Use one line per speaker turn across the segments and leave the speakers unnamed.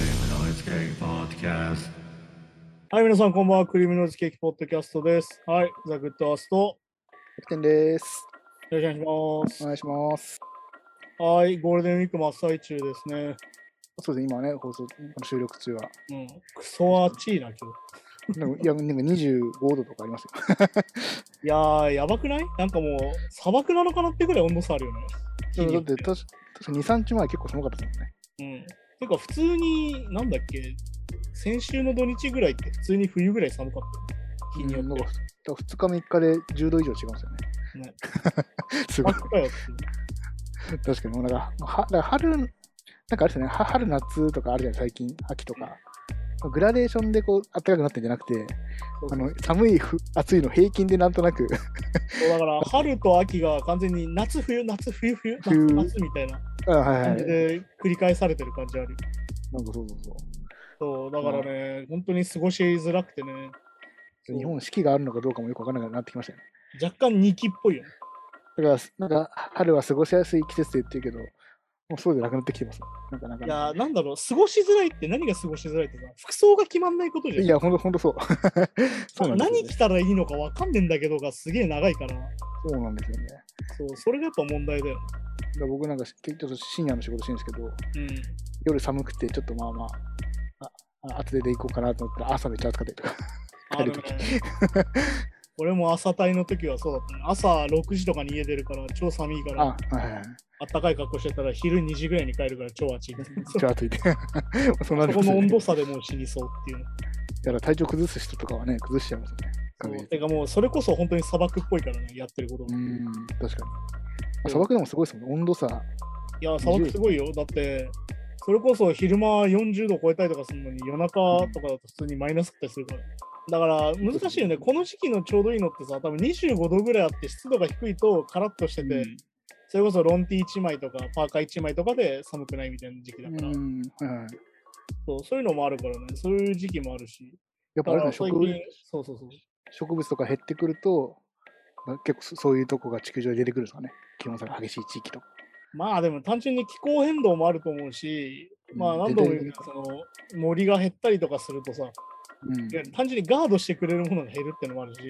ケーキポッドキャスト。
はい、皆さん、こんばんは。クリームノイズケーキポッドキャストです。はい、ザ・グッドアースト、よ
楽天です。
ろしくお願いしま
お願いします。
す。はい、ゴールデンウィーク真っ最中ですね。
そうですね、今ね、放送、この収録中は。
うん、クソ暑いな、今
なんかいや、なんか25度とかありますよ。
日。いやー、やばくないなんかもう、砂漠なのかなってぐらい温度差あるよね。
でもだ
日
って、確か確か2、3日前結構寒かったですもんね。
によってうん。てか、普通に、なんだっけ、先週の土日ぐらいって、普通に冬ぐらい寒かったよね。日によ
うん
っ
なん
て
かふだから2日目、3日で10度以上違うんですよね。
ね。
すご
あ
い
っ。たよって
確かに、もうなんか、はだから春、なんかあれですよね、は春、夏とかあるじゃない、最近、秋とか。グラデーションでこう暖かくなってんじゃなくて、
そう
あ
そう
の寒いふ、暑いの平均でなんとなく
そうだから、春と秋が完全に夏、冬、夏、冬、冬、夏、
冬
夏みたいな
あ、はいはい、な
感
ん
じ
か
で繰り返されてる感じある。
そうそうそう。
そう、だからね、本当に過ごしづらくてね、そう
日本四季があるのかどうかもよくわからなくなってきましたよね。
若干二期っぽいよね。
だから、なんか春は過ごしやすい季節でって言うけど、もうそうじゃなくなってきてます。なんかなんか
いやー、なんだろう、過ごしづらいって何が過ごしづらいってさ、服装が決まんないことじゃん。
いや、ほんとほんとそう。 そうなんです
何
よ、ね
着。たらいいのかわかんねえんだけどがすげえ長いから、
そうなんですよね。だか
そう、それがやっぱ問題だよね。
ら僕なんかし結局深夜の仕事してるんですけど、
うん。
夜寒くてちょっとまあまあ、ああ厚手で行こうかなと思ったら朝めっちゃ暑かったりとか。
あるね。 俺も朝帯の時はそうだったね。朝6時とかに家出るから超寒いか
あ、
ら、
はいはいはい。
あったかい格好してたら昼2時ぐらいに帰るから超 暑い。
ちょっと暑いて。そんな
そこ
んですよ
の温
ね。
度差でもう死にそうっていうね。
だから体調崩す人とかはね、崩しちゃいますよね。
そうてかもうそれこそ本当に砂漠っぽいからね、やってることが。
うん、確かに。あ砂漠でもすごいですもんね。温度差。
いや、砂漠すごいよ。だって、それこそ昼間40度超えたりとかするのに、夜中とかだと普通にマイナスだったりするから。だから難しいよね。この時期のちょうどいいのってさ、多分25度ぐらいあって湿度が低いとカラッとしてて、それこそロンティ1枚とかパーカー1枚とかで寒くないみたいな時期だから、
うん、はいはい。
そうそういうのもあるからね。そういう時期もあるし。
やっぱあれですね、
最
食
近そうそうそう。
植物とか減ってくると、まあ結構そそういうとこが地球上に出てくるんですかね。気温差が激しい地域とか。
まあでも単純に気候変動もあると思うし、まあ
う
何
ん
度も言うけ
でで
ど、その森が減ったりとかするとさ、
うん
いや単純にガードしてくれるものが減るってのもあるし、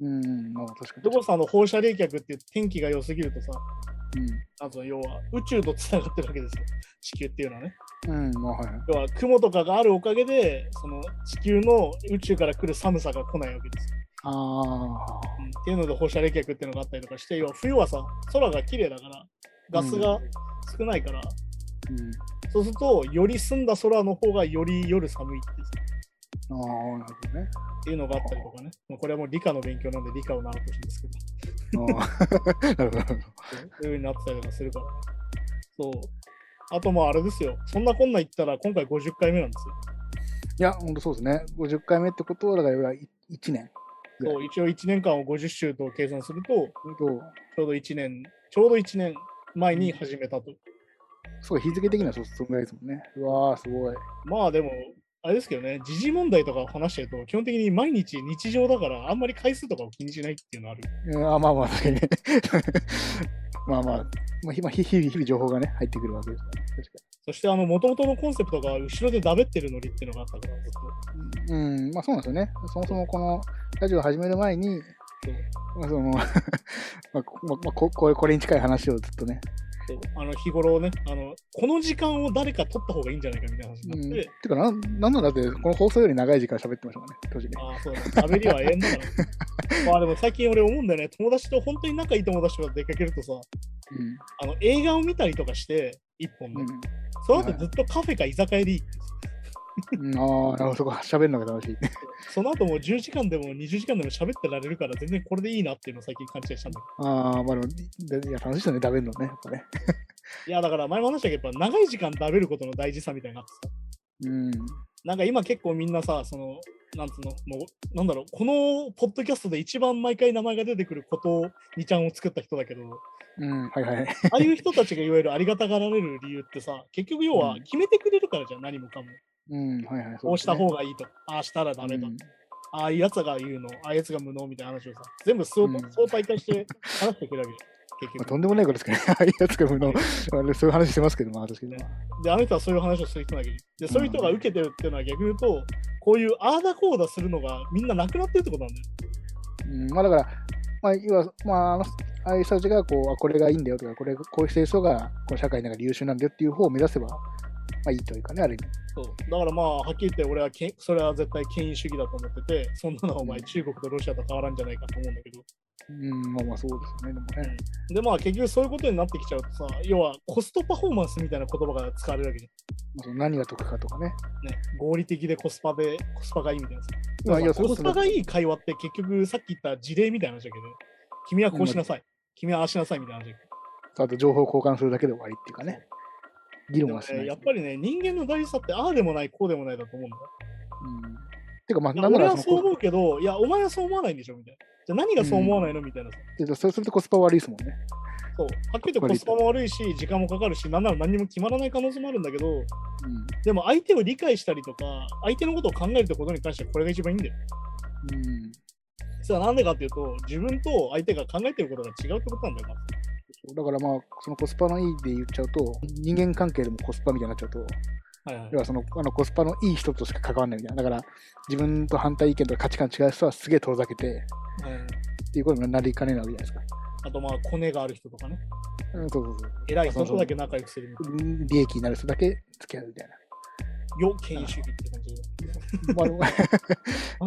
うん、まあ確か
ど
に。
こさんの放射冷却って天気が良すぎるとさ、
う
あの要は宇宙とつながってるわけですよ、地球っていうのはね。
ん、うん、まあはいはい。
要は雲とかがあるおかげで、その地球の宇宙から来る寒さが来ないわけですよ。う
あ
んっていうので放射冷却っていうのがあったりとかして、要は冬はさ、空が綺麗だから、ガスが少ないから、
ー、うん。
そうすると、より澄んだ空の方がより夜寒いってさ
ああ、なる
っていうのがあったりとかね。まあこれはもう理科の勉強なんで理科を習ってほしいんですけど。
ほどね。あー なるほど、なるほど。
そういう風になってたりとかするからね。そう。あともうあれですよ。そんなこんな言ったら今回50回目なんですよ。
いや、ほんとそうですね。50回目ってことは、だから1年。ね
そう一応1年間を50週と計算すると、
ほんと
ちょうど1年、ちょうど1年前に始めたと。
そう、日付的にはそうそんぐらいですもんね。うわー、すごい。
まあでも、あれですけどね、時事問題とかを話してると、基本的に毎日日常だから、あんまり回数とかを気にしないっていうのはある。
うん、あまあまあ、確かにね。 まあまあ、まあ、ひまあ日々、日々情報がね、入ってくるわけですからね。確かに。
そして、あの、元々のコンセプトが後ろでダベってるノリっていうのがあったから、ずっと。
うん、まあそうなんですよね。そもそもこのラジオを始める前に、まあその まあこまあまあここれ、これに近い話をずっとね。
そうあの日頃ねあの、この時間を誰か取った方がいいんじゃないかみたいな話に
うん、
なって
て、かなん、なんなんだって、この放送より長い時間喋ってましたもんね、当時ね。
ああ、そうだ。喋りは永遠だか ら。まあでも最近俺思うんだよね。友達と本当に仲いい友達とか出かけるとさ、あの映画を見たりとかして、一本
う
で、
ん。
その後ずっとカフェか居酒屋でいい。
う ん、うんああ、なるほど、そこ喋るのが楽しい。
その後もう10時間でも20時間でも喋ってられるから、全然これでいいなっていうのを最近感じしたんだけ
ああ、まあでも、でいや、楽しいですよね、食べるのね、やっ ぱね。
ど。いや、だから前も話したけど、やっぱ長い時間食べることの大事さみたいなのがあってさ。
うん。
なんか今結構みんなさ、その、なんつうの、もう、なんだろう、このポッドキャストで一番毎回名前が出てくることを、にちゃんを作った人だ けど、
うん、はいはい。
ああいう人たちがいわゆるありがたがられる理由ってさ、結局要は
うん
決めてくれるからじゃん、何もかも。
うん、はいはい。
こうした方
が
がいいと、ああしたらダメと、
うん
ああ いうやつが言うの、ああいうやつが無能みたいな話をさ、全部相,、
うん
相対化して話してくれるわけっていける
まあ、。とんでもないことですけどね、 ああいうやつがもうの、あれそういう話してますけども、私けども
で、あの人はそういう話をする人だけど、で、そういう人が受けてるっていうのは逆に言うと、こういうああだこうだするのがみんななくなってるってことなんだよ。
うん、まあだから、まあ、要は、まあ、あのああいう人たちがこう、あこれがいいんだよとか、これこうしてる人がこの社会の中で優秀なんだよっていう方を目指せば、まあいいというかね、ある意味。
そう。だからまあ、はっきり言って俺はけんそれは絶対権威主義だと思ってて、そんなのはお前
うん
中国とロシアと変わらんじゃないかと思うんだけど。
うん、まあまあそうですよね、でもね。
でまあ結局そういうことになってきちゃうとさ、要はコストパフォーマンスみたいな言葉が使われるわけじ
まあその何が得かとかね。
ゃん。ね、合理的でコスパで、コスパがいいみたいなさ。
まあいやそう
コ
そ
ス
う
パがいい会話って結局さっき言った事例みたいな話だけど、君はこうしなさい、君はああしなさいみたいな話だけど。
あと情報交換するだけで終わりっていうかね。議
で
論
も
はしな
ね、
い。
やっぱりね、人間の大事さってああでもない、こうでもないだと思うんだよ。
うん、てか、まあ、
いや
なんな
俺
ら
は
そ
そう
のこ
思うけど、いや、お前はそう思わないんでしょみたいな。じゃあ何がそう思わないのみたいなさ。
うでそうするとコスパ悪いですもんね。
そう。はっきり言ってコスパも悪いし、時間もかかるし、なんなら何も決まらない可能性もあるんだけど、でも相手を理解したりとか、相手のことを考えるってことに関してはこれが一番いいんだよ。
うん。うん。
それはなんでかっていうと、自分と相手が考えてることが違うってことなんだよな。
だからまあ、そのコスパのいいで言っちゃうと、人間関係でもコスパみたいになっちゃうと、
はいはい
要はそのあのコスパのいい人としか関わんないみたいな。だから、自分と反対意見とか価値観違う人はすげえ遠ざけて、
うん
っていうことになりかねないわけじゃないですか。
あとまあ、コネがある人とかね。
うん、そうそう
偉い人とだけ仲良くするみたい
そううん。利益になる人だけ付き合うみたいな。
な。よ、権威主義って感じで。
まあでも、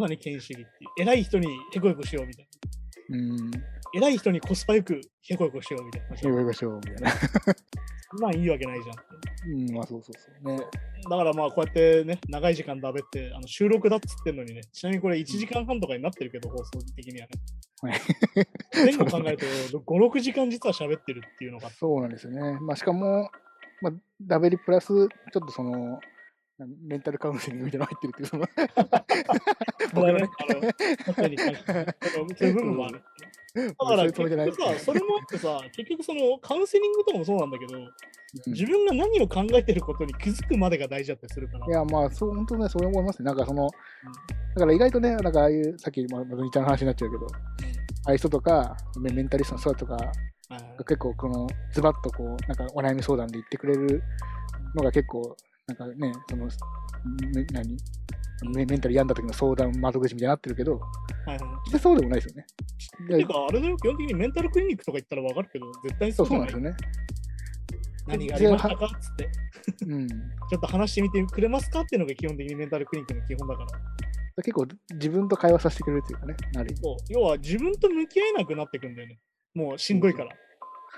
ま さに権威主義っていう。偉い人にヘコヘコしようみたいな。
うん、
偉い人にコスパよくヘコヘコしようみたいな。
そういうしょうみたいな。
まあいいわけないじゃんって。
うん、まあそうそうそう。ね。
だからまあこうやってね、長い時間だべって、あの収録だっつってんのにね、ちなみにこれ1時間半とかになってるけど、放送的にはね。
はい
前後考えて5、6時間実は喋ってるっていうのが、
そうなんですよね。まあ、しかも、まあ、ダベリプラス、ちょっとその、なメンタルカウンセリングみたいなの入ってるっていう、その、 僕
だ
のね、
あの、確かに関して、そういう部分もある。だ
そ
か
う
ら
いうつもりじゃない
結局さ、それもあってさ、結局そのカウンセリングとかもそうなんだけど、
うん
自分が何を考えてることに気づくまでが大事だったりするから
い。や、まあ、そう、本当ね、そう思いますね。なんかその、だから意外とね、なんかああいう、さっき、まあ、また似た話になっちゃうけど、ああいう人とか、メメンタリストの人とかが
はい
結構、この、ズバッとこう、なんかお悩み相談で言ってくれるのが結構、なんかね、その、め何メメンタル病んだ時の相談窓口みたいになってるけど、
はいはい
実際そうでもないですよね。
てか、あれだよ、基本的にメンタルクリニックとか行ったら分かるけど、絶対
そ
そうう
そ
じ
う
ゃ
な
なんい
ですよ。ね。
何がありましたかっつって、
うん、だか
ちょっと話してみてくれますかっていうのが基本的にメンタルクリニックの基本だから。
ら結構自分と会話させてくれるというかね、ある意味
そう要は自分と向き合えなくなってくんだよね。もうしんどいから。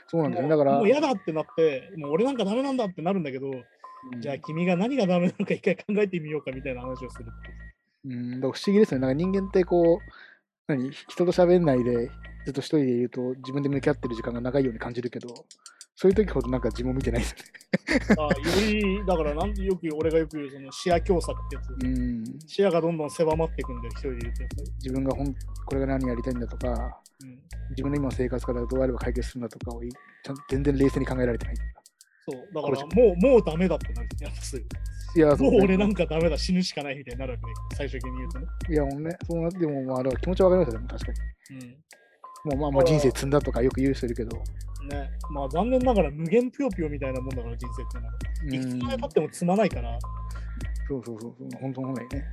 そうなんですよ
も
ね。
う
だから、
もう嫌だってなって、もう俺なんかダメなんだってなるんだけど、
うん
じゃあ君が何がダメなのか一回考えてみようかみたいな話をするっていう。
うん、だから不思議ですよね。なんか人間ってこう、何、人と喋んないで、ずっと一人でいると、自分で向き合ってる時間が長いように感じるけど、そういう時ほどなんか自分を見てないです
あより、だからなんよく俺がよく言うその視野狭窄ってやつ。
よね。うん、
視野がどんどん狭まっていくんだよ、一人でいるとやっぱり。
自分がほんこれが何やりたいんだとか、
うん
自分の今の生活からどうやれば解決するんだとかをいちゃん全然冷静に考えられてない。
そう、だからもう、もうダメだってなるやっぱすぐ。
いや、そ
も
う
う
ね
俺なんかダメだ、死ぬしかないみたいになるわけね、最終的に言うとね。
いや、もうね、そうなっても、まあ、だから気持ちはわかりますよ、でも確かに。
うん
もうまあもう人生積んだとかよく言う人いるけど、
ね、まあ残念ながら無限ぴよぴよみたいなもんだから人生っていうのは。
う
いくつ
ん
まで経っても積まないから。
そうそうそう、本当本来ね。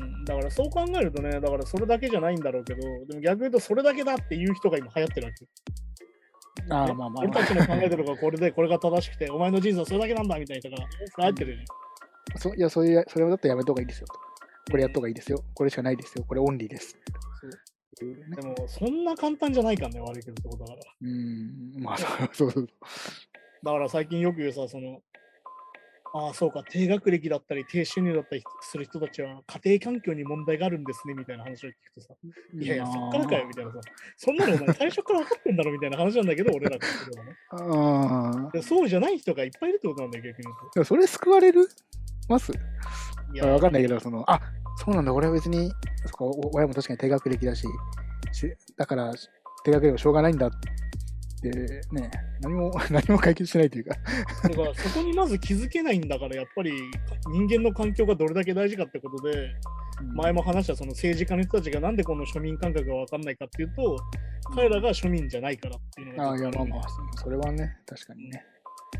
うん、だからそう考えるとね、だからそれだけじゃないんだろうけど、でも逆に言うとそれだけだっていう人が今流行ってるわけ。
ああ
ね
まあまあ
俺
まあ
た、ちの考えてるのがこれで、これが正しくて、お前の人生はそれだけなんだみたいな人が流行ってる。
そいやそういうそれだったらやめた方がいいですよ。これやった方がいいですよ。これしかないですよ。これオンリーです。いうね
でもそんな簡単じゃないからね、悪いけどってことだから。
うん、まあそうそうそう。
だから最近よく言うさ、その、ああ、そうか、低学歴だったり、低収入だったりする人たちは、家庭環境に問題があるんですね、みたいな話を聞くとさ、いやいや、そっからかよ、みたいなさ、そんなのお前最初から分かってんだろ、みたいな話なんだけど、俺らからすればね。
ああ。
でそうじゃない人がいっぱいいるってことなんだよ、逆に言う
でもそれ救われるます
と。い。
いやわかんないいけど、その、あそうなんだ、俺は別に、そっかお親も確かに低学歴だし、しだから低学歴はしょうがないんだって、ね、何も、 何も解決しないというか。
だから、そこにまず気づけないんだから、やっぱり人間の環境がどれだけ大事かってことで、前も話したその政治家の人たちがなんでこの庶民感覚が分かんないかっていうと、彼らが庶民じゃないからっていうの
あ
が
あ、いや、まあまあ、それはね、確かにね。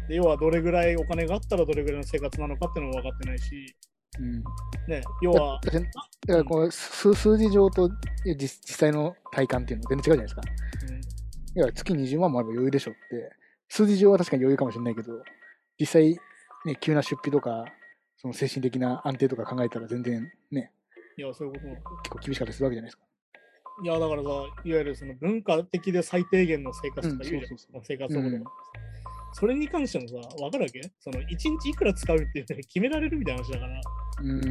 で要はどれぐらいお金があったらどれぐらいの生活なのかっていうのも分かってないし、
うん、だ
ね、要は、
だだからこう数数字上と実実際の体感っていうのは全然違うじゃないですか。
うん
いや、月20万もあれば余裕でしょって、数字上は確かに余裕かもしれないけど、実際、ね、急な出費とか、その精神的な安定とか考えたら全然ね、
いや、そういうことなんだ
結構厳しかったりするわけじゃないですか。
いや、だからさ、いわゆるその文化的で最低限の生活とか言うじゃん、
うんそうそうそう
生活のこと
うん
が。それに関してもさ、分かるわけその1日いくら使うっていうのを決められるみたいな話だから。
うん、そう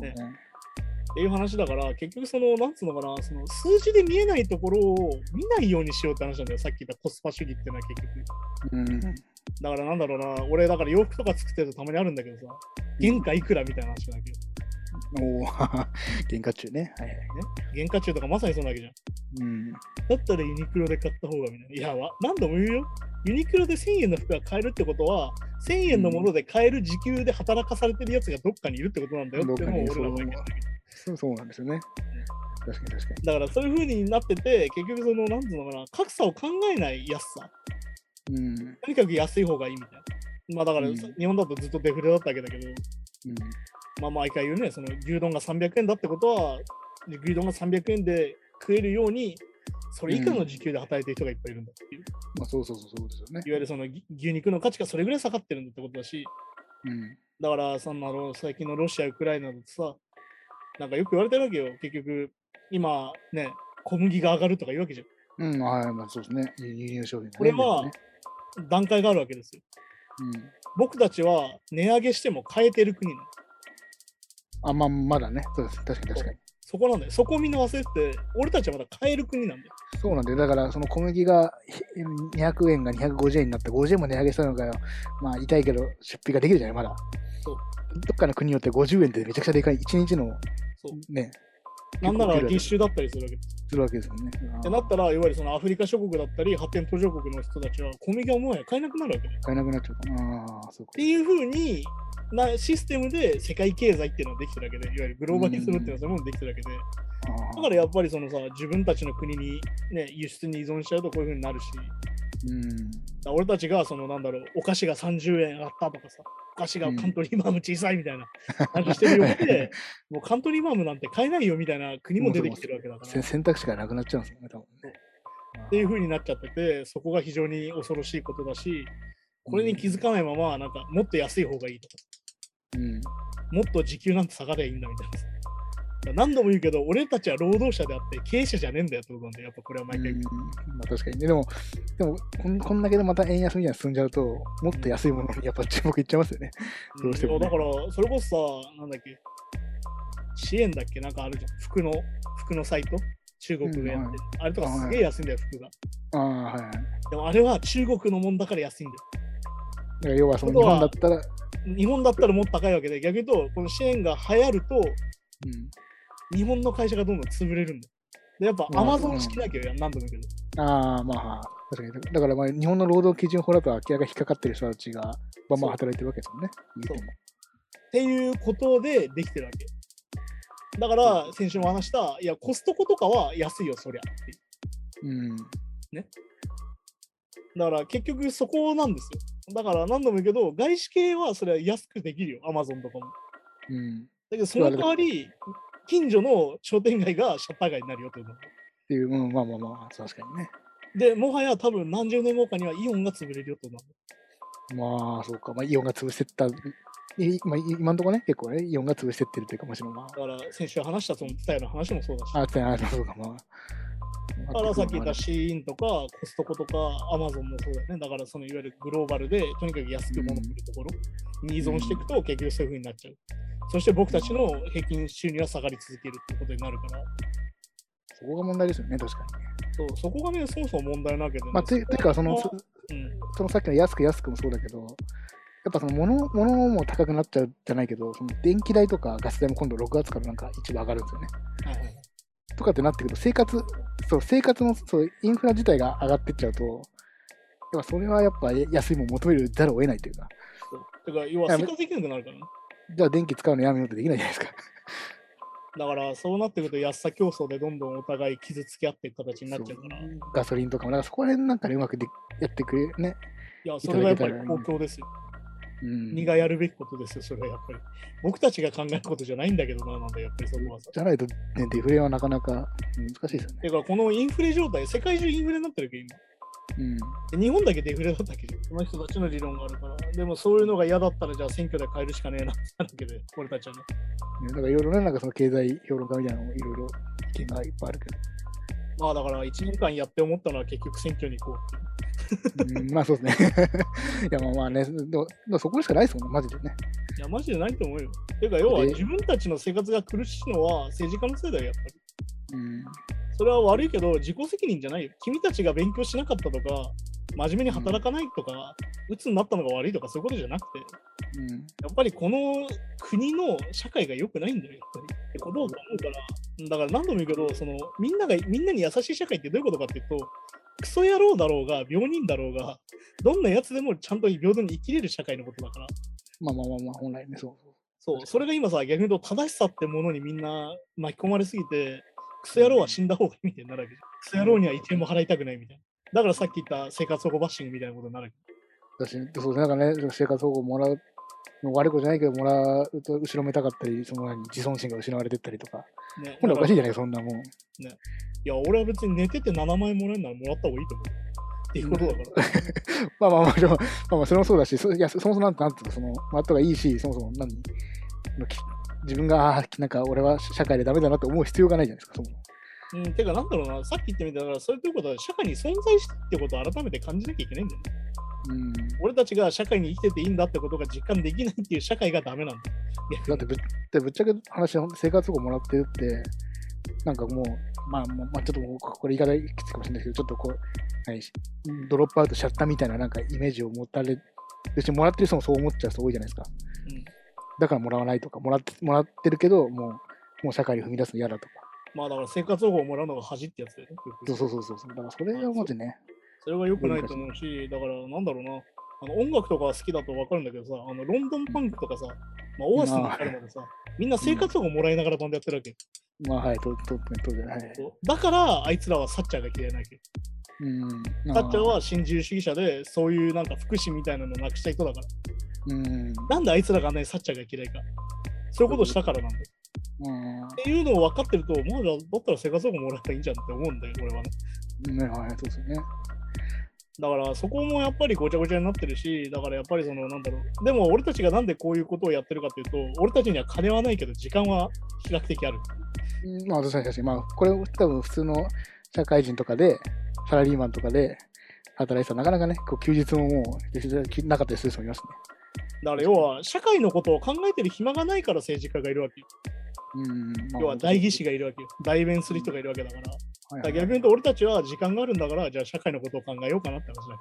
ね
ね。っていう話だから、結局その、なんつうのかな、その数字で見えないところを見ないようにしようって話なんだよ、さっき言ったコスパ主義ってのは結局。
うん。
だからなんだろうな、俺だから洋服とか作ってるとたまにあるんだけどさ、原価いくらみたいな話なんだけど、
おお、 原価中ね。はいはい。
原価中とかまさにそうなわけじゃん。
うん。
だったらユニクロで買った方がみたいな。いや、わ何度も言うよ。ユニクロで1000円の服が買えるってことは、1000円のもので買える時給で働かされてるやつがどっかにいるってことなんだよっていうのを俺らは思いましたけど
そうそうなんですよね。確かに確か
だからそういう風になってて、結局その、なんつうのかな、格差を考えない安さ。
に。うん。うん
とにかく安い方がいいみたいな。まあだから、
うん
日本だとずっとデフレだったわけだけど、まあ毎回言うね、その牛丼が300円だってことは、で牛丼が300円で食えるように、それ以下の時給で働いてる人がいっぱいいるんだっていう。
まあそうそうそうそうですよね
い。わゆるそのぎ牛肉の価値がそれぐらい下がってるんだってことだし、
うん。
だからそのあの最近のロシア、ウクライナだとさ、なんかよく言われてるわけよ、結局、今ね、小麦が上がるとか言うわけじゃん。
うん、はい、まあそうですね。輸輸入商品、ね。
これは
ね
段階があるわけですよ。
うん。
僕たちは値上げしても変えてる国なの
あ、まあ、まだね。そうです。確かに確かに。
そこなんだよ。そこみんな忘れてて、俺たちはまだ買える国なんだよ。
そうなんだよ。だから、その小麦がひ200円が250円になった、50円も値上げしたのが、まあ痛いけど、出費ができるじゃない、まだ。
そう
どっかの国によって50円ってめちゃくちゃでかい、1日の
そう。
ね、
なんなら
結構
月収だったりするわけです。
するわけですよね。
ってなったら、いわゆるそのアフリカ諸国だったり、発展途上国の人たちは、小麦がもはや買えなくなるわけだよ。っ
買えなくなっちゃうかああ、そうか
て。いうふうに、なシステムで世界経済っていうのができてるわけで、いわゆるグローバリズムっていうのはそういうものができてるわけで、だ
ああ
からやっぱりそのさ、自分たちの国に、ね、輸出に依存しちゃうとこういうふうになるし、だか
うん。
ら俺たちがそのなんだろう、お菓子が30円上がったとかさ、お菓子がカントリーマーム小さいみたいな話してるようで、 もうカントリーマームなんて買えないよみたいな国も出てきてるわけだから。
せ選択肢がなくなっちゃうんですよね、多分ね。
っていう風になっちゃってて、そこが非常に恐ろしいことだし、これに気づかないまま、なんか、もっと安い方がいいとか、
うん。
もっと時給なんて下がりゃいいんだみたいな。だから何度も言うけど、俺たちは労働者であって、経営者じゃねえんだよってことなんで、やっぱこれは毎回言う、
うんまあ確かにね。でも、でもこんこんだけでまた円安みたいなの進んじゃうと、もっと安いものにやっぱ 注目いっちゃいますよね。
うん
どうしてもね
いやだから、それこそさ、なんだっけ、支援だっけ、なんかあるじゃん。服の、服のサイト中国がやってる、あれとかすげえ安いんだよ、服が。
ああ、はいはい。だか
でもあれは中国のもんだから安いんだよ。
ら要はその
こ
日
とは
本だったら、う
日本だったらもっと高いわけで、逆に言うと、この支援が流行ると、
ん。
日本の会社がどんどん潰れるんだよ。でやっぱ
うん
アマゾン式だけどや、何度も言うけど。
ああ、まあ、確かに。だから、まあ、日本の労働基準法だと、空き家が引っかかってる人たちが、バンバン働いてるわけですもんね。
そう
言うても
っていうことでできてるわけ。だから、先週も話した、いや、コストコとかは安いよ、そりゃっていう。
うん。
だから、結局そこなんですよ。だから、何度も言うけど、外資系はそれは安くできるよ、アマゾンとかも。だ
うん。っ
けど、その代わり、近所の商店街がシャッター街になるよってこと。
ていう、うん、まあまあまあ、確かにね。
で、もはや多分何十年後かにはイオンが潰れるよってこと。
まあ、そうか。まあ、イオンが潰してった。いまあ、い今んとこね、結構ね、イオンが潰してってるというか、もちろんまあ、
だから、先週話したその伝えの話もそうだし。
あ、そうやあそうか、まあ。
だからさっき言った
ま
シーインとかコストコとかアマゾンもそうだよね。だからそのいわゆるグローバルでとにかく安く物を売るところに依存していくと結局そういう風になっちゃう。そして僕たちの平均収入は下がり続けるってことになるから、
あそこが問題ですよね、確かに。
そうそこがね、そもそも問題なわけで、ね。
まあ、というというか、その、そ
うん、
そのさっきの安く安くもそうだけど、やっぱその物物も高くなっちゃうじゃないけど、その電気代とかガス代も今度6月からなんか一部上がるんですよね。
はいはい
とかってなってくると、生活、そう、生活のそうインフラ自体が上がってっちゃうと、やっぱそれはやっぱ安いもん求めるざるを得ないというか、
そうてか、要は生活できなくなるからね。
じゃあ電気使うのやめようってできないじゃないですか。
だからそうなってくると安さ競争でどんどんお互い傷つけ合っていく形になっちゃうから。い
ガソリンとかも、だからそこら辺なんかね、うまくでやってくれるね。
や、それがやっぱり公共ですよ。
うん。
国
じ
がやるべきことですよ、それはやっぱり。僕たちが考えることじゃないんだけどな、なんだやっぱりそこはさ。
ゃないと、ね、デフレはなかなか難しいですよね。
だからこのインフレ状態、世界中インフレになってるけど、今。
うん。
で日本だけデフレだったっけその人たちの理論があるから。でもそういうのが嫌だったら、じゃあ選挙で変えるしかねえなってなるけど、俺たちはね。
ねだからいろいろね、なんかその経済評論家みたいなのもいろいろ意見がいっぱいある
まあだから1年間やって思ったのは結局選挙に行こうっていう。
けど。うん、まあそうですね。 いやまあまあね、でもでもそこしかないですもんね、マジでね。
いや、マジでないと思うよ。てか、要は
で
自分たちの生活が苦しいのは政治家のせいだよ、やっぱり。
うん。
それは悪いけど、自己責任じゃないよ。君たちが勉強しなかったとか、真面目に働かないとか、鬱になったのが悪いとか、そういうことじゃなくて、
うん。
やっぱりこの国の社会が良くないんだよ、やっぱり。ってことを思うから、だから何度も言うけど、そのみんながみんなに優しい社会ってどういうことかっていうと、クソ野郎だろうが、病人だろうが、どんなやつでもちゃんと平等に生きれる社会のことだから。
まあまあまあまあ、本来ね、そうそう。
そう、それが今さ、逆に言うと、正しさってものにみんな巻き込まれすぎて、クソ野郎は死んだ方がいいみたいになるわけじゃん。クソ野郎には一円も払いたくないみたいな。だからさっき言った生活保護バッシングみたいなことになるわけ。
私、そうなんかね、生活保護もらう、悪い子じゃないけど、もらうと後ろめたかったり、その何自尊心が失われてったりとか、
ね、
ほらおかしいじ
だ
ゃない
ら
か、そんなもん。
いや、俺は別に寝てて7万円もらえるならもらった方がいいと思う。っていうことだから。
まあまあまあ、でもまあまあ、それもそうだし、そいやそそもそもなんて、なんていうか、その、まあ、あったがいいし、そもそも何、まあき自分が、あーなんか俺は社会でダメだなと思う必要がないじゃないですか、そもそも
うん、てか、なんだろうな、さっき言ってみたら、それということは、社会に存在してってことを改めて感じなきゃいけないんだよね。
うん。だ
俺たちが社会に生きてていいんだってことが実感できないっていう社会がダメなんだよ。逆に
ってぶっでぶっちゃけ話、生活保護もらってるって、なんかもう、まあ、もうまあ、ちょっともうこれ言い方きついかもしれないですけど、ちょっとこう、何しドロップアウトしちゃったみたいななんかイメージを持たれるし、もらってる人もそう思っちゃう人多いじゃないですか。
うん
だからもらわないとか、もらってもらってるけど、もう、もう社会に踏み出すの嫌だとか。
まあだから生活保護をもらうのが恥ってやつだよね。
そうそうそうそう。だからそれがまずね。
それは良くないと思うし、だからなんだろうな、あの音楽とかは好きだと分かるんだけどさ、あのロンドンパンクとかさ、まあ、オアシスに至るまでさ、みんな生活保護もらいながらバンドやってるわけ。
まあはい、と、と、と、じゃない。
だからあいつらはサッチャーが嫌いなわけ。
うん。
サッチャーは新自由主義者で、そういうなんか福祉みたいなのをなくした人だから。
うん。
なんであいつらがね、サッチャーが嫌いか。そういうことをしたからなんだよ。
うん。
っていうのを分かってると、まあじゃあだったら生活保護もらえばいいんじゃんって思うんだよ、俺はね。
ね、はい、そうですよね。
だからそこもやっぱりごちゃごちゃになってるし、だからやっぱりそのなんだろう、でも俺たちがなんでこういうことをやってるかっていうと、俺たちには金はないけど、時間は比較的ある。
うんまあ、確かに確かに。まあ、これ、多分普通の社会人とかで、サラリーマンとかで、働いてたらなかなかね、こう休日ももう、休日なかったりする人もいます
だから要は、社会のことを考えてる暇がないから政治家がいるわけよ。
ね。うん。まあ
要は代議士がいるわけよ。代弁する人がいるわけだから。だ
はい
か
はい
ら逆に言うと、俺たちは時間があるんだから、じゃあ社会のことを考えようかなって話だけど。
ま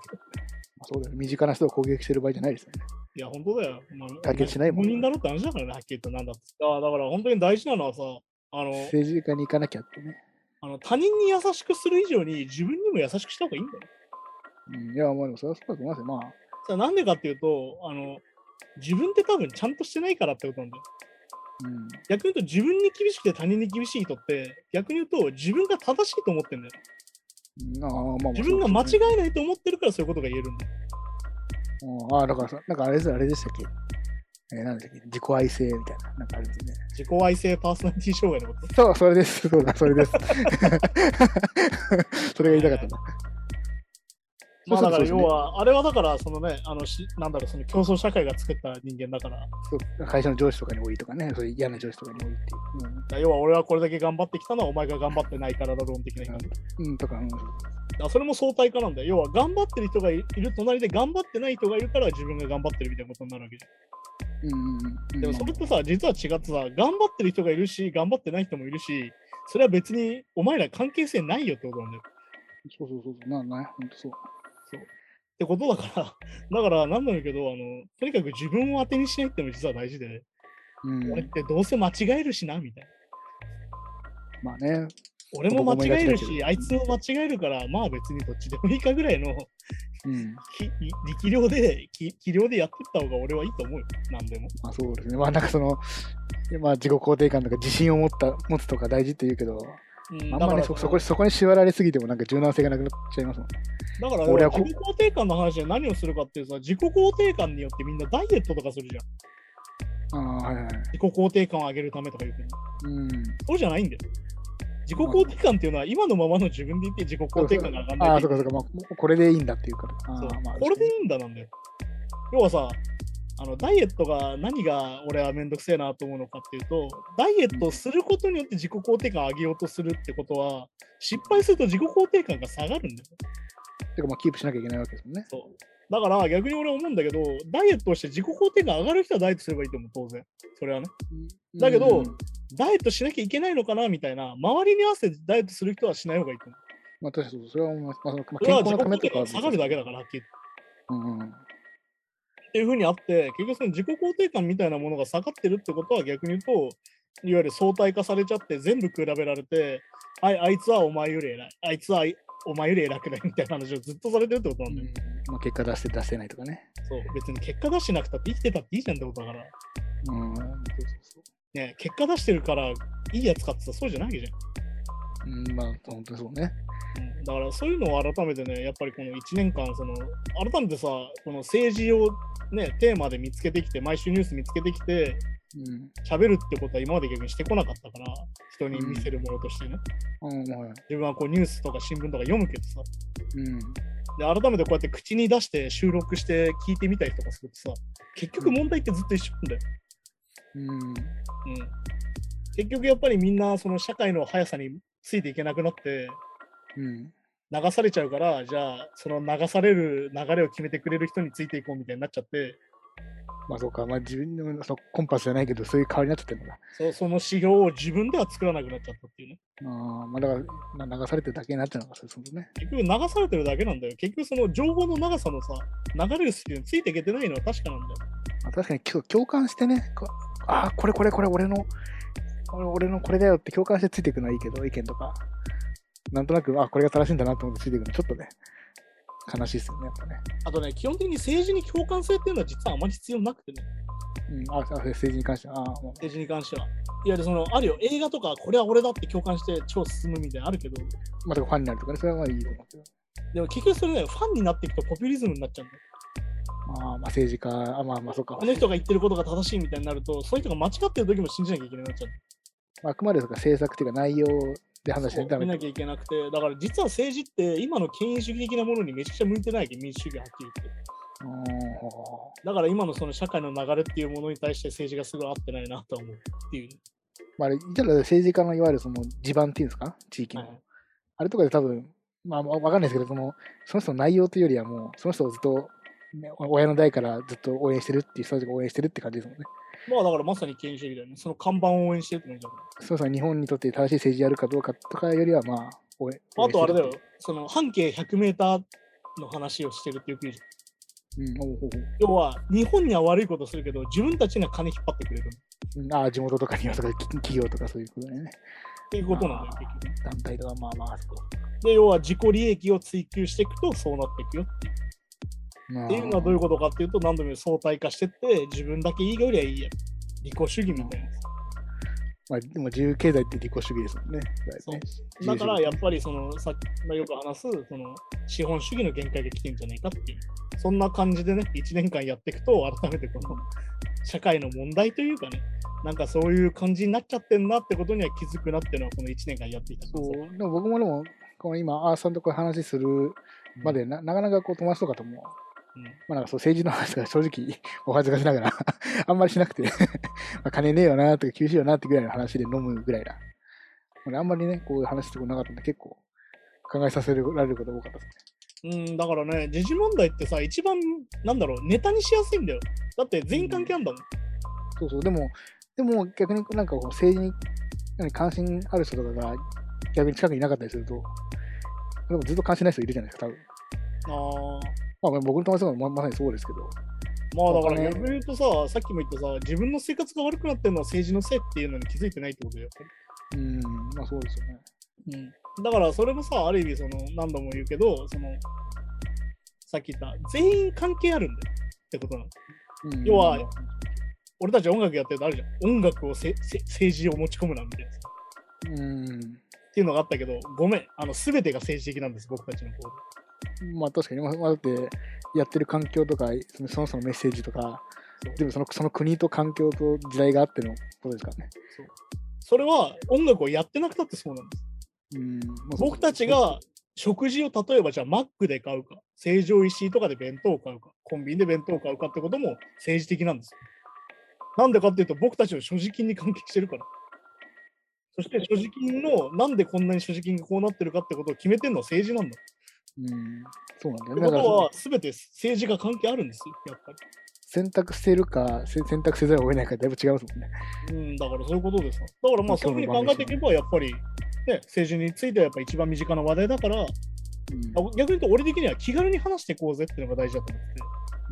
あそうだよね身近な人を攻撃してる場合じゃないですよね。
いや、本当だよ。まあ、
解決しないもん
本人だろって話だからね、はっきり言ってなんだって。だからだから本当に大事なのはさ、あの、
政治家に行かなきゃってね。
あの他人に優しくする以上に自分にも優しくした方がいいんだよ。
うん、いや、まあでもそれはそうだと思いますよ。まあ、
それなんでかっていうと、あの、自分って多分ちゃんとしてないからってことなんだよ。
うん。
逆に言うと自分に厳しくて他人に厳しい人って、逆に言うと自分が正しいと思ってんだよ。
ああまあまあ、
自分が間違えないと思ってるからそういうことが言えるんだよ。
うんああ、だからさ、なんかあれですあれでしたっけえー、なんでしたっけ自己愛性みたいな、なんかあるんですよね。
自己愛性パーソナリティ障害のこと。
そう、それです。そうだ、それです。 それが言いたかったな。
まあだから
そうです
要
ね
は、あれはだから、そのね、あのし、なんだろう、その競争社会が作った人間だから、だか
そう会社の上司とかに多いとかね、そういう嫌な上司とかに多いっていう。
ら要は俺はこれだけ頑張ってきたのはお前が頑張ってないからだろう的な言い方。
うん、うんとか、うん、そう
だからそれも相対化なんだよ。要は頑張ってる人がいいる隣で頑張ってない人がいるから自分が頑張ってるみたいなことになるわけじゃん
うんうんうん。
でもそれってさ、実は違ってさ、頑張ってる人がいるし、頑張ってない人もいるし、それは別にお前ら関係性ないよってことなんだよ。
そうそうそうそう、なんない、ほんとそう。
ってことだから、 だから何なんだけど、あの、とにかく自分を当てにしないってのも実は大事で、
うん
俺っ、てどうせ間違えるしな、みたいな。
まあね、
俺も間違える
僕も
し、
間
あ
違え
い
て
つも間違えるから、まあ別にどっちでもいいかぐらいの
うん、
き力量で、き力量でやってった方が俺はいいと思うよ。何でも。
まあそうですね、まあなんかその、でまあ、自己肯定感とか自信を持った持つとか大事って言うけど、
うん
あ
だ
んま
か
ね
ら
そそこそこに縛られすぎてもなんか柔軟性がなくなっちゃいますもん。
だから
俺はこ
自己肯定感の話で何をするかっていうとさ自己肯定感によってみんなダイエットとかするじゃん
ああはいはい。
自己肯定感を上げるためとか言うけど
うん。
そうじゃないんだよ自己肯定感っていうのは今のままの自分でいて自己肯定感が上がん
あ
な
あ
い
そ
と
うかそうか、まあ、もうこれでいいんだっていうから。ああ
そう
まあ、
これでいいんだなんだよ要はさあのダイエットが何が俺はめんどくせえなと思うのかっていうとダイエットをすることによって自己肯定感を上げようとするってことは失敗すると自己肯定感が下がるんだよ
てかまあキープしなきゃいけないわけですもんね。
そうだから逆に俺思うんだけどダイエットをして自己肯定感上がる人はダイエットすればいいと思う当然それはねだけど
うん
ダイエットしなきゃいけないのかなみたいな周りに合わせてダイエットする人はしない方がいいと思う
まあ確かにそうそれは思います、まあ、そのまあ
そ
健
れは自
康の
己
ため
肯
と
定感
か
が下
は別
がるだけだからはっきり言って
うんうん
っていうふうにあって、結局その自己肯定感みたいなものが下がってるってことは逆に言うと、いわゆる相対化されちゃって、全部比べられて、あいあいつはお前より偉い、あいつはあいお前より偉くないみたいな話をずっとされてるってことなんだよ。
まあ、結果出して出せないとかね。
そう別に結果出してなくたって生きてたっていいじゃんってことだから、
うん。そうそう
ね、結果出してるからいいやつかって言ったらそうじゃないわけじゃん。
そう。うん、まあ本当にそうね。
うんだからそういうのを改めてね、やっぱりこの1年間、その改めてさ、この政治を、ね、テーマで見つけてきて、毎週ニュース見つけてきて、
うん。
喋るってことは今まで逆にしてこなかったから人に見せるものとしてね、
うん、はい。
自分はこうニュースとか新聞とか読むけどさ
うん。
で改めてこうやって口に出して収録して聞いてみたりとかするとさ結局問題ってずっと一緒なんだよ、
うん。
うん、結局やっぱりみんなその社会の速さについていけなくなって
うん。
流されちゃうからじゃあその流される流れを決めてくれる人についていこうみたいになっちゃって
まあそうか、まあ自分のそのコンパスじゃないけど、そういう代わりになっちゃってるのか。
そその指標を自分では作らなくなっちゃったっていうね
ああ、まあだから、まあ、流されてるだけになっちゃうのか、そうそうね。
結局流されてるだけなんだよ。結局その情報の長さのさ、流れるスピードについていけてないのは確かなんだよ。
まあ、確かにきょ共感してね、こああ、これこれこれ俺の、俺俺のこれだよって共感してついていくのはいいけど、意見とか。なんとなく、あこれが正しいんだなと思ってついていくの、ちょっとね、悲しいですよね、やっぱね。
あとね、基本的に政治に共感性っていうのは実はあまり必要なくてね、
うん、ああ政治に関しては、ああ、も
政治に関しては。いわゆるその、あるよ、映画とかこれは俺だって共感して超進むみたいなのあるけど、
うまあ、だからファンになるとかね、それはまあいいと思うけど。
でも結局それね、ファンになっていくとポピュリズムになっちゃうんだよ。
まあ、まあ、政治家、あまあまあ、そうか。
この人が言ってることが正しいみたいになると、そういう人が間違ってる時も信じなきゃいけなくなっちゃう。
あくまでそうか政策っていうか内容で話し
そ
な
う
いと
見
ダメだ
なきゃいけなくて、だから実は政治って今の権威主義的なものにめちゃくちゃ向いてないわけど、民主主義はっきり言って。
うん
だから今のその社会の流れっていうものに対して政治がすごい合ってないなとは思うっていう。
まあ、あれじゃあ政治家のいわゆるその地盤っていうんですか、地域の。
はい
あれとかで多分、まあ、わかんないですけど、そのその人の内容というよりはもう、その人をずっと、ね、お親の代からずっと応援してるっていう人たちが応援してるって感じですもんね。
まあだからまさに権威主義だよね。その看板を応援してるってのじゃん。
そもそも日本にとって正しい政治やるかどうかとかよりは、まあ、応援
あとあれだ。
応
よ、その半径100メーターの話をしてるってよく言うじゃん。
援してるっていううん、おうおう
要は日本には悪いことするけど、自分たちには金引っ張ってくれるっ
おううんああ、地元とかにはとかき企業とかそういうことでね、
ていうことなんだよ、結局ね。
団体とか、まあまあ、そこ。
で、要は自己利益を追求していくとそうなっていくよっていう。
まあ
っていうのはどういうことかっていうと、何度も言う相対化してって、自分だけいいよりはいいや。利己主義みたいな。
まあ、でも自由経済って自己主義ですもんね。
そう
だいぶ
だ
ね
からやっぱりそのさっきまあよく話すその資本主義の限界が来てんじゃないかっていうそんな感じでね1年間やっていくと改めてこの社会の問題というかねなんかそういう感じになっちゃってんなってことには気づくなっていうのはこの1年間やってきた
そう、でも僕もでも、この今、アーさんとこういう話するまでな、なかなかこう友達とかとも、
うん
まあなんかそう政治の話とか正直お恥ずかしながら、 あんまりしなくて 、まあ金ねえよなとか厳しいよなってぐらいの話で飲むぐらいな。まああんまりね、こういう話とかなかったんで、結構考えさせられることが多かったですね。
うんだからね時事問題ってさ一番なんだろうネタにしやすいんだよだって全員関係あんだもん、
そうそう、でも、でも逆になんかこう政治に何関心ある人とかが逆に近くにいなかったりすると、でもずっと関心ない人いるじゃないですか、多分。
あー
まあ僕の友達とかもままさにそうですけど。
まあだか
そう
ら
ね
逆に言うとささっきも言ったさ自分の生活が悪くなってるのは政治のせいっていうのに気づいてないってことだよ
うん、まあそうですよね。
だからそれもさ、ある意味その何度も言うけど、そのさっき言った全員関係あるんだよってことなの。
うん
要は俺たち音楽やってるとあるじゃん。音楽をせせ政治を持ち込むなんて。っ
うん。
ていうのがあったけど、ごめん。あの、全てが政治的なんです、僕たちの方
まあ確かに、まあまあ、だってやってる環境とか、そのその人のメッセージとか
そう、
でもそのその国と環境と時代があってのことですからね。
それは音楽をやってなくたってそうなんです。
うん、まあ
僕たち、が食事を例えばじゃあマックで買うか、成城石井とかで弁当を買うか、コンビニで弁当を買うかってことも政治的なんですよ。なんでかっていうと僕たちの所持金に関係してるから。そして所持金のなんでこんなに所持金がこうなってるかってことを決めてるのは政治なんだ。っ
うん、そうなんだよ
て
ね。
こと
だから
は全て政治が関係あるんですよ、やっぱ
選択してるか、せ選択せざるを得ないかだいぶ違いますもんね。
り。うん、だからそういうことですよ。だからまあそういうふう
そう
に考
いうこ
えて
と
い
です
け
よね
ばやっぱり、ね、政治についてはやっぱ一番身近な話題だから、
うん
あ逆に言うと俺的には気軽に話していこうぜっていうのが大事だと思ってて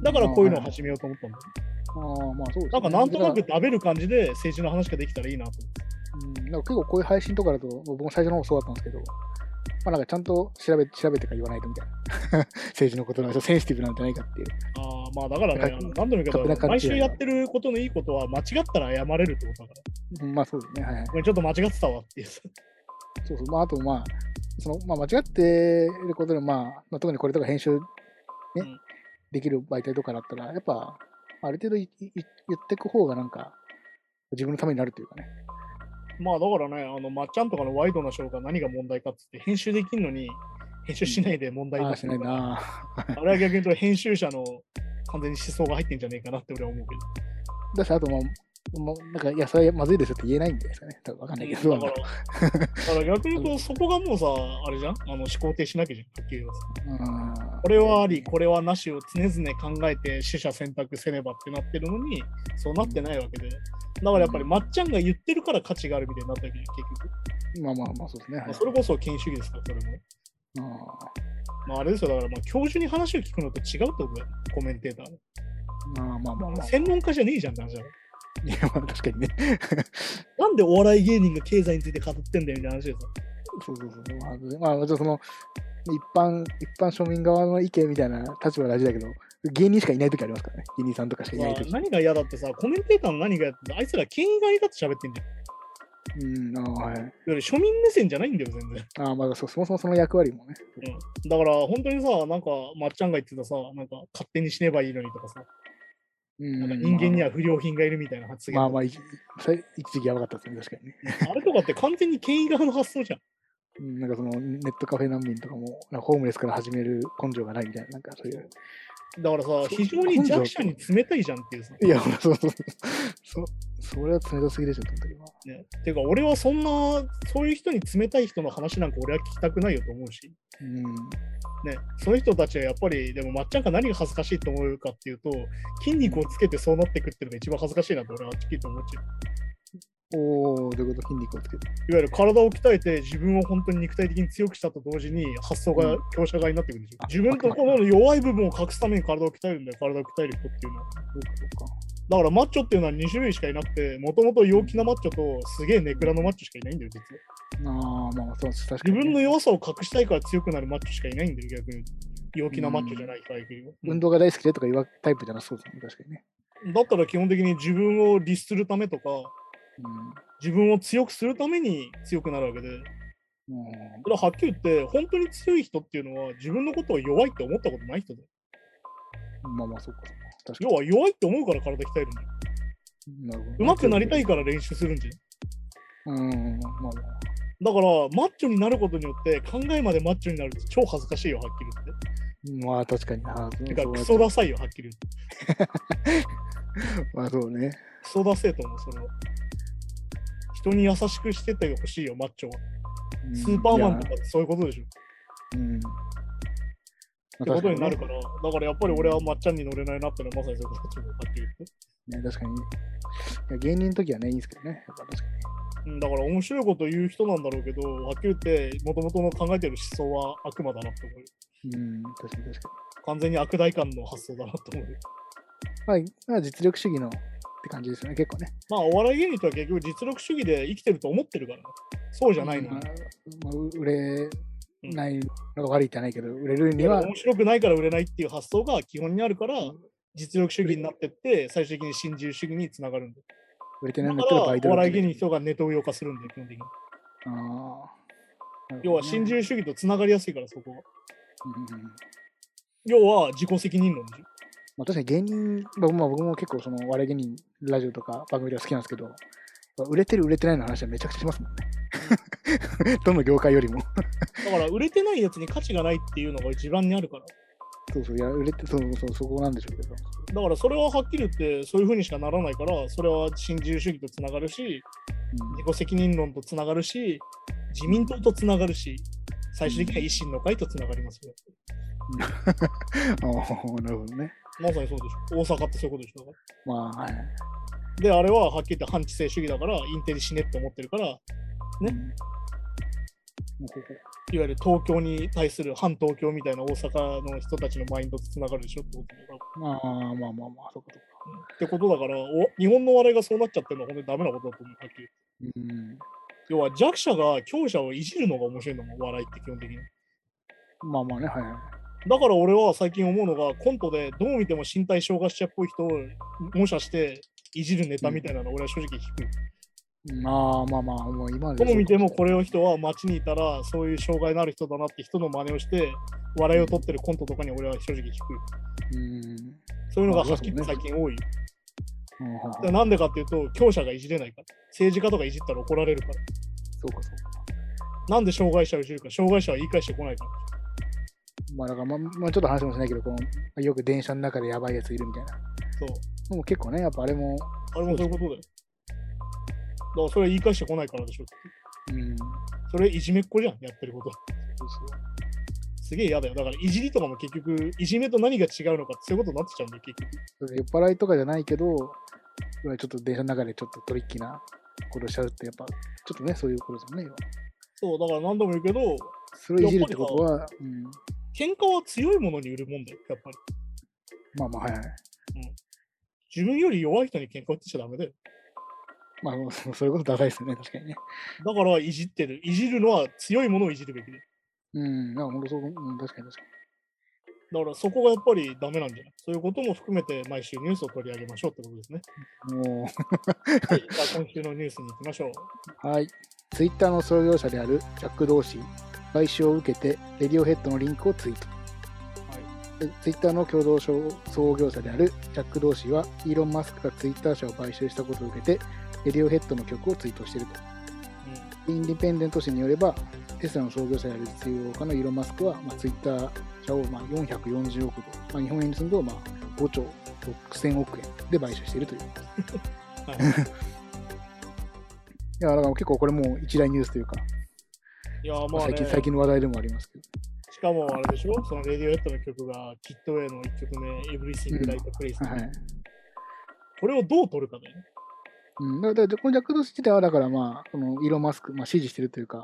だからこういうのを始めようと思ったんだよ、
ああ、まあそうです、ね。
なんかなんとなく
だか
食べる感じで政治の話ができたらいいなと思って
らうん、なんか結構こういう配信とかだと、僕も最初の方そうだったんですけど、まあなんかちゃんと調べ調べてから言わないとみたいな。 政治のことなんかセンシティブなんじゃないかっていう。
ああまあだから
な
ね
んか
あの何度も言うけど
勝手な感
毎
じ
週やってることのいいことは間違ったら謝れるってことだから
うんまあそうですね。はいはい。
ごめんちょっと間違ってたわっていう
そうそう、まあ、あと、まあ、その、まあ、間違ってることで、まあ、まあ、特にこれとか編集、ね、
うん
できる媒体とかだったら、やっぱ、ある程度いいい言ってく方が、なんか、自分のためになるというかね。
まあだからねあのまっちゃんとかのワイドなショーが何が問題かっつって編集できんのに編集しないで問題に
ああ
な
ー、
って
しない
るから
な。
あれは逆に言うと編集者の完全に思想が入ってんじゃねえかなって俺は思うけど
だし、あと、まあ、もうなんか、野菜まずいですよって言えないんじゃないですかね。多分わかんないけど、どうなんだ
だ
ろ
からだから逆に言うと、そこがもうさ、あれじゃんあの思考停止しなきゃじゃん、はっきり言うと
う。うん
これはあり、これはなしを常々考えて、取捨選択せねばってなってるのに、そうなってないわけで。だからやっぱり、
うん
まっちゃんが言ってるから価値があるみたいになったわけじゃん、結局。
まあまあまあ、そうですね。は
まあ
い、
それこそ権威主義ですから、それも。まあ、あれですよ、だから、まあ、教授に話を聞くのと違うってことだよ、コメンテーターの。
うんまあまあまあまあ。
専門家じゃねえじゃんって話だから
いや、まあ、確かにね。
なんでお笑い芸人が経済について語ってんだよみたいな話ですよ。
そうそうそう。まあで、まあ、じゃあその、一般、一般庶民側の意見みたいな立場は大事だけど、芸人しかいないときありますからね。芸人さんとかしかい
ま
な
あ
いとき。
何が嫌だってさ、コメンテーターの何が嫌だって、あいつら権威がいだって喋ってんじゃん。
うん、ああはい。
いや庶民目線じゃないんだよ、全然。
ああ、まあそ、そもそもその役割もね。
うん、だから、本当にさ、なんか、まっちゃんが言ってたさ、なんか、勝手に死ねばいいのにとかさ、
うん
なんか人間に
は。
は不良品がいるみたいな発言。
まあまあ、一最一時期やばかったですね、確かにね。
あれとかって完全に権威側の発想じゃん。
うん、なんかその、ネットカフェ難民とかも、なんかホームレスから始める根性がないみたいな、なんかそういう。
だからさ、非常に弱者に冷たいじゃんっていうさ。
いや、ほら、そうそうそう。そ、それは冷たすぎでしょ、と思ったけどな。
ね、てか、俺はそんな、そういう人に冷たい人の話なんか俺は聞きたくないよと思うし、
うん。
ね、その人たちはやっぱり、でもまっちゃんが何が恥ずかしいと思うかっていうと、筋肉をつけてそうなってくっていうのが一番恥ずかしいなって俺ははっきりと思っちゃう。
おー、どういうこと筋肉をつけ
い
て。
わゆる体を鍛えて自分を本当に肉体的に強くしたと同時に発想が
うん
強者側になってくるでしょ、
あ
自分とこの弱い部分を隠すために体を鍛えるんだよ、体を鍛える人っていうのは。
そうか、そうか。
だからマッチョっていうのは2種類しかいなくて、もともと陽気なマッチョとすげえネクラのマッチョしかいないんだよ、実は。
ああ、まあ、そう、確か
自
にね、
分の弱さを隠したいから強くなるマッチョしかいないんだよ、逆に。陽気なマッチョじゃない人は、う
運動が大好きでとかいうタイプじゃなそうですね、確かにね。
だったら基本的に自分を律するためとか、自分を強くするために強くなるわけで、
うん。うん
これははっきり言って、本当に強い人っていうのは自分のことを弱いって思ったことない人だよ
まあまあ、そうか、そうか。確か
要は弱いって思うから体鍛えるんだよ。
に。なるほど
上手くなりたい。から練習するんじゃん。
うん、まあまあ。
だから、マッチョになることによって、考えまでマッチョになるって超恥ずかしいよ、はっきり言って。
まあ、確かにな。
てか、
そう
クソダサいよ、はっきり言って。
まあ、そうね。
クソダセえと思う、それは。人に優しくしてってほしいよ、マッチョは。
うん
スーパーマンとか
いや
ってそういうことでしょ。っ
うん。
てことになる
まあ
から、だからやっぱり俺はまっちゃんに乗れないなってのはまさにそういうことだと思う、はっきり言って。
確かにね。確かに。いや、芸人の時はね、いいんですけどね。やっぱ確か
うんだから面白いこと言う人なんだろうけど、はっきり言って、もともとの考えてる思想は悪魔だなって思うよ。
に。うん、確かに確か
完全に悪大感の発想だなって思うよ。
に。まあ、まあ、実力主義のって感じですよね、結構ね。
まあ、お笑い芸人とは結局実力主義で生きてると思ってるからね。そうじゃないの
まあ
に。
まあ売れ
うん
ないのが悪いってないけど、売れる
い
に
や
は
面白くないから売れないっていう発想が基本にあるから、実力主義になってって、最終的に新自由主義につながるんで。
売れて
だ
ない
か
んだった
ら、
ら
お
バイトだ
笑い芸人の人がネトウヨ化するんで、基本的に。
あー
要は、新自由主義とつながりやすいから、そこは。
うんうんうん
要は、自己責任論でしょ。
まあ、確かに芸人、まあ、まあ僕も結構その我芸人ラジオとか番組では好きなんですけど、やっぱ売れてる売れてないの話はめちゃくちゃしますもんね。 どの業界よりも。
だから、売れてないやつに価値がないっていうのが一番にあるから。
そうそう、いや、売れて、そうそう、そこなんでしょうけど。
だから、それははっきり言って、そういうふうにしかならないから、それは新自由主義とつながるし、自己責任論とつながるし、自民党とつながるし、最終的には維新の会とつながりますよ。
うん、ああ、なるほどね。
まさにそうでしょ。大阪ってそういうことでしょ。だから
まあ、はい。
で、あれははっきり言って反知性主義だから、インテリしねって思ってるから、いわね
うんもうここ
ゆる東京に対する反東京みたいな大阪の人たちのマインドとつながるでしょってことだよ
まあまあまあまあ、そこそこ。
なってことだからお、日本の笑いがそうなっちゃってるのは本当にダメなことだと思う、はっきり言って。
うん。
要は弱者が強者をいじるのが面白いのもん笑いって基本的に。
まあまあね、はいはい。
だから俺は最近思うのが、コントでどう見ても身体障害者っぽい人を模写していじるネタみたいなの俺は正直低い。
まあまあまあ、もう今まで。
どう見てもこれを人は街にいたらそういう障害のある人だなって人の真似をして笑いを取ってるコントとかに俺は正直低い。
うん。
そういうのがはっきり最近多い。
ああ
でなんでかっていうと、強者がいじれないから。政治家とかいじったら怒られるから。
そうかそうか。
なんで障害者をいじるか、障害者は言い返してこないから。
まあだから、まあ、まあ、ちょっと話もしないけど、このよく電車の中でやばいやついるみたいな。
そう。
もう結構ね、やっぱあれも、
あれもそういうことだよ。だからそれは言い返してこないからでしょ。
うん、
それいじめっ子じゃん、やってること。すげえ嫌だよ。だからいじりとかも結局、いじめと何が違うのかってそういうことになってちゃうんだよ、結局。
酔っ払いとかじゃないけど、ちょっと電車の中でちょっとトリッキーなことをしちゃうって、やっぱ、ちょっとね、そういうことですもんね、要は
そう、だから何度も言うけど、
それをいじるってことは、うん、
喧嘩は強いものに売るもんだよ、やっぱり。
まあまあ、はいはい。
自分より弱い人に喧嘩売ってちゃダメだよ。
まあ、もうそうそういうことダサいですね、確かにね。
だからいじってる。いじるのは強いものをいじるべきだよ。
うん、なんか本当そう、うん、確かに確か
だからそこがやっぱりダメなんじゃないそういうことも含めて毎週ニュースを取り上げましょうってことですね。
に。もう、
はい、じゃあ今週のニュースに行きましょう。
はい。ツイッターの創業者であるジャック・同士買収を受けて、レディオヘッドのリンクをツイート。でツイッターの共同創業者であるジャック・同士は、イーロン・マスクがツイッター社を買収したことを受けて、レディオヘッドの曲をツイートしていると。
う
インディペンデント紙によれば、テスラの創業者である実業家のイーロン・マスクは、まあ、ツイッター社をまあ440億ドル、まあ、日本円にするとまあ5兆6000億円で買収しているという。
ん。はい
いや、だから結構これもう一大ニュースというか、
いやー
まあ
まあ、
最
ね、
近最近の話題でもありますけど。
しかもあれでしょそのレディオヘッドの曲がキッドウェイの1曲目、Everything Right Place、
はい
これをどう取るかだよね。
うん、だからだからこのジャック・ドーシー自体は、だからまあ、このイーロン・マスク、まあ、支持してるというか、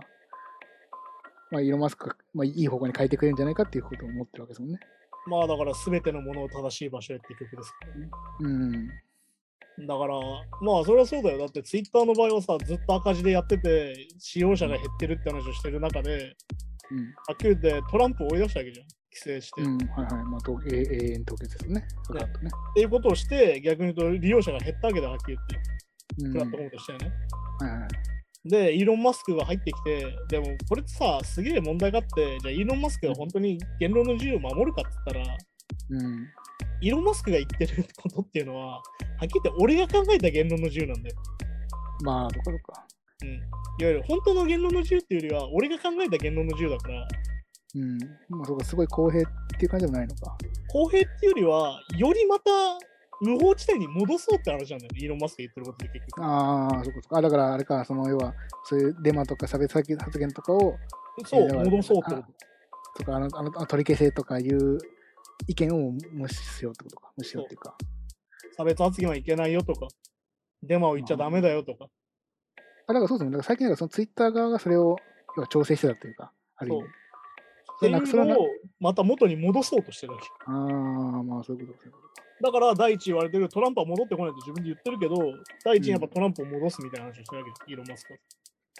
まあ、イーロン・マスクが、まあ、いい方向に変えてくれるんじゃないかっていうことを思ってるわけですもんね。
まあだから全てのものを正しい場所へって曲ですからね。
うん。
だから、まあそれはそうだよ。だってツイッターの場合はさ、ずっと赤字でやってて、使用者が減ってるって話をしてる中で、あっきり言ってトランプを追い出したわけじゃん。規制して。
うん。
っ
うん。はいはい。まあ、と永永遠凍結ですね。アカウントね。
ていうことをして、逆に言うと利用者が減ったわけだ、はっきり言って。
うん。
プ
は
ラ
い
ットフォームとしてはね。
はい。
で、イーロン・マスクが入ってきて、でもこれってさ、すげえ問題があって、じゃあイーロン・マスクが本当に言論の自由を守るかって言ったら、
うん。
イーロン・マスクが言ってることっていうのは、はっきり言って俺が考えた言論の自由なんだよ。
まあ、どこどこか。
うん。いわゆる本当の言論の自由っていうよりは、俺が考えた言論の自由だから、
うん。まあ、そこすごい公平っていう感じでもないのか。
公平っていうよりは、よりまた無法地帯に戻そうって話なんだよね、イーロン・マスク言ってることで結局。
ああ、そこそこ。あ、だからあれか、その要は、そういうデマとか差別発言とかを、
そう、
だから
戻そうってこと。
とか、あの、あのあ取り消せとかいう意見を無視しようってことか。無視しようっていうか。
差別発言はいけないよとか、デマを言っちゃダメだよとか。
あ、だからそうですね。だから最近だからそのツイッター側がそれを要は調整してたというか、ある意味
そう。って
そ
い
れなくそうれな
のをまた元に戻そうとしてるわけ。
ああ、まあそういうことですね。
だから第一言われてるトランプは戻ってこないと自分で言ってるけど、第一にやっぱ
うん
トランプを戻すみたいな話をしてるわけです、イーロン・マスクは。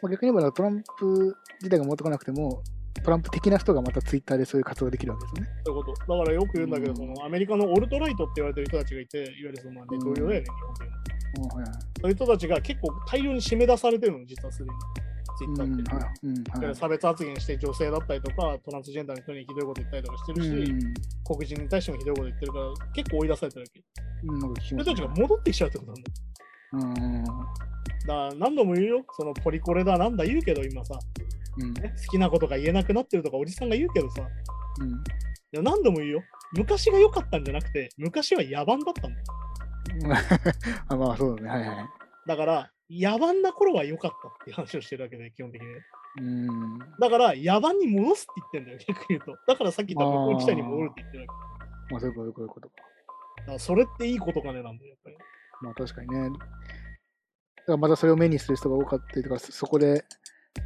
まあ、逆に言えばトランプ自体が持ってこなくても、トランプ的な人がまたツイッターでそういう活動ができるわけですよね。
そういうこと。だからよく言うんだけど、
うん
そのアメリカのオルトライトって言われてる人たちがいて、いわゆるその、まあね、同僚だよね、日本でいうの
うんはい
そういう人たちが結構大量に締め出されてるの、実はすでに。ツイッターって。
うんはいうん
だか
は
ら
い
差別発言して女性だったりとか、トランスジェンダーの人にひどいこと言ったりとかしてるし、
う
黒人に対してもひどいこと言ってるから、結構追い出されてるわけ。
んなんか聞き
それ
ました
た
ね
ちが戻ってきちゃうってことなんだよ。
うんうん
だから何度も言うよ、そのポリコレだなんだ言うけど、今さ、
うん
ね好きなことが言えなくなってるとか、おじさんが言うけどさ、い
うん
や何度も言うよ。昔が良かったんじゃなくて、昔は野蛮だったんだよ。
あまあそうだね、はいはい。
だから、野蛮な頃は良かったっていう話をしてるわけで、基本的にね。
うん。
だから、野蛮に戻すって言ってんだよ、逆に言うと。だからさっき言った無効地帯に戻るって言ってるわけ。
まあそういうこと、そういうこと。
だからそれっていいことかねなんだよ、やっぱり。
まあ確かにね。だからまたそれを目にする人が多かったりとか、そそこで、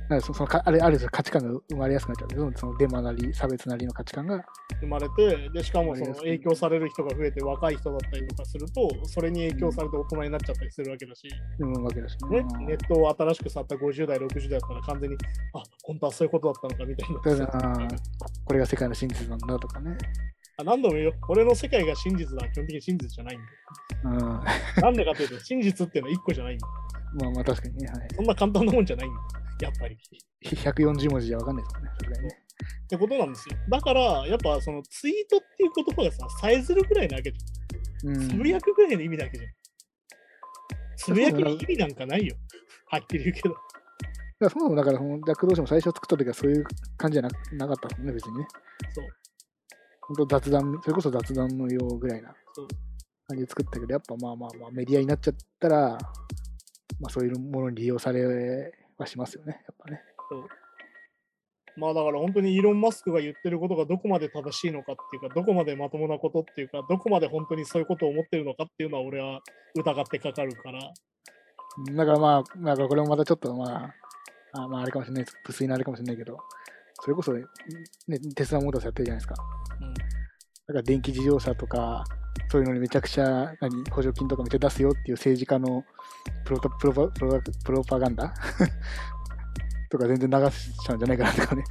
なんかそそのかあれ、ある種価値観が生まれやすくなっちゃうけど、そのデマなり、差別なりの価値観が。
生まれて、で、しかもその影響される人が増えて、若い人だったりとかすると、それに影響されて大人になっちゃったりするわけだし、
生むわけだし
ね
ね。、
ネットを新しく去った50代、60代だったら完全に、あ、本当はそういうことだったのかみたい
だ
な。
からあーこれが世界の真実なんだとかね。
あ何度も言うよ、俺の世界が真実だ、基本的に真実じゃないんだよ。
うん。 まあ
なんでかというと、真実っていうのは1個じゃないんだよ。
まあ確かにね、はい。
そんな簡単なもんじゃないんだよ、やっぱり。
ひ140文字じゃわかんないですもんね、それがね。
ってことなんですよ。だから、やっぱそのツイートっていう言葉がさ、さえずるぐらいなわけじ
う
ゃん。
ん。
つぶやくぐらいの意味だけじゃん。つぶやきに意味なんかないよ。はっきり言うけど。
だからそもそもだから、その弱同士も最初作った時はそういう感じじゃななかったもんね、別にね。
そう。
本当雑談、それこそ雑談のようぐらいな
そう
感じで作ったけど、やっぱまあまあまあメディアになっちゃったら、まあそういうものに利用されはしますよね、やっぱね。
まあだから本当にイーロン・マスクが言ってることがどこまで正しいのかっていうか、どこまでまともなことっていうか、どこまで本当にそういうことを思ってるのかっていうのは俺は疑ってかかるから、
うんだからまあ、だからこれもまたちょっとまあ、あまああれかもしれないです。不粋なあれかもしれないけど、それこそ、ね、テスラモータースやってるじゃないですか。
うん
だから電気自動車とか、そういうのにめちゃくちゃ何補助金とかめっちゃ出すよっていう政治家のプロトプロパプロプロパガンダ とか全然流しちゃうんじゃないかなとかね。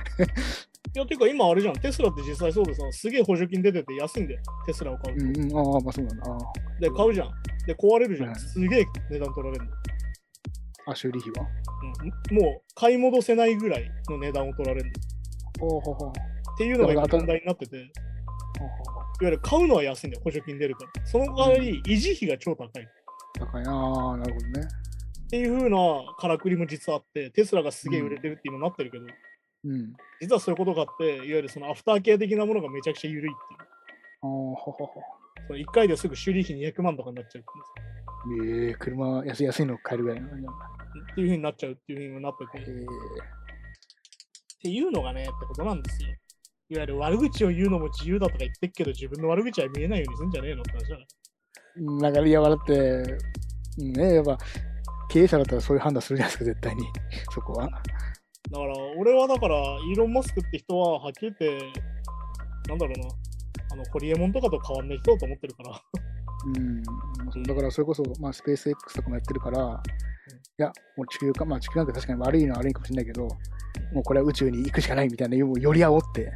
いや、ていうか今あれじゃん、テスラって実際そうでさ、すげえ補助金出てて安いんだよ、テスラを買う
う
と。
んうん、ああ、まあそうなんだ。あ
で、買うじゃん。で、壊れるじゃ。
うんん
すげえ値段取られるの。
あ、修理費は
うんもう買い戻せないぐらいの値段を取られる
ほうほうほう。
っていうのが今
だから
問題になってて、いわ
ほうほうほう
ゆる買うのは安いんだよ、補助金出るから。その代わり維持費が超高い。っ
高いなああ、なるほどね。
ていう風なからくりも実はあって、テスラがすげえ売れてるって今なってるけど、
うん。
実はそういうことがあって、いわゆるそのアフターケア的なものがめちゃくちゃ緩いっていう。
ああ、ほうほうほ。
その1回ですぐ修理費200万とかになっちゃうっていう
ええ車安い、安いの買えるぐらいの。
うっていう風になっちゃうっていう風にもなってて。
え
っていうのがね、ってことなんですよ。いわゆる悪口を言うのも自由だとか言ってっけど、自分の悪口は見えないようにすんじゃねえのって話だね。
えだから、いや、笑って、うんね、やっぱ、経営者だったらそういう判断するじゃないですか、絶対に。そこは。
だから、俺はだから、イーロン・マスクって人は、はっきり言って、なんだろうな、あの、ホリエモンとかと変わんない人だと思ってるから、
うん、そうだからそれこそ、まあ、スペース X とかもやってるから、いや、もう地球か、まあ、地球なんか確かに悪いのは悪いかもしれないけど、もうこれは宇宙に行くしかないみたいな、もうより煽って、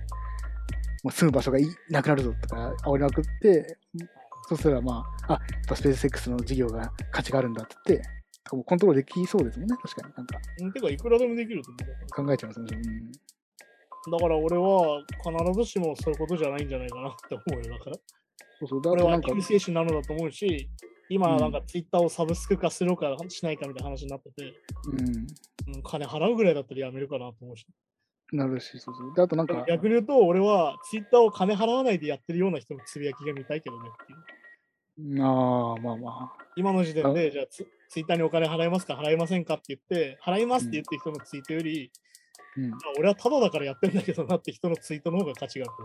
もう住む場所がいなくなるぞとか煽りまくって、そうすればまあ、あやっぱスペース X の事業が価値があるんだって言って、もうコントロールできそうですもんね、確かに。なんか
うんてか、いくらでもできると思うから。
考えちゃいますね。うん
だから、俺は、必ずしもそういうことじゃないんじゃないかなって思うよ。だから、
そうそう、だ
俺
か
は
らなん
救、
か
世主なのだと思うし、今、なんか、ツイッターをサブスク化するかしないかみたいな話になってて、
うん、
うん、金払うぐらいだったらやめるかなと思うし。
なるし、そうそう。で、あとなんか、
逆に言うと、俺は、ツイッターを金払わないでやってるような人のつぶやきが見たいけどねっていう。
うんああ、まあまあ、
今の時点で、じゃあツ、ツイッターにお金払いますか、払いませんかって言って、払いますって言ってる人のツイートより、
うん。
あ俺はタダだからやってるんだけどなって人のツイートの方が価値がある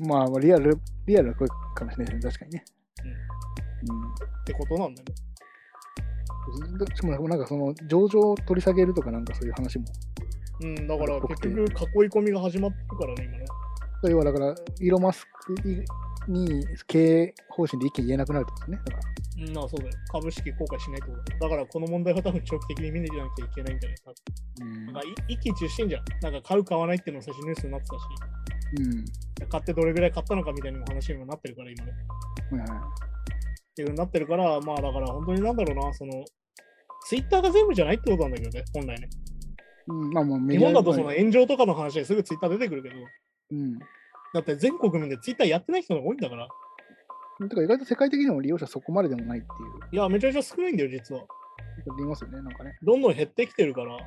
と思う。
まあ、リアル、リアルはこれかもしれないですね、確かにね。
ってことなんだよね。
うん。どっちもなんかその、上場を取り下げるとかなんかそういう話も。
うん、だから
僕
結局、囲い込みが始まってるからね、今ね。
それはだから、イーロン・マスクに経営方針で意見言えなくなるってことですね。だから
うんまあそうだよ。株式公開しないってことだよ。だからこの問題は多分長期的に見なきゃいけないんじゃないか。なんかい一喜一憂してんじゃん。なんか買う買わないっていうのも最初ニュースになってたし。
うん。
買ってどれぐらい買ったのかみたいなのも話にもなってるから今ね。っ
うん。はいは
ていう風になってるから、まあだから本当になんだろうな、その、ツイッターが全部じゃないってことなんだけどね、本来ね。
いうん、まあもうメ
日
ディア
本だとその炎上とかの話ですぐツイッター出てくるけど、
うん。
だって全国民でツイッターやってない人が多いんだから、
てか意外と世界的にも利用者そこまででもないってい
い
う。
や、めちゃめちゃ少ないんだよ、実は。
こと言いますよね、なんかね。
どんどん減ってきてるから。てか、
な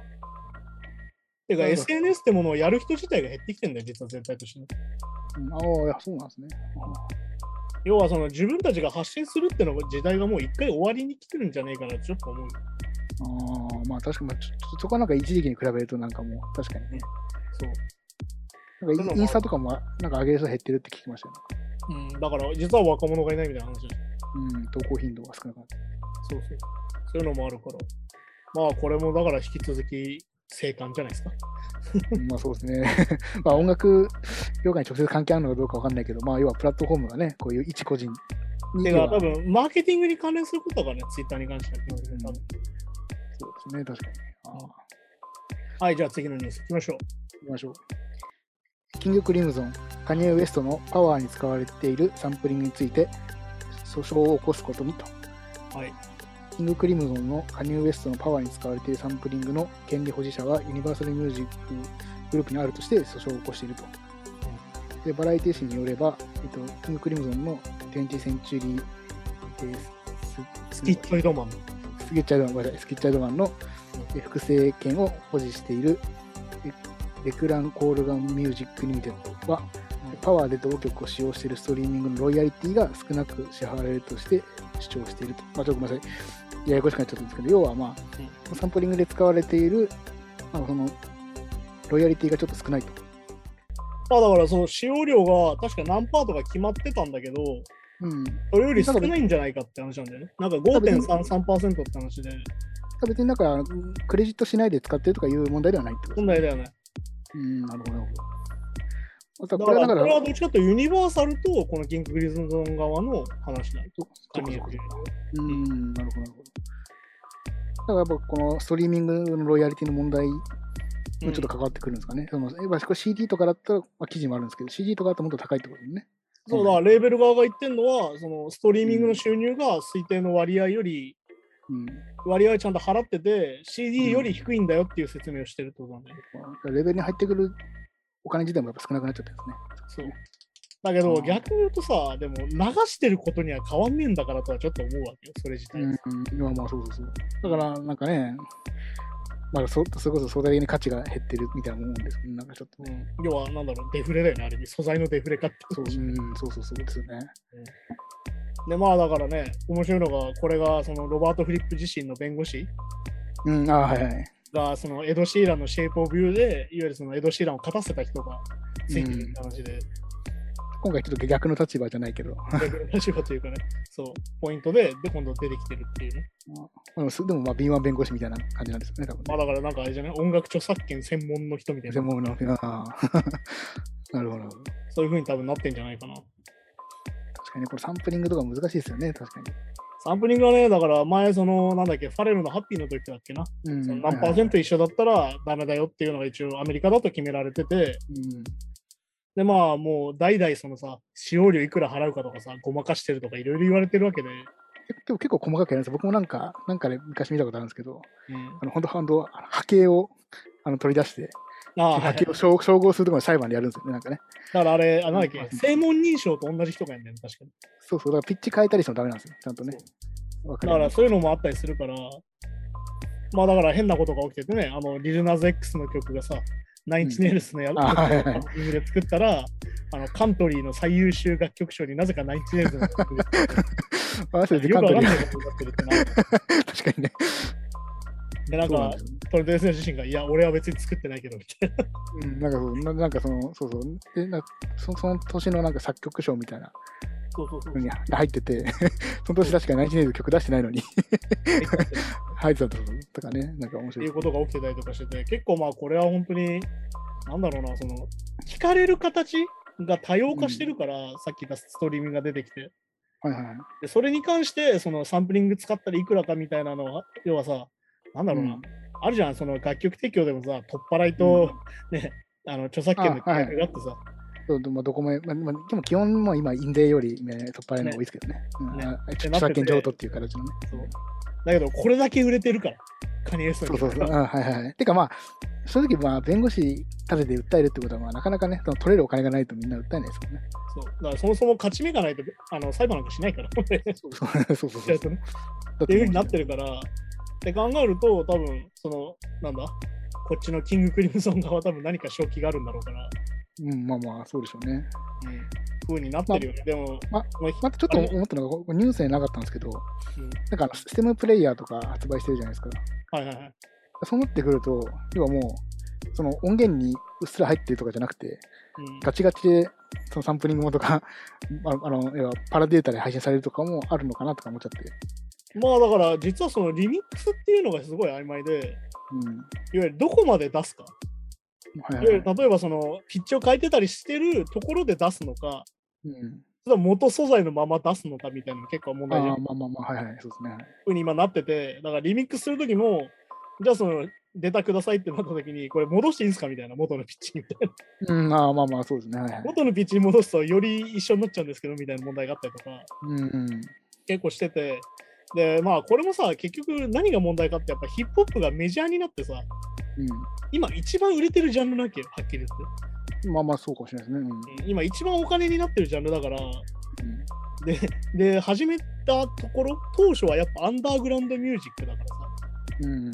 るほど
SNS ってものをやる人自体が減ってきてるんだよ、実は全体としてね。
うん、ああ、いや、そうなんですね。
要は、その自分たちが発信するってのが時代がもう一回終わりに来てるんじゃねえかなってちょっと思うよ。
ああ、まあ確かに、まあ、ちょちょそこはなんか一時期に比べるとなんかもう、確かにね。
そう。
なん
そういうの
か
もある
インインスタとかも、なんか上げる人減ってるって聞きましたよ、
うん、だから、実は若者がいないみたいな話でしょ
うん、投稿頻度が少なくなって。
そうそう。そういうのもあるから。まあ、これもだから引き続き、生還じゃないですか。
うんまあそうですね。 まあ音楽業界に直接関係あるのかどうかわかんないけど、まあ要はプラットフォームがね、こういう一個人に
て
要
か、多
は
分マーケティングに関連することがね、ツイッターに関しては、
うん
多分
そうですね、確かに。ああ、行
はい、じゃあ次のニュース行きましょう。
きましょう。金玉リムゾン、カニエ・ウエストのパワーに使われているサンプリングについて、訴訟を起こすことにと。
はい。
キングクリムゾンのカニエ・ウエストのパワーに使われているサンプリングの権利保持者はユニバーサル・ミュージックグループにあるとして訴訟を起こしていると。でバラエティ誌によれば、えっと、キングクリムゾンの20センチュリー、えーす
スキットイドマン。
スキッチャードマン、ごめんなさいスキッチャードマンのえー複製権を保持しているえレクラン・コールガン・ミュージック・リミテッドは、パワーで同曲を使用しているストリーミングのロイヤリティが少なく支払われるとして主張していると。まあ、ちょっとごめんなさい。ややこしくなっちゃったんですけど、要はまあ、サンプリングで使われている、まあ、その、ロイヤリティがちょっと少ないと。
まあ、だから、その使用量が確か何パーとか決まってたんだけど、
うん。
それより少ないんじゃないかって話なんだよね。なんか5.33%って話で、
別になんか、クレジットしないで使ってるとかいう問題ではないってこと
本来だよね。
うん、なるほど、なるほど。また
だ
こ
から、
れはだ
こ
か
れは
ら、
どっちかというとユニバーサルとこのキングクリズムゾン側の話だよ。
そそ
カ
うか
ニエ
そう
っ
か
ていうのは
うん、なるほど、なるほど。だからやっぱこのストリーミングのロイヤリティの問題もちょっと関わってくるんですかね。そのやっぱこれ CD とかだったら、まあ、記事もあるんですけど、CD とかだともっと高いってことですね。
そうだ、レーベル側が言ってるのは、そのストリーミングの収入が推定の割合より、
うん。
割合ちゃんと払ってて、
う
CD
ん
より低いんだよっていう説明をしてるってことなんだよね。
レベルに入ってくるお金自体もやっぱ少なくなっちゃったんです
そ
ね。
う。だけど
う、ん
逆に言うとさ、でも流してることには変わんねえんだからとはちょっと思うわけよ、それ自体。
うん、まあまあそうそうそう。だからなんかね、まあそそれこそ相対的に価値が減ってるみたいなもんですけど、なんかちょっとね。
うん要は、なんだろう、デフレだよね、あれに。素材のデフレ化ってこ
そ
と
う
でしょ
うん、そうそうそうですよね。
で、まあだからね、面白いのが、これが、そのロバート・フリップ自身の弁護士
うん、ああ、はいはい。
が、そのエド・シーランのシェイプ・オブ・ユーで、いわゆるそのエド・シーランを勝たせた人が、ついてるって話で、
今回ちょっと逆の立場じゃないけど、
逆の立場というかね、そう、ポイントで、で、今度出てきてるっていうね。
でもすでもまあ敏腕弁護士みたいな感じなんですよね、多分ね
まあだからなんかあれじゃない音楽著作権専門の人みたい
専
な、
門の。ああ なるほど。なるほど
そういう風に多分なってんじゃないかな。
確かにねこれサンプリングとか難しいですよね、確か
サンプリングはね、だから前、その、なんだっけ、ファレルのハッピーの時だっけな。
に。う
その
ん、
何パーセント一緒だったらダメだよっていうのが一応アメリカだと決められてて、
うん
で、まあもう代々そのさ、使用料いくら払うかとかさ、ごまかしてるとかいろいろ言われてるわけで、
でも結構細かくやるんですよ僕もなんか、なんかで昔見たことあるんですけど、
うん、
あの本当、本当、あの波形をあの取り出して、
ああ、は
波
い、だ
形を照照合するところの裁判でやるんですよね、なんかね。
からあれ、あなんだっけ
うん、
正門認証と同じ人がやんだよね、確かに。
そうそう、だからピッチ変えたりしてもダメなんですよ、ちゃんとね。わか
だか
るよう
ら
に。
そういうのもあったりするから、まあだから変なことが起きててね、あの、リルナズ X の曲がさ、ナインチネイルスのやる、
んあはいはい
カップリングで作ったら、あの、カントリーの最優秀楽曲賞になぜかナインチネイルズの曲が
あの人で
よ
カ
く
ン
わ
ト
かん
リ
な
ー
いことになってるってな。
確かに ね。
で、なん
そうな
か
んで、すよ
トレデス自身が、いや、俺は別に作ってないけど、みたいな。
うん、なんかそうな、なんかその、そうそう、でなそその年のなんか作曲賞みたいな
そうそうそう
のに入ってて、 その年確かナインチネイルズ曲出してないのに
っ
入ってたととかね、なんか面
て
白
い
い。
うことが起きてたりとかしてて、結構まあ、これは本当に、なんだろうな、その、聞かれる形が多様化してるから、さっき言ったストリーミングが出てきて。
はいはいはい。
でそれに関してそのサンプリング使ったらいくらかみたいなのは要はさなんだろうな、
うん
あるじゃんその楽曲提供でもさ取っ払いと、ねあの著作権の
あはい
契約があってさ、
そうでもどこも、まあまあ、でも基本も今、インデーよりね突破の方が多いですけどね。うん
ね
あ
てて
著作権譲渡っていう形のね。
そうだけどこれだけ売れてるからカニエスト
そ
に
うそうそう。うんはいはいはい。てかまあ、正直まあ、弁護士立てて訴えるってことは、まあ、なかなかね、その取れるお金がないとみんな訴えないですからね。
そうだからそもそも勝ち目がないとあの裁判なんかしないからね
そうそうそうそう。
やるとねっていうふうになって
る。
るからって考えると多分そのなんだこっちのキングクリムソン側は多分何か正気があるんだろうから、
うん、まあまあ、そうでしょうね。
うん、ふうになってるよね、でも、
ま
まあひ
またちょっと思ったのが、ここニュースになかったんですけど、
うん
なんかあのシステムプレイヤーとか発売してるじゃないですか。
はいはいはい
そうなってくると、要はもう、その音源にうっすら入ってるとかじゃなくて、
うん
ガチガチで、そのサンプリングもとか、 ああの、要はパラデータで配信されるとかもあるのかなとか思っちゃって。
まあだから実はそのリミックスっていうのがすごい曖昧で
うん。
いわゆるどこまで出すか、
はいい
わ
は
ゆ
い
る。例えばそのピッチを変えてたりしてるところで出すのか
うん、
それとも元素材のまま出すのかみたいなの結構問
あ
題じゃん
ーまあまあまあ、はいはい、そうですね。
ふうに今なっててだからリミックスする時もじゃあそのデータくださいってなった時にこれ戻していいですかみたいな元のピッチみたいな
うん、あーまあまあ、そうですね。はいはい。
元のピッチに戻すとより一緒になっちゃうんですけどみたいな問題があったりとか
うん、うん。
結構しててでまあこれもさ結局何が問題かってやっぱヒップホップがメジャーになってさ今一番売れてるジャンルなわけよはっきり言って。
うん、まあまあ、そうかもしれないですね。うん。
今一番お金になってるジャンルだから
うん
でで始めたところ当初はやっぱアンダーグラウンドミュージックだからさ
うん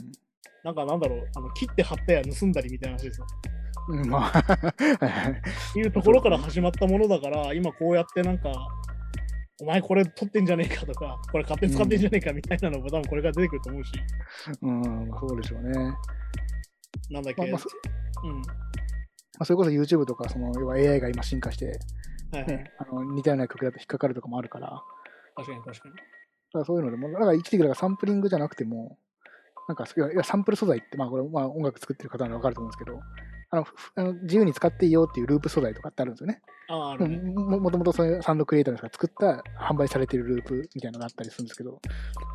なんかなんだろうあの切って貼ったや盗んだりみたいな話ですよ
うん、まあ、 はいはい。
いうところから始まったものだから今こうやってなんかお前これ取ってんじゃねえかとかこれ勝手に使ってんじゃねえかみたいなのも多分これから出てくると思うし
うん、まあそうでしょうね。ま
なんだっ
あ
け
まあ、そ
うん
まあ、それこそ YouTube とか、その、要は AI が今進化して、
はいはい
ね、あの似たような曲だと引っかかるとかもあるから、だか
確かに確かに
らそういうのでも、だから一時期だからサンプリングじゃなくても、なんか、いやいやサンプル素材って、まあこれ、まあ音楽作ってる方ならわかると思うんですけど、あの、ふあの自由に使っていいよっていうループ素材とかってあるんですよね。
あああ
う
るね、
んももともとそういうサウンドクリエイターの人が作った、販売されてるループみたいなのがあったりするんですけど、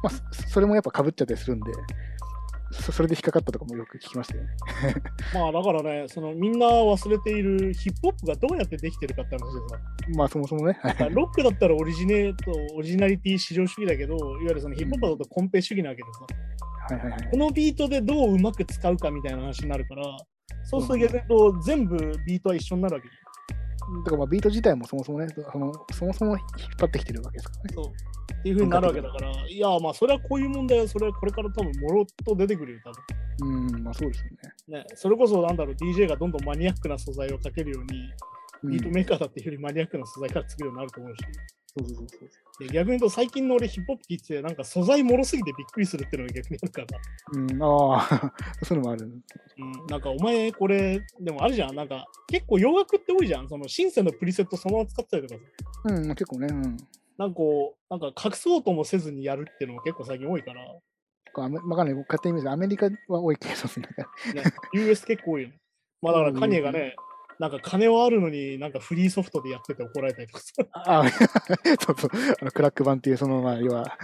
まあ、そそれもやっぱ被っちゃったりするんで、そそれで引っかかったとかもよく聞きましたよね。
まあだからねそのみんな忘れているヒップホップがどうやってできてるかって話ですよ
まあそもそもね、 はい
まあロックだったらオリジネート、オリジナリティ至上主義だけど、いわゆるそのヒップホップだとコンペ主義なわけでさ、
はいはいはい
こ。のビートでどううまく使うかみたいな話になるから、そうすると逆に言うと全部ビートは一緒になるわけじ
だからまあビート自体もそもそもね、そのそもそも引っ張ってきてるわけですからね。
ゃん。そうっていうふうになるわけだから、いや、まあそれはこういう問題は、それはこれから多分もろっと出てくるよ、多分。
うん、まあそうですよね。
ね、それこそなんだろう、DJ がどんどんマニアックな素材をかけるように、
うん
ビートメーカーだってよりマニアックな素材から作るようになると思うし。
そうそうそうそう。
で逆に言うと最近の俺ヒップホップ聞いててなんか素材もろすぎてびっくりするっていうのが逆にあるから
うん、ああ、 そういうのもある。
うん、なんかお前これでもあるじゃんなんか結構洋楽って多いじゃんそのシンセのプリセットそのまま使ってたりとかさ
うん、結構ね、うん。
なんかこうなんか隠そうともせずにやるっていうのも結構最近多いから、
こうアメわかんない、勝手に見るアメリカは多いけど、そうですね。
ね、US 結構多いよねまあだからカニエがね、なんか金はあるのになんかフリーソフトでやってて怒られたりとかさ
あ あ、そうそう、あのクラック版っていう、その、まあ、要は、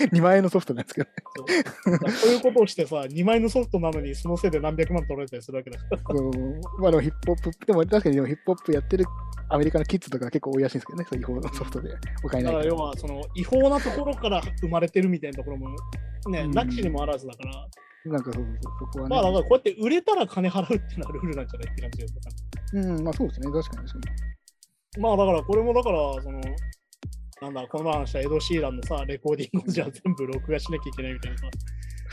2万円のソフトなんですけど、ね、
そうだからそういうことをしてさ2枚のソフトなのにそのせいで何百万取られたりするわけだから
そうまあでもヒップホップ、でも確かにでもヒップホップやってるアメリカのキッズとか結構多いらしいんですけどね、そういう違法のソフトでお金
だ
ない
か要
からら。
はその違法なところから生まれてるみたいなところもね
うん
なきしにもあらずだから、
なんかそうそうそう、そこはね。
まあだからこうやって売れたら金払うっていうのはルールなんじゃないって感じです
うん、まあそうですね、確かに確か
まあだからこれもだからそのなんだこの前話したエド・シーランのさレコーディングをじゃあ全部録画しなきゃいけないみたいなさ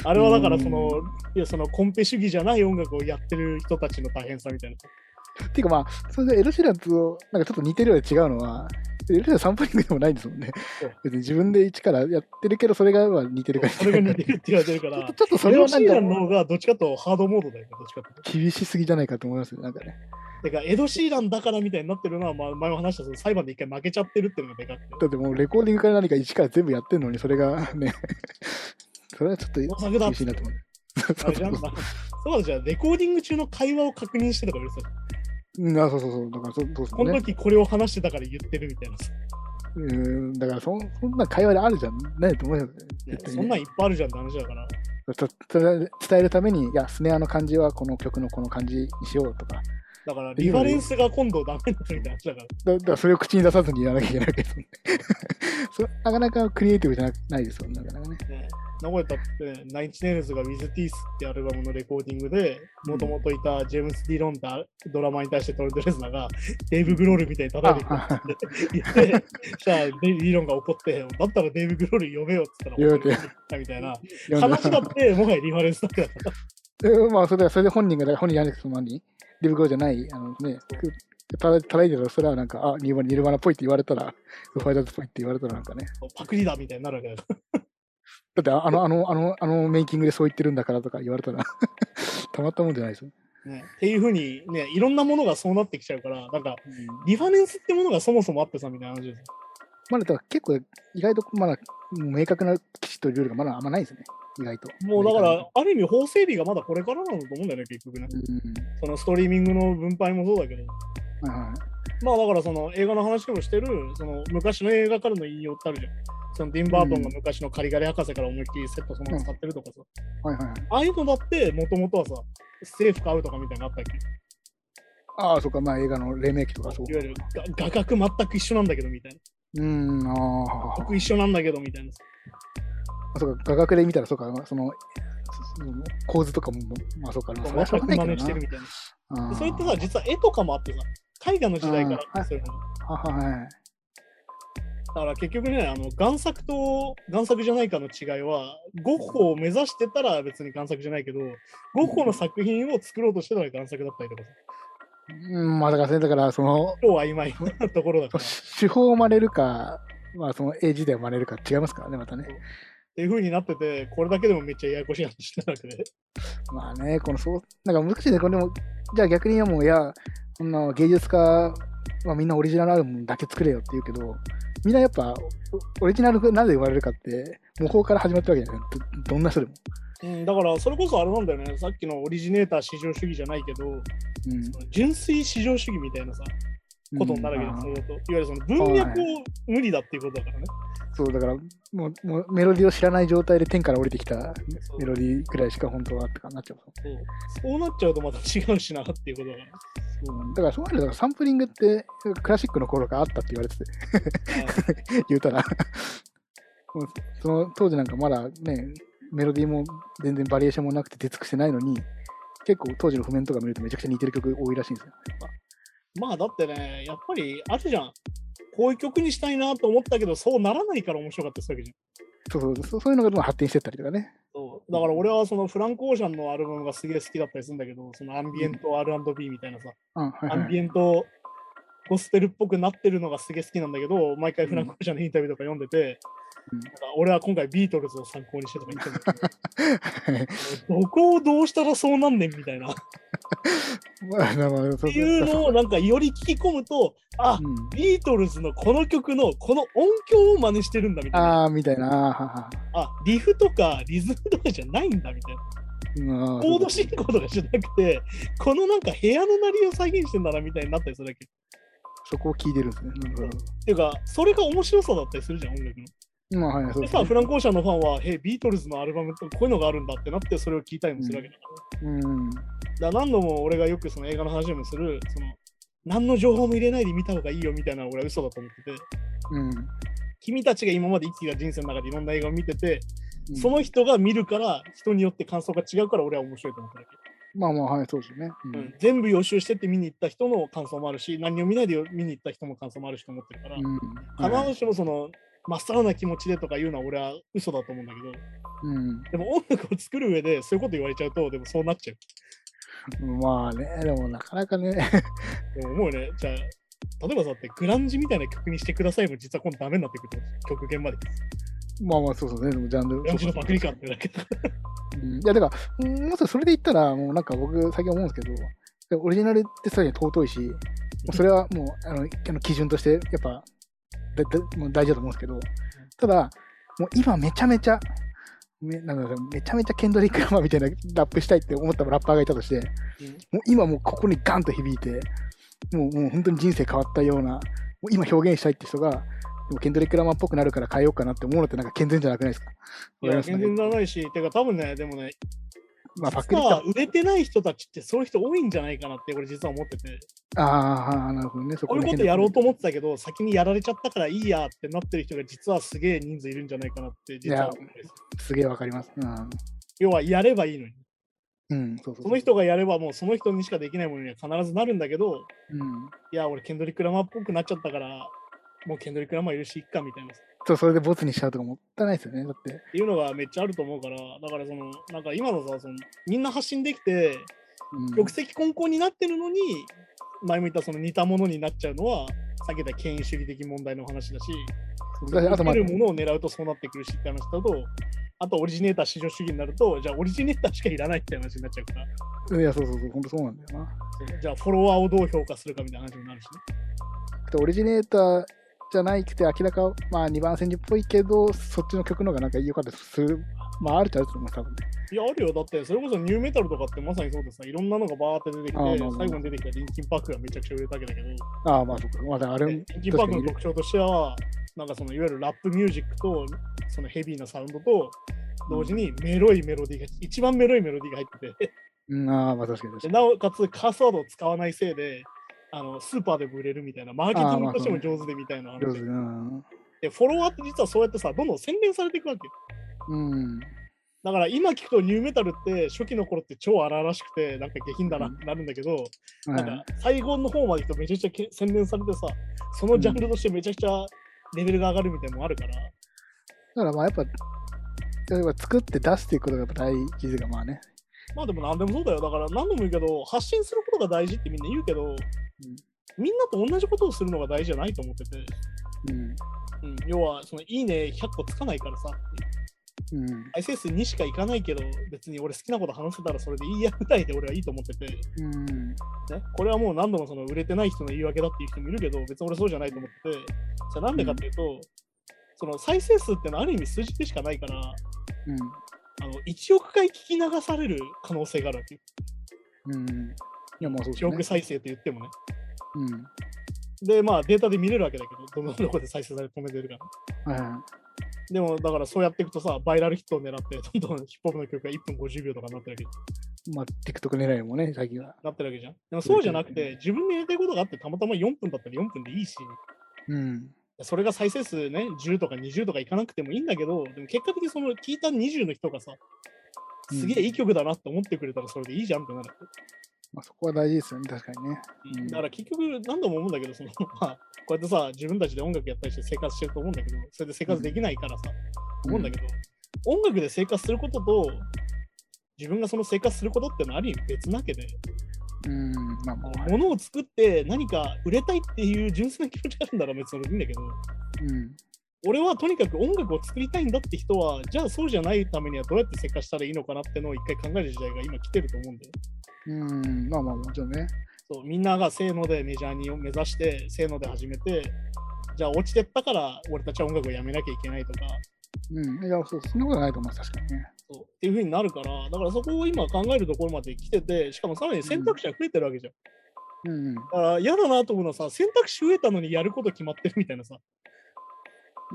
あれはだからその
う
いやそのコンペ主義じゃない音楽をやってる人たちの大変さみたいな
に。っていうかまあ、それでエド・シーランと、なんかちょっと似てるようで違うのは、エド・シーランサンプリングでもないんですもんね
そう。
別に自分で一からやってるけど、それがまあ似てるから
それが似てるって言われてるか
ちょっ
ら
とちょっ とそ
エ
れ
ド・
は
シ
なん
ーランの
か
方がどっちかというとハードモードだよねどっちかというと
厳しすぎじゃないかと思いますね、なんかね。
てかエド・シーランだからみたいになってるのは、まあ、前も話したその裁判で一回負けちゃってるっていうのがでかくて
だってもうレコーディングから何か一から全部やってんのに、それがね、 それはちょっと
盗作だっ
厳
つ
し
っ
い な
て
と思う。
あれじゃんそうだじゃあレコーディング中の会話を確認してとか言われてた
うんあそうそうそう、だからそそうそ
こ
う
の
ね。
時これを話してたから言ってるみたいなさ。
うん、だからそんそんな会話であるじゃん、ないと思うよ。
いや
絶対
そ
に
んなんいっぱいあるじゃんって話だから。
たた伝えるために、いや、スネアの感じはこの曲のこの感じにしようとか、
だからリファレンスが今度ダメになるみたいな話だから。
だだからそれを口に出さずにやらなきゃいけないわけど、ね、 そなかなかクリエイティブじゃなないですよね、なかなかね。
ね、名古屋だってナインチネイルズが With Teeth ってアルバムのレコーディングでもともといたジェームス・ディロンダドラマーに対してトレンドレスナーがデイブ・グロールみたいに叩いてくる
あ
って言ってしたらデイブ・ディロンが怒ってだったらデイブ・グロール呼べよって言ったら
呼べっ
ったみたいな
読んだ
話だってもはやリファレンスだけだから
うんまあ、それはそれで本人が、本人じゃなくて、その何リブゴーじゃない、あのね、たらたらいてたら、それはなんか、あ、ニルバニルバナっぽいって言われたら、ファイターズっぽいって言われたらなんかね、
パクリだみたいになるわけだから
だってああの、あの、あの、あのメイキングでそう言ってるんだからとか言われたら、 たまったもんじゃないですよ。
ね、って いうふうにねいろんなものがそうなってきちゃうからなんかリファレンスってものがそもそもあってさみたいな話ですよ
まだだから結構、意外とまだ明確な基地とルールがまだあんまないですね、意外と。
もうだから、ある意味法整備がまだこれからなんだと思うんだよね結局ね
うん
そのストリーミングの分配もそうだけど、
はい
まあだからその映画の話でもしてる、その昔の映画からの引用ってあるじゃん。そのディン・バートンが昔のカリガリ博士から思いっきりセットそのまま使ってるとかさ。
はいはいはい。
ああいうのだって、もともとはさ、政府買うとかみたいなのあったっけ
ああ、そっか、まあ映画の黎明期とかそう
い。わゆるが画角全く一緒なんだけどみたいな。
うん、ああ。
僕一緒なんだけどみたいなさ。
あそうか、画角で見たら、そうか、その、そその構図とかも、まあそうか、それはしょ
全
うが
く
な
真
いけ
似して
ど
るみ
な
たいな。
あ
で
ー
それってさ、実は絵とかもあってさ、絵画の時代か
あー
らそういうの。
あはい。
だから結局ね、あの贋作と贋作じゃないかの違いは、ゴッホを目指してたら別に贋作じゃないけど、ゴッホの作品を作ろうとしてたら贋作だったりとかさ、
うん、まあだから、それだから、その、
超曖昧なところだから。っ
手法を真似るか、まあその絵自体を真似るか違いますからね、またね。
ていう風になってて、これだけでもめっちゃややこしい話してたわけで。
まあね、この、そう、なんか難しいね、これでも、じゃあ逆にもう、いや、そんな芸術家はみんなオリジナルアルバムだけ作れよって言うけど、みんなやっぱ、オリジナルがなぜ生まれるかって、模倣から始まったわけじゃないどどんな人でも。
うん、だからそれこそあれなんだよね、さっきのオリジネーター至上主義じゃないけど、
うん。
純粋至上主義みたいなさ、ことになるわけです、そう
うん
いうと。いわゆるその文脈を無理だっていうことだからね。
そうだからもうもうメロディーを知らない状態で天から降りてきた
そう
メロディーくらいしか本当はってかなっちゃう
そうそうなっちゃうとまた違うしなっていうことだから。
そうだからそうなるとだからサンプリングってクラシックの頃からあったって言われてて言うたらもうその当時なんかまだねメロディーも全然バリエーションもなくて出尽くしてないのに結構当時の譜面とか見るとめちゃくちゃ似てる曲多いらしいんですよ
まあだってね、やっぱりあるじゃん。こういう曲にしたいなと思ったけど、そうならないから面白かったですわけじゃん。
そうそうそうそういうのがどんどん発展してったりとかね
だから俺はそのフランク・オーシャンのアルバムがすげえ好きだったりするんだけど、そのアンビエント R&B みたいなさ、
うんはい
ア
は
ンビ
い
エントゴステルっぽくなってるのがすげえ好きなんだけど、毎回フランク・オーシャンのインタビューとか読んでて、
うん
なんか俺は今回ビートルズを参考にしてとか言ってんだけ
はい
ど、どこをどうしたらそうなんねんみたいな。っ
まあまあまあ
て
そう
いうのをなんかより聞き込むと、あ、
うん
ビートルズのこの曲のこの音響を真似してるんだみたいな。
ああみたいなはは
あ、リフとかリズムとかじゃないんだみたいな。
うん
コード進行とかじゃなくて、このなんか部屋の鳴りを再現してんだなみたいになったりするだけ。
そこを聞いてるんですね。なるほど。
っていうか、それが面白さだったりするじゃん、音楽の。
まあはい、そう
で
です、
さ、
ね
フ。ランコーシャのファンは、え、ビートルズのアルバムってこういうのがあるんだってなって、それを聞いたりもするわけだから。
うん。
だから何度も俺がよくその映画の話でもする、その、何の情報も入れないで見た方がいいよみたいなのは俺は嘘だと思ってて、
うん。
君たちが今まで生きてた人生の中でいろんな映画を見てて、
うん
その人が見るから、人によって感想が違うから俺は面白いと思っただけ。
まあまあはい、そうですよね。うん。
うん全部予習してって見に行った人の感想もあるし、何を見ないで見に行った人の感想もあるしと思ってるから、
うん。
必
はい
ずしもその、真っさらな気持ちでとか言うのは俺は嘘だと思うんだけど、
うん。
でも音楽を作る上でそういうこと言われちゃうと、でもそうなっちゃう。
まあね、でもなかなかね、
でも思うよね、じゃあ、例えばさって、グランジみたいな曲にしてくださいも実は今度ダメになってくると、曲限まで。
まあまあそうそうね、でもジャンル。
グランジのパクリかってだけだ。
うんいや、だから、うんもうそれで言ったら、もうなんか僕、最近思うんですけど、でオリジナルってさらに尊いし、もうそれはもう、あの、あの基準として、やっぱ、だだもう大事だと思うんですけど、ただ、もう今めちゃめちゃ、めなんだろうめちゃめちゃケンドリック・ラマーみたいなラップしたいって思ったラッパーがいたとして、もう今もうここにガンと響いて、もうもう本当に人生変わったような、もう今表現したいって人が、でもケンドリック・ラマーっぽくなるから変えようかなって思うのってなんか健全じゃなくないです
い
か。わかり
や、
ますか
全
ね
然じゃないし、てか多分ね、でもね、
まあ、パク
実
リか
は。売れてない人たちってそういう人多いんじゃないかなって、俺実は思ってて、
ああ、なるほどね。そ
こう
の
いうこ
辺
とやろうと思ってたけど、先にやられちゃったからいいやってなってる人が実はすげえ人数いるんじゃないかなって、実は思うんです。
すげえわかります。うん。
要は、やればいいのに。
うん、そうそうそう
その人がやればもうその人にしかできないものには必ずなるんだけど、
うん。
いや、俺、ケンドリック・ラマーっぽくなっちゃったから、もうケンドリック・ラマーいるし、いっかみたいな。
そう、それでボツにしちゃうとかもったいないですよね。だって。
っていうのがめっちゃあると思うから、だからその、なんか今のさ、そのみんな発信できて、
うん
玉石混交になってるのに、前も言ったその似たものになっちゃうのは、さっき言った権威主義的問題の話だし、
そうだしあ
受
とま
け
あ
るものを狙うとそうなってくるしって話だと、あとオリジネーター至上主義になると、じゃあオリジネーターしかいらないって話になっちゃうから、
いや、そうそうそう、本当そうなんだよな。
じゃあフォロワーをどう評価するかみたいな話になるしね。
でオリジネーターじゃないくて、明らか、まあ、2番戦時っぽいけど、そっちの曲の方がなんか良かったりする。まあ、あるっちゃあると思う、多分ね。
いや、あるよ。だって、それこそニューメタルとかってまさにそうでさ、いろんなのがバーって出てきて、
あまあまあ
最後に出てきたリンキンパークがめちゃくちゃ売れたわけだけど、
ああ、まあ、そうか。まだあ
で
れも、
リンキンパークの
確かに
特徴としては、なんかそのいわゆるラップミュージックと、そのヘビーなサウンドと、同時にメロいメロディーが、一番メロいメロディーが入ってて、
うん、ああ、まあ、確かに確
で
かに。
なおかつカースワードを使わないせいで、あのスーパーでも売れるみたいな、マーケティングとしても上手でみたいな話で
上手だな。
で、フォロワーって実はそうやってさ、どんどん洗練されていくわけよ。
うん。
だから今聞くとニューメタルって初期の頃って超荒々しくてなんか下品だなってなるんだけど、
は
なん
い
か最後の方まで行くとめちゃくちゃけ洗練されてさそのジャンルとしてめちゃくちゃレベルが上がるみたいなのもあるから、
だからまあやっぱ、例えば作って出すっていうことがやっぱ大事ですが、まあね。
まあでも何でもそうだよだから何度も言うけど発信することが大事ってみんな言うけど、みんなと同じことをするのが大事じゃないと思ってて、
うん。
うん、要はその「いいね」100個つかないからさ
うん。
再生数にしかいかないけど別に俺好きなこと話せたらそれでいいやぐらいで俺はいいと思ってて。
うん。
ね、これはもう何度もその売れてない人の言い訳だっていう人もいるけど、別に俺そうじゃないと思ってて、じゃあなんでかっていうと、その再生数ってのはある意味数字でしかないから、あ
うん。
の1億回聞き流される可能性があるわけよ。
うん。いや、まあそうです
1億
ね。
再生と言ってもね。
うん。
で、まあデータで見れるわけだけど、どのどこで再生されて止めてるか。
は
でもだからそうやっていくとさ、バイラルヒットを狙って、どんどんヒップホップの曲が1分50秒とかになってるわけ
い。まあ、TikTok 狙いもね、最近は。
なってるわけじゃん。でもそうじゃなくて、自分でやりたいことがあって、たまたま4分だったら4分でいいし、
うん。
それが再生数ね、10とか20とかいかなくてもいいんだけど、でも結果的にその聞いた20の人がさ、
うん
すげえいい曲だなって思ってくれたらそれでいいじゃんってなる。
まあそこは大事ですよね、確かにね。うん
だから結局何度も思うんだけど、そのまあ、こうやってさ、自分たちで音楽やったりして生活してると思うんだけど、それで生活できないからさ、思うんだけど、音楽で生活することと、自分がその生活することってのはある意味別なわけで、
うん。まあまあ、
物を作って何か売れたいっていう純粋な気持ちがあるんだら別にそれでいいんだけど、
うん。
俺はとにかく音楽を作りたいんだって人は、じゃあそうじゃないためにはどうやって生活したらいいのかなってのを一回考える時代が今来てると思うんだよ。
うん。まあまあ、もちろんね。
そうみんながせーのでメジャーに目指して、せーので始めて、じゃあ落ちてったから俺たちは音楽をやめなきゃいけないとか、
うん。いや、そう、そんなことないと思います、確かにね。
そうっていう風になるから、だからそこを今考えるところまで来てて、しかもさらに選択肢が増えてるわけじゃん。
うん。
だから嫌だなと思うのはさ、選択肢増えたのにやること決まってるみたいなさ、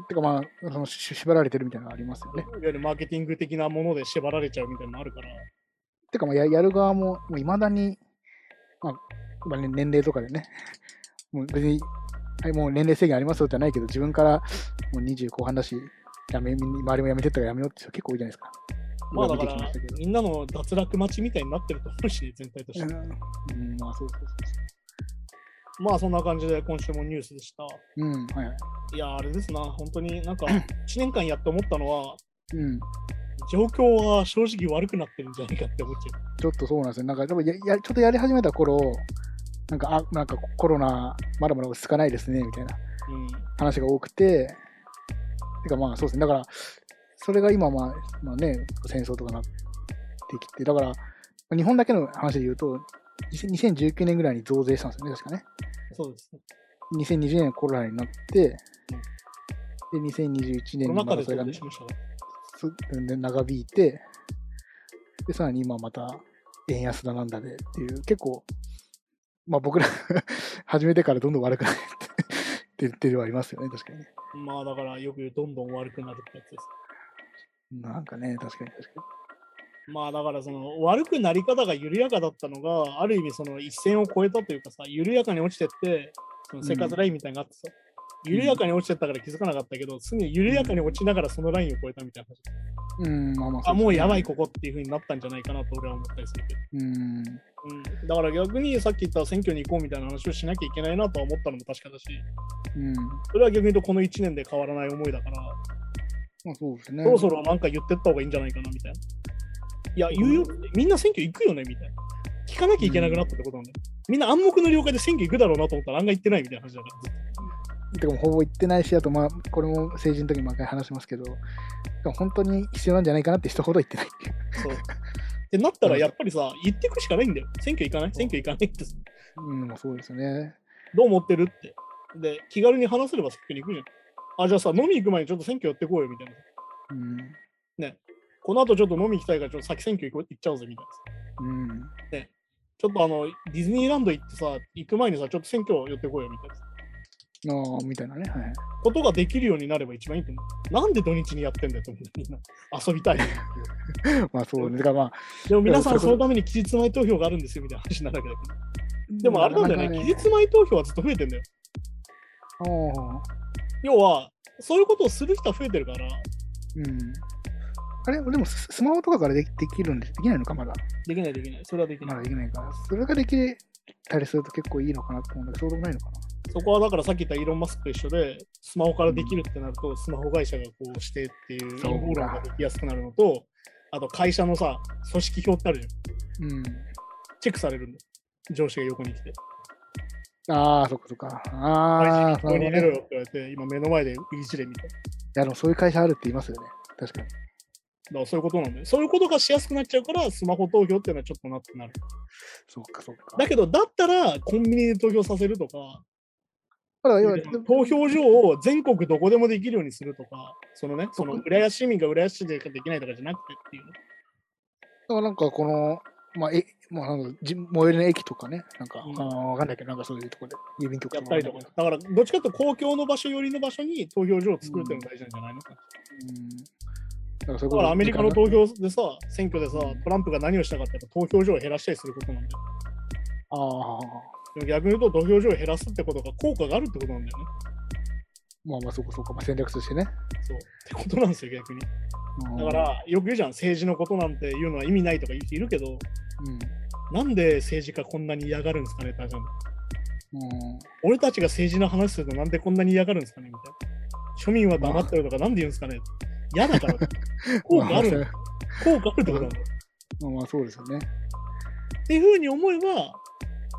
てかまあ、その、し縛られてるみたいなのありますよ
い
ね
わ。ゆるマーケティング的なもので縛られちゃうみたいなのあるから。
てかまあややる側も、もういまだに、まあ、まあね年齢とかでね、 もう別に、はい、もう年齢制限ありますよじゃないけど、自分からもう20後半だし、やめみ周りもやめてったからやめようって人結構多いじゃないですか。
まあだか
僕は見てきま
ら
したけ、ど
みんなの脱落待ちみたいになってると思うし、全体として。
うん、うんまあそうそうそう
まあそんな感じで今週もニュースでした。
そう。うん、はいはい。
いやー、あれですな、本当に なんか1年間やって思ったのは、
うん、
状況は正直悪くなってるんじゃないかって思っちゃう。
ちょっとそうなんですよ。なんか、多分ややちょっとやり始めた頃、なんか、あ、なんかコロナ、まだまだ落ち着かないですね、みたいな。
うん、
話が多くて、てかまあそうですね、だから、それが今、まあ、まあね、戦争とかなってきて、だから、日本だけの話で言うと、2000 2019年ぐらいに増税したんですよね、確かね。
そうですね。
2020年コロナになって、で、2021年
コ
に
ロ
ま
ナ禍
た
で
それ
ど
が、
うで
ね
し、ましたか
すで長引いて、で、さらに今また円安だなんだでっていう、結構、まあ僕ら 始めてからどんどん悪くなるって言ってるはありますよね、確かにね。
まあだからよく言うどんどん悪くなるってやつです。
なんかね、確かに確かに。
まあだからその悪くなり方が緩やかだったのがある意味その一線を越えたというかさ緩やかに落ちてってその生活ラインみたいなのがあってさ、
ん
緩やかに落ちてったから気づかなかったけど常に緩やかに落ちながらそのラインを越えたみたいな感じ、
うん、まあまあ
あもうやばい
か。
ここっていう風になったんじゃないかなと俺は思ったりするけど、
うん。
うん、だから逆にさっき言った選挙に行こうみたいな話をしなきゃいけないなとは思ったのも確かだし
うん。
それは逆に言うとこの1年で変わらない思いだから、
まあそうですね。
そろそろなんか言ってった方がいいんじゃないかなみたいな。いや、言うよ、みんな選挙行くよねみたいな。聞かなきゃいけなくなったってことなんだよ。みんな暗黙の了解で選挙行くだろうなと思ったら案外行ってないみたいな話だから。
てかもうほぼ言ってないし、あとまあ、これも政治の時も毎回話しますけど、でも本当に必要なんじゃないかなって人ほど言ってないっていう。
そう。ってなったらやっぱりさ、言ってくしかないんだよ。選挙行かない選挙行かないってさ。
うん、そうですね。
どう思ってるって。で、気軽に話せれば選挙に行くじゃん。あ、じゃあさ、飲み行く前にちょっと選挙やってこうよみたいな。
うん。
この後ちょっと飲み行きたいからちょっと先選挙行こう行っちゃおうぜみたいな。
うん。
ちょっとあの、ディズニーランド行ってさ、行く前にさ、ちょっと選挙寄ってこいよみたいな。
ああ、みたいなね。はい。
ことができるようになれば一番いいと思う。なんで土日にやってんだよと思う。みんな遊びた い。
まあそうね。だからまあ、
でも皆さ
い
んそ
やそれこそ
のために期日前投票があるんですよみたいな話になるわけだけど。でもあれなんだよね、期日前投票はずっと増えてんだよ。
ああ、
要は、そういうことをする人は増えてるから、
うん。あれでもススマホとかからできできるんで、できないのか、まだ。
できないできない。それはでき
ま
ない。
だできないから。それができたりすると結構いいのかなと思うんだけど、そうでもないのかな。
そこはだからさっき言ったイーロン・マスクと一緒で、スマホからできるってなると、スマホ会社がこうしてっていう陰
そうか
謀論ができやすくなるのと、あと会社のさ、組織票ってあるじゃん。
うん。
チェックされるんだよ。上司が横に来て。
ああ、そっかそっか。ああ、
こ
そ
こ
う
に
ね。
入れろよって言われて、今目の前でいじれみたいな。
いや、でもそういう会社あるって言いますよね。確かに。
だからそういうことなんだよ。そういうことがしやすくなっちゃうから、スマホ投票っていうのはちょっとなってなる。
そうかそうか。
だけど、だったらコンビニで投票させるとか、
まだ要は
投票所を全国どこでもできるようにするとか、そのね、その浦安市民が浦安市でできないとかじゃなくてっていうね。
だからなんかこの、まあ、え、まあ、なんかじ最寄りの駅とかね、なんか、
うん
ああわかんないけど、なんかそういうところで、郵便局
やっ
か
たりとか。だから、どっちかというと公共の場所寄りの場所に投票所を作るっていうのが大事なんじゃないのか。
うん。だからそう
だ
いうこ
か
と
らアメリカの投
時
票でさ、選挙でさ、トランプが何をしたかってやっぱ投票所を減らしたりすることなんだよ。
間ああ、
でも逆に言うと、投票所を減らすってことが効果があるってことなんだよね。
まあまあ、そうかそうか、まあ、戦略としてね。
そう。ってことなんですよ、逆に。
うん
だか、ら、よく言うじゃん、政治のことなんていうのは意味ないとか言う人いるけど、
うん。
なんで政治家こんなに嫌がるんですかねって話なの
うん
俺たちが政治の話するとなんでこんなに嫌がるんですかねみたいな。庶民は黙ってるとかなんで言うんですかね嫌 だから。効果あるんだ。効果あるってことなんだ。っ
まあ、まあそうですよね。
ていうふうに思えば、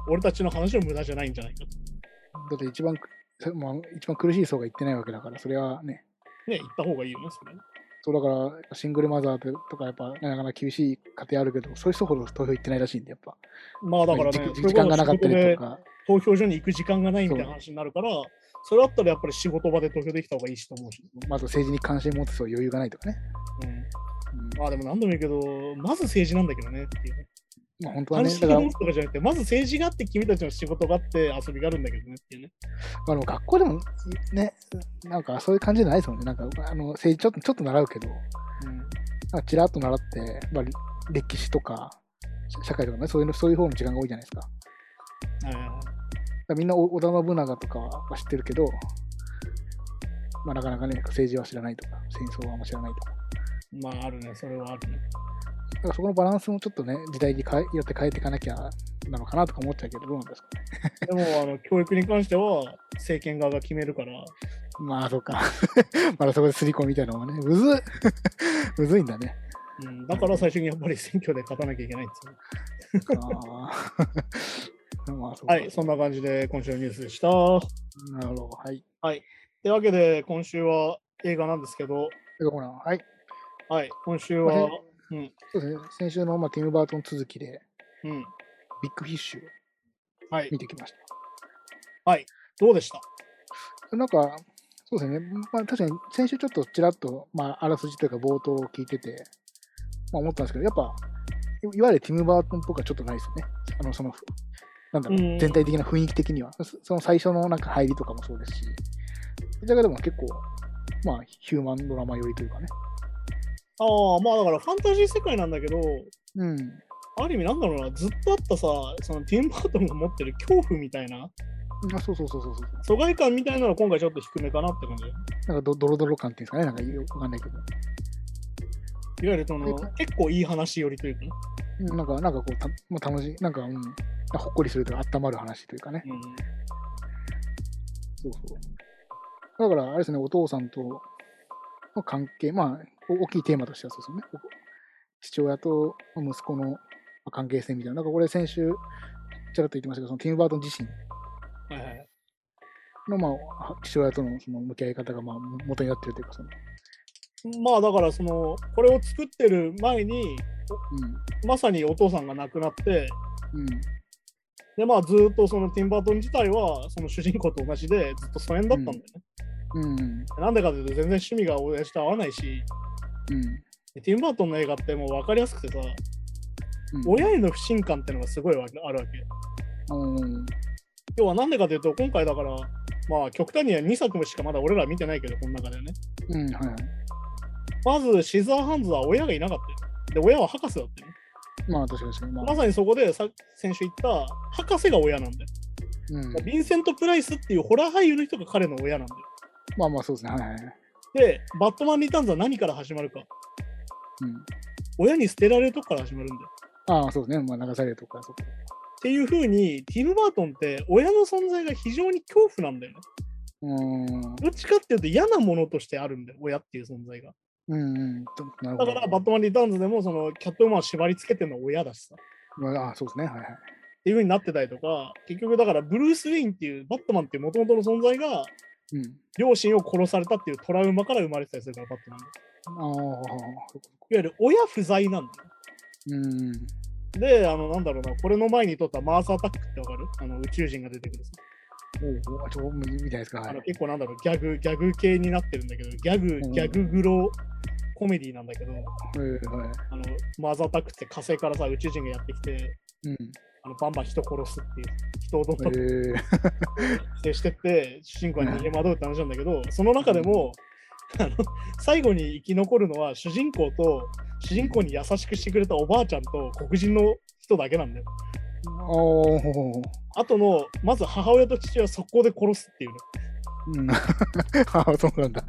俺たちの話は無駄じゃないんじゃないかと。
だって一番、そまあ、一番苦しい層が言ってないわけだから、それはね、
ね、言った方がいいよね、それね。
そうだから、シングルマザーとか、やっぱ、なかなか厳しい家庭あるけど、そういう人ほど投票行ってないらしいんで、やっぱ。
まあだからね、
じ時間がなかった
それ
り
こと
か。
そ投票所に行く時間がないみたいな話になるから、それだったらやっぱり仕事場で投票できた方がいいしと思うし。
まあ、あと政治に関心持つ人は余裕がないとかね。
うん
うん
まあでも何度も言うけど、まず政治なんだけどねっていうね。
まあ、本当
関
はね、
心
だから、
を持つとかじゃなくて、まず政治があって、君たちの仕事があって、遊びがあるんだけどねっていうね。
まあ、でも学校でもね、なんかそういう感じじゃないですもんね。なんかあの政治ちょっとちょっと習うけど、なんかちらっと習って、まあ、れ歴史とか社社会とかね、そういうのそういう方の時間が多いじゃないですか。だか
はいはいはい
らみんなお織田信長とかは知ってるけど、まあ、なかなかね、政治は知らないとか、戦争はあんま知らないとか。
まああるね、それはあるね。
だからそこのバランスもちょっとね、時代に変えよって変えていかなきゃなのかなとか思っちゃうけど、どうなんですかね。
でも、あの教育に関しては、政権側が決めるから、
まあ、そうか。 まだそこで刷り込みみたいなのがね、むずい。 むずいんだね。
うん、だから最初にやっぱり選挙で勝たなきゃいけないんですよ。
あー まあ、そうか
はい、そんな感じで今週のニュースでした。っ
なるほど。はい。
てわけで、今週は映画なんですけど、
でほら、はい。
はい、今週
まあ
は
先、
うん、
そうですね。先週の、まあ、ティム・バートン続きで、
うん、
ビッグフィッシュを
はい
見、てきまし
どうでした
た。なんか、そうですね。まあ、確かに先週ちょっとちらっと、まあ、あらすじというか冒頭を聞いてて、まあ、思ったんですけど、やっぱ、いいわゆるティム・バートンっぽくはちょっとないですよね。あの、その、なんだろう、
うん
全体的な雰囲気的には、そその最初のなんか入りとかもそうですし、だけども結構、まあ、ヒューマンドラマ寄りというかね。
ああ、まあだからファンタジー世界なんだけど、
うん。
ある意味なんだろうな、ずっとあったさ、そのティンバートンが持ってる恐怖みたいな、
あそうそうそうそうそう。
疎外感みたいなのは今回ちょっと低めかなって感じ。
なんかドドロドロ感っていうんですかね、なんかよくわかんないけど。
いわゆるその
はい
結構いい話よりというかね、
うんなんか、なんかこう、たまあ、楽しい、なんか、うん、ほっこりするというか、温まる話というかね。
うん、
そうそう。だから、あれですね、お父さんとの関係、まあ、お大きいテーマとしてはそうですよね。ここ父親と息子のまあ関係性みたいな。なんか、これ先週、ちらっと言ってましたけど、そのティム・バートン自身
はいはい。
の、まあ、父親とのその向き合い方が、まあ、元になってるというか、その、
まあだからその、これを作ってる前に、まさにお父さんが亡くなって、
うん、うん、
でまあずっとそのティンバートン自体はその主人公と同じでずっと疎遠だったんだよね。
うん、
な、んでかというと全然趣味が親父と合わないし、
うん。
でティンバートンの映画ってもう分かりやすくてさ、
うん、
親への不信感ってのがすごいわけあるわけ。
うん、
要はなんでかというと今回だからまあ極端には2作もしかまだ俺ら見てないけどこの中ではね
うん、はいはい。
まずシザーハンズは親がいなかったよで親は博士だったよ
まあ、確かに確かに。ま
ま
あ、
さにそこでさ先週言った博士が親なんだよ
うん、
ヴィンセント・プライスっていうホラー俳優の人が彼の親なんだよ
まあまあ、そうですね。はいはいはい。
でバットマン・リターンズは何から始まるか
うん。
親に捨てられるとこから始まるんだよ
ああ、そうですね。まあ、流されるとか、そうか。
っていう風にティム・バートンって親の存在が非常に恐怖なんだよね
うん。
どっちかっていうと嫌なものとしてあるんだよ親っていう存在が
うんうん、となるほ
だ
ど。
からバットマン・リターンズでもそのキャットウーマンを縛り付けてるのは親だしさ
まあ、あそうですね、はい
っ
はい。
ていう風になってたりとか、結局だからブルース・ウェインっていうバットマンっていう元々の存在が
うん。
両親を殺されたっていうトラウマから生まれてたりするから、バットマンが。
ああ、
いわゆる親不在なん
うん。
だよ。で、あの、なんだろうな、これの前に撮ったマースアタックってわかるあの宇宙人が出てくるさ、
おうおう、あちょ、みみたいですか、は
あの
い。
結構なんだろう、ギャグ、ギャグ系になってるんだけど、ギャグ、
ん
ギャググロコメディなんだけど、
はいはい。
あの、マースアタックって火星からさ、宇宙人がやってきて、
うん。
あのバンバン人殺すっていう、人をどんどん
ええ
接してって主人公に逃げ惑うって話なんだけど、その中でも、あの最後に生き残るのは主人公と主人公に優しくしてくれたおばあちゃんと黒人の人だけなんだよ。
あお
あとのまず母親と父親は速攻で殺すっていうね
うん。 ああ、そうなんだ。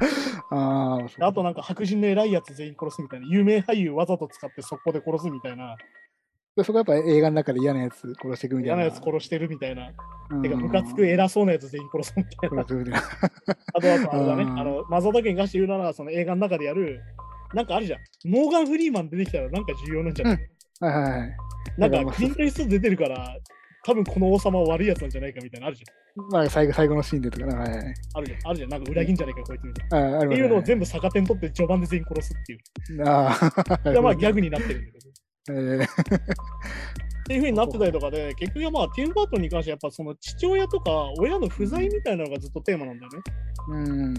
ああ、そう。
あとなんか白人の偉いやつ全員殺すみたいな有名俳優わざと使って速攻で殺すみたいな
そこはやっぱ映画の中で嫌なやつ殺していくみたい
嫌
な。
なやつ殺してるみたいな、
うん
てかムカつく偉そうなやつ全員殺すみたいな
殺すみたいな。
あとあとあれだね、
うん
あの、マザーだけに関して言うなら、その映画の中でやる、なんかあるじゃん。モーガン・フリーマン出てきたらなんか重要なんじゃない、
はいはいはい。
なん
なんか
か
まあ
クリント・イーストウッド出てるから、多分この王様は悪いやつなんじゃないかみたいなのあるじ
まあ、最後、最後のシーンでとかな。はいはい。
ゃん。あるじゃん。あるじゃん。なんか裏切んじゃないか、こいつみたい
ああ、ある
な。っていうのを全部逆手に取って序盤で全員殺すっていう。
部。ああ。
それはまあギャグになってるんだけど。
ええ
っていうふうになってたりとかで、結局はまあ、ティム・バートンに関してはやっぱその父親とか親の不在みたいなのがずっとテーマなんだよね。
うん。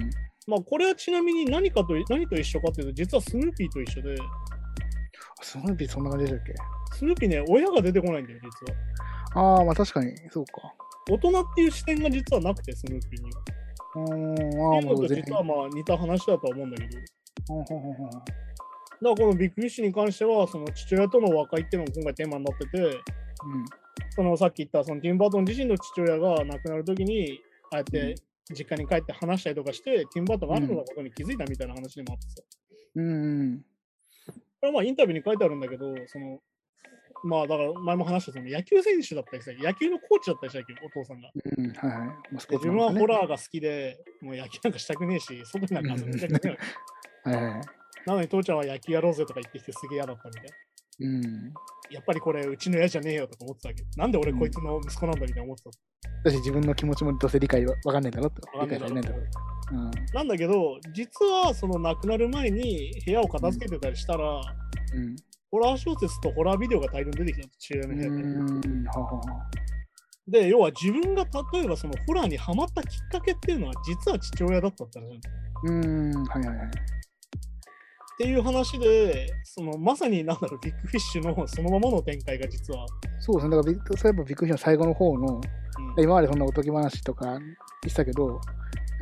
まあ、これはちなみに何かとい、何と一緒かっていうと、実はスヌーピーと一緒で、
スヌーピーそんな感じでしたっけ
スヌーピーね、親が出てこないんだよ、実は。
ああ、まあ確かに、そうか。
大人っていう視点が実はなくて、スヌーピーには。
うーん、あ
っ
あ、
ていうの
もう
と
全
実
然
は。まあ似た話だとは思うんだけど。
ほんほんほんほん
だからこのビッグフィッシュに関しては、その父親との和解っていうのが今回テーマになってて、
うん
そのさっき言ったそのティム・バートン自身の父親が亡くなるときに、ああやっ
う
て
ん
実家に帰って話したりとかして、ティム・バートンがあるのだことに気づいたみたいな話でもあってさ。
うんうん。
これはまあインタビューに書いてあるんだけど、その、まあだから前も話したその野球選手だったりさ、野球のコーチだったりしたけど、お父さんが。
うん、はいはい。まあ、ス
で自
ポーツ
分はホ
ほら
ラーが好きで、もう野球なんかしたくねえし、外になんか遊びたくねえわけ
はいはい。
なのに父ちゃんは野球やろうぜとか言ってきてすげえ嫌だったみたいな。
うん。
やっぱりこれうちの親じゃねえよとか思ってたわけど、なんで俺こいつの息子なんだみたいな思ってた。
だし、自分の気持ちもどうせ理解はわかんないんだろと。
わか
理
んない
解さ
だろ
れないんだろう。うん。
なんだけど、実はその亡くなる前に部屋を片付けてたりしたら、
うん。
ホラー小説とホラービデオが大量に出てきたの父親の部屋で。
うん。ははは。
で、要は自分が例えばそのホラーにハマったきっかけっていうのは実は父親だったって話なんだよ
うん。はいはいはい。
っっていう話で、そのまさになんだろう、ビッグフィッシュのそのままの展開が実は。
そうですね、だからビッグ、そういえばビッグフィッシュの最後の方の、
うん
今までそんなおとぎ話とかでしたけど、やっ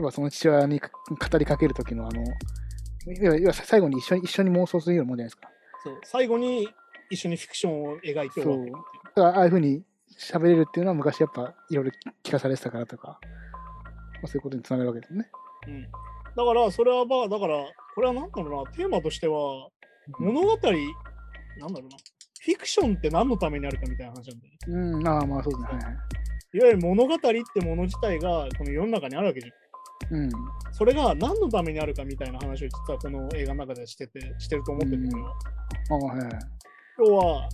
ぱその父親に語りかける時のあの、いわゆる最後に一緒に一緒に妄想するようなもんじゃないですか。
そう最後に一緒にフィクションを描いて終わってるっていう
だからああいうふうに喋れるっていうのは昔やっぱいろいろ聞かされてたからとか、まあ、そういうことにつながるわけですね。
うん、だからそれはまあだからこれは何だろうなテーマとしては物語、なんだろうなフィクションって何のためにあるかみたいな話なんだよね
うん、ああまあそうですね。はいはい
いわゆる物語ってもの自体がこの世の中にあるわけじゃん
うん、
それが何のためにあるかみたいな話を実はこの映画の中でしててしてると思ってるんだけど、
ああはいはい。
要は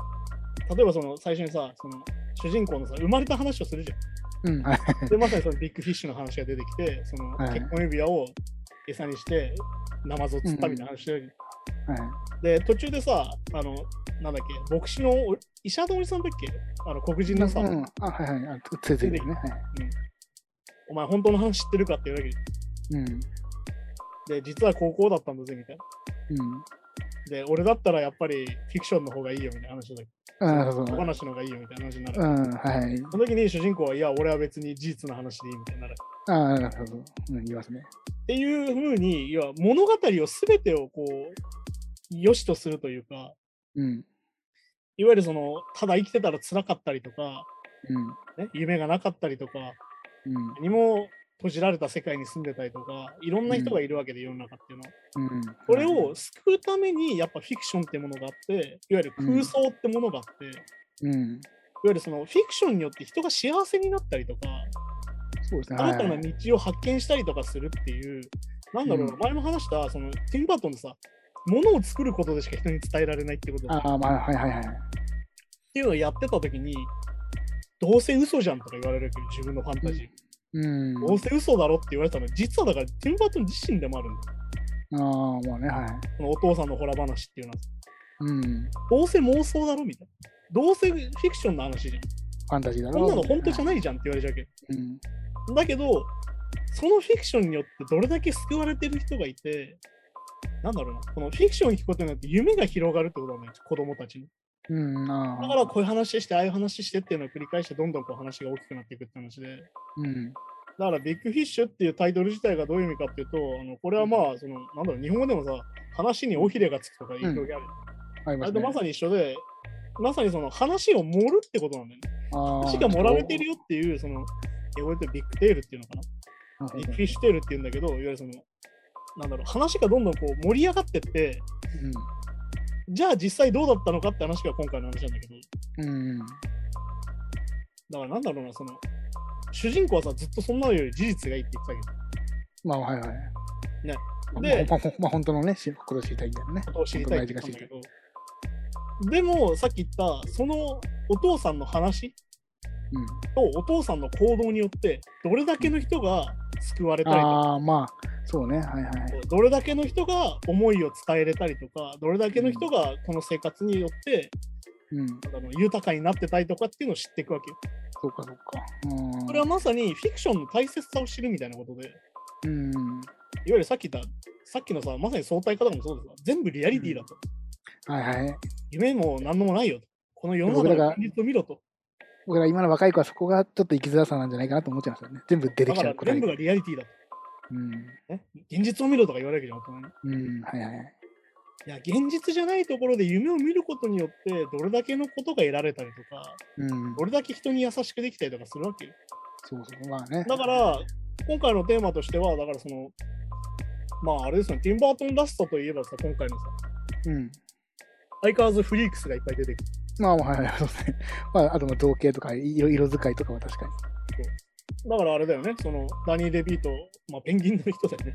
例えばその最初にさその主人公のさ生まれた話をするじゃん
うん、はい。
でまさにそのビッグフィッシュの話が出てきて、その
はい
結婚指輪を餌にして、ナマズを釣ったみたいな話してる、
はい
で、途中でさ、あの、なんだっけ、牧師のお医者のおじさんだっけあの黒人のさ、
うん、あはいはい。あついてるね。はい。
お前本当の話知ってるかって言うわ
うん、
けで、実は高校だったんだぜみたいな。
うん。
で、俺だったらやっぱりフィクションの方がいいよみたいな話だけ
ああそう
ど、
そ
お
う。
話の方がいいよみたいな話になる。
うん、はい。
その時に主人公は、いや、俺は別に事実の話でいいみたいになる。
ああ、なるほど。うん、言いますね。
っていうふうに、要は物語を全てをこう、良しとするというか、
うん、
いわゆるその、ただ生きてたら辛かったりとか、
うん、
ね、夢がなかったりとか、
うん、
何も閉じられた世界に住んでたりとか、いろんな人がいるわけで、世の中っていうのは。
うん。
これを救うために、やっぱフィクションってものがあって、いわゆる空想ってものがあって、いわ
うん、
ゆるそのフィクションによって人が幸せになったりとか、
そうですね。は
新
い
たな道を発見したりとかするっていう、なんだろうな、
うん
前も話した、その、ティム・バートンのさ、ものを作ることでしか人に伝えられないってことだ
ああ、まあ、はいはいはい。
っていうのをやってた時に、どうせ嘘じゃんとか言われるけど、自分のファンタジー。
うん。
どうせ嘘だろって言われたのは実はだからティム・バートン自身でもあるんだよ
ああ、まあね、はい。
このお父さんのホラ話っていうのは
うん。
どうせ妄想だろみたいなどうせフィクションの話じゃん
ファンタジーだろ
こんなの本当じゃ
ない。
ないじゃんって言われちゃうけ
うん。
どだけどそのフィクションによってどれだけ救われてる人がいてなんだろうなこのフィクションを聞くことによって夢が広がるってことなんだよ子供たちに
うん、ああ。
だからこういう話してああいう話してっていうのを繰り返してどんどんこう話が大きくなっていくって話で
うん。
だから、ビッグフィッシュっていうタイトル自体がどういう意味かっていうと、あのこれはまあ、そのなんだろう、日本語でもさ、話に尾ひれがつくとかいう表現ある。
あり
あれ
ます
と
ね。
まさに一緒で、まさにその話を盛るってことなんだよね。
し
話が盛られてるよっていう、その、英語で言うとビッグテールっていうのかな。ビッグフィッシュテールっていうんだけど、いわゆるその、なんだろう、話がどんどんこう盛り上がってって、じゃあ実際どうだったのかって話が今回の話なんだけど、
うん。うん。
だからなんだろうな、その、主人公はさ、ずっとそんなのより事実がいいって言ってたけ
まあ、はいはい。
ね
で
で、
まあ、ほんまあ本当のね、しことを知りたいんだよね。
ど、ことを知りたいって言ってたんだけど、でも、さっき言った、そのお父さんの話
うん。
とお父さんの行動によって、どれだけの人が救われたりとか、
ああ、まあ、そうね。はいはい。
どれだけの人が思いを伝えれたりとか、どれだけの人がこの生活によって、
うん。
あの豊かになってたりとかっていうのを知っていくわけよ。
そうか、そうか。うん。
これはまさにフィクションの大切さを知るみたいなことで、いわ
うん。
ゆるさっき言った、さっきのさ、まさに相対化とかもそうですが、全部リアリティだと。
はいはい。
夢も何もないよと。この世の中の現実を見ろと。
僕ら今の若い子はそこがちょっと生きづらさなんじゃないかなと思っちゃいますよね。全部出て
だ
き
か
ちゃ
ら
うこと
全部がリアリティだと。
うん。
ね現実を見ろとか言われるわけじゃん、大人に。
うん。はいはい。
いや、現実じゃないところで夢を見ることによって、どれだけのことが得られたりとか、
うん。
どれだけ人に優しくできたりとかするわけよ。
そうそう。まあね。
だから、今回のテーマとしては、だからその、まああれですよね、ティンバートンラストといえばさ、今回のさ、
うん。
相変わらずフリークスがいっぱい出てくる。
まあ、はいはい、そうですね。まあ、あとの造形とか色、色使いとかは確か
だからあれだよね、その、ダニー・デビート、まあペンギンの人だよね。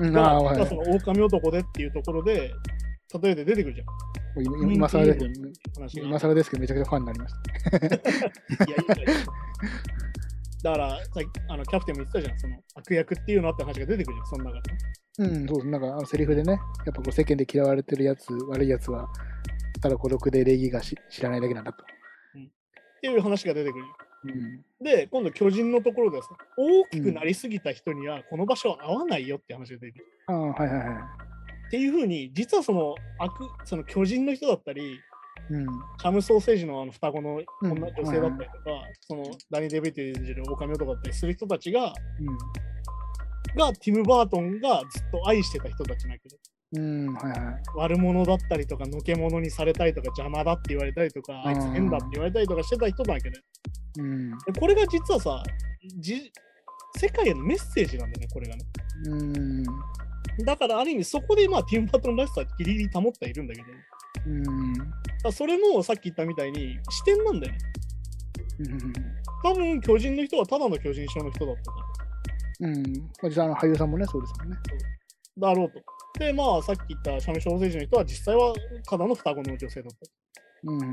に。うん、あ
が
あ、はい、
まあ
は
そ
い。
の、狼男でっていうところで、例えて出てくるじゃん。
今今更ですけど、
話が
今更ですけど、めちゃくちゃファンになりました。
いや、いいからいいからだから、さっきあのキャプテンも言ってたじゃん、その悪役っていうのって話が出てくるじゃん、その中で。
うん、そうです。なんか、あのセリフでね、やっぱこう世間で嫌われてるやつ、悪いやつは、ただ孤独で礼儀がし知らないだけなんだと。
っていう話が出てくる。
うん。
で、今度巨人のところでさ、大きくなりすぎた人にはこの場所は合わないよって話が出てくる。
ああ、はいはいはい。
っていうふうに、実はその悪、その巨人の人だったり、
うん。
カムソーセージのあの双子の女,、
うん
女性だったりとか、そのダニー・デビュート演じるオカミ男だったりする人たちが、がティム・バートンがずっと愛してた人たちなんだけど、
うん。うん、はいはい。
悪者だったりとか、のけ者にされたりとか、邪魔だって言われたりとか、あいつ変だって言われたりとかしてた人なんだけど、
うん。
でこれが実はさじ世界へのメッセージなんだよねこれがね
うん。
だからある意味そこでまあティム・バートンらしさはギリギリ保ってはいるんだけどだか
うん。
らそれもさっき言ったみたいに視点なんだよね多分巨人の人はただの巨人症の人だったから
うん。実際、あの俳優さんもね、そうですもんね。
だろうとでまあさっき言ったシャムショーセージの人は実際はただの双子の女性だった
うん。
っ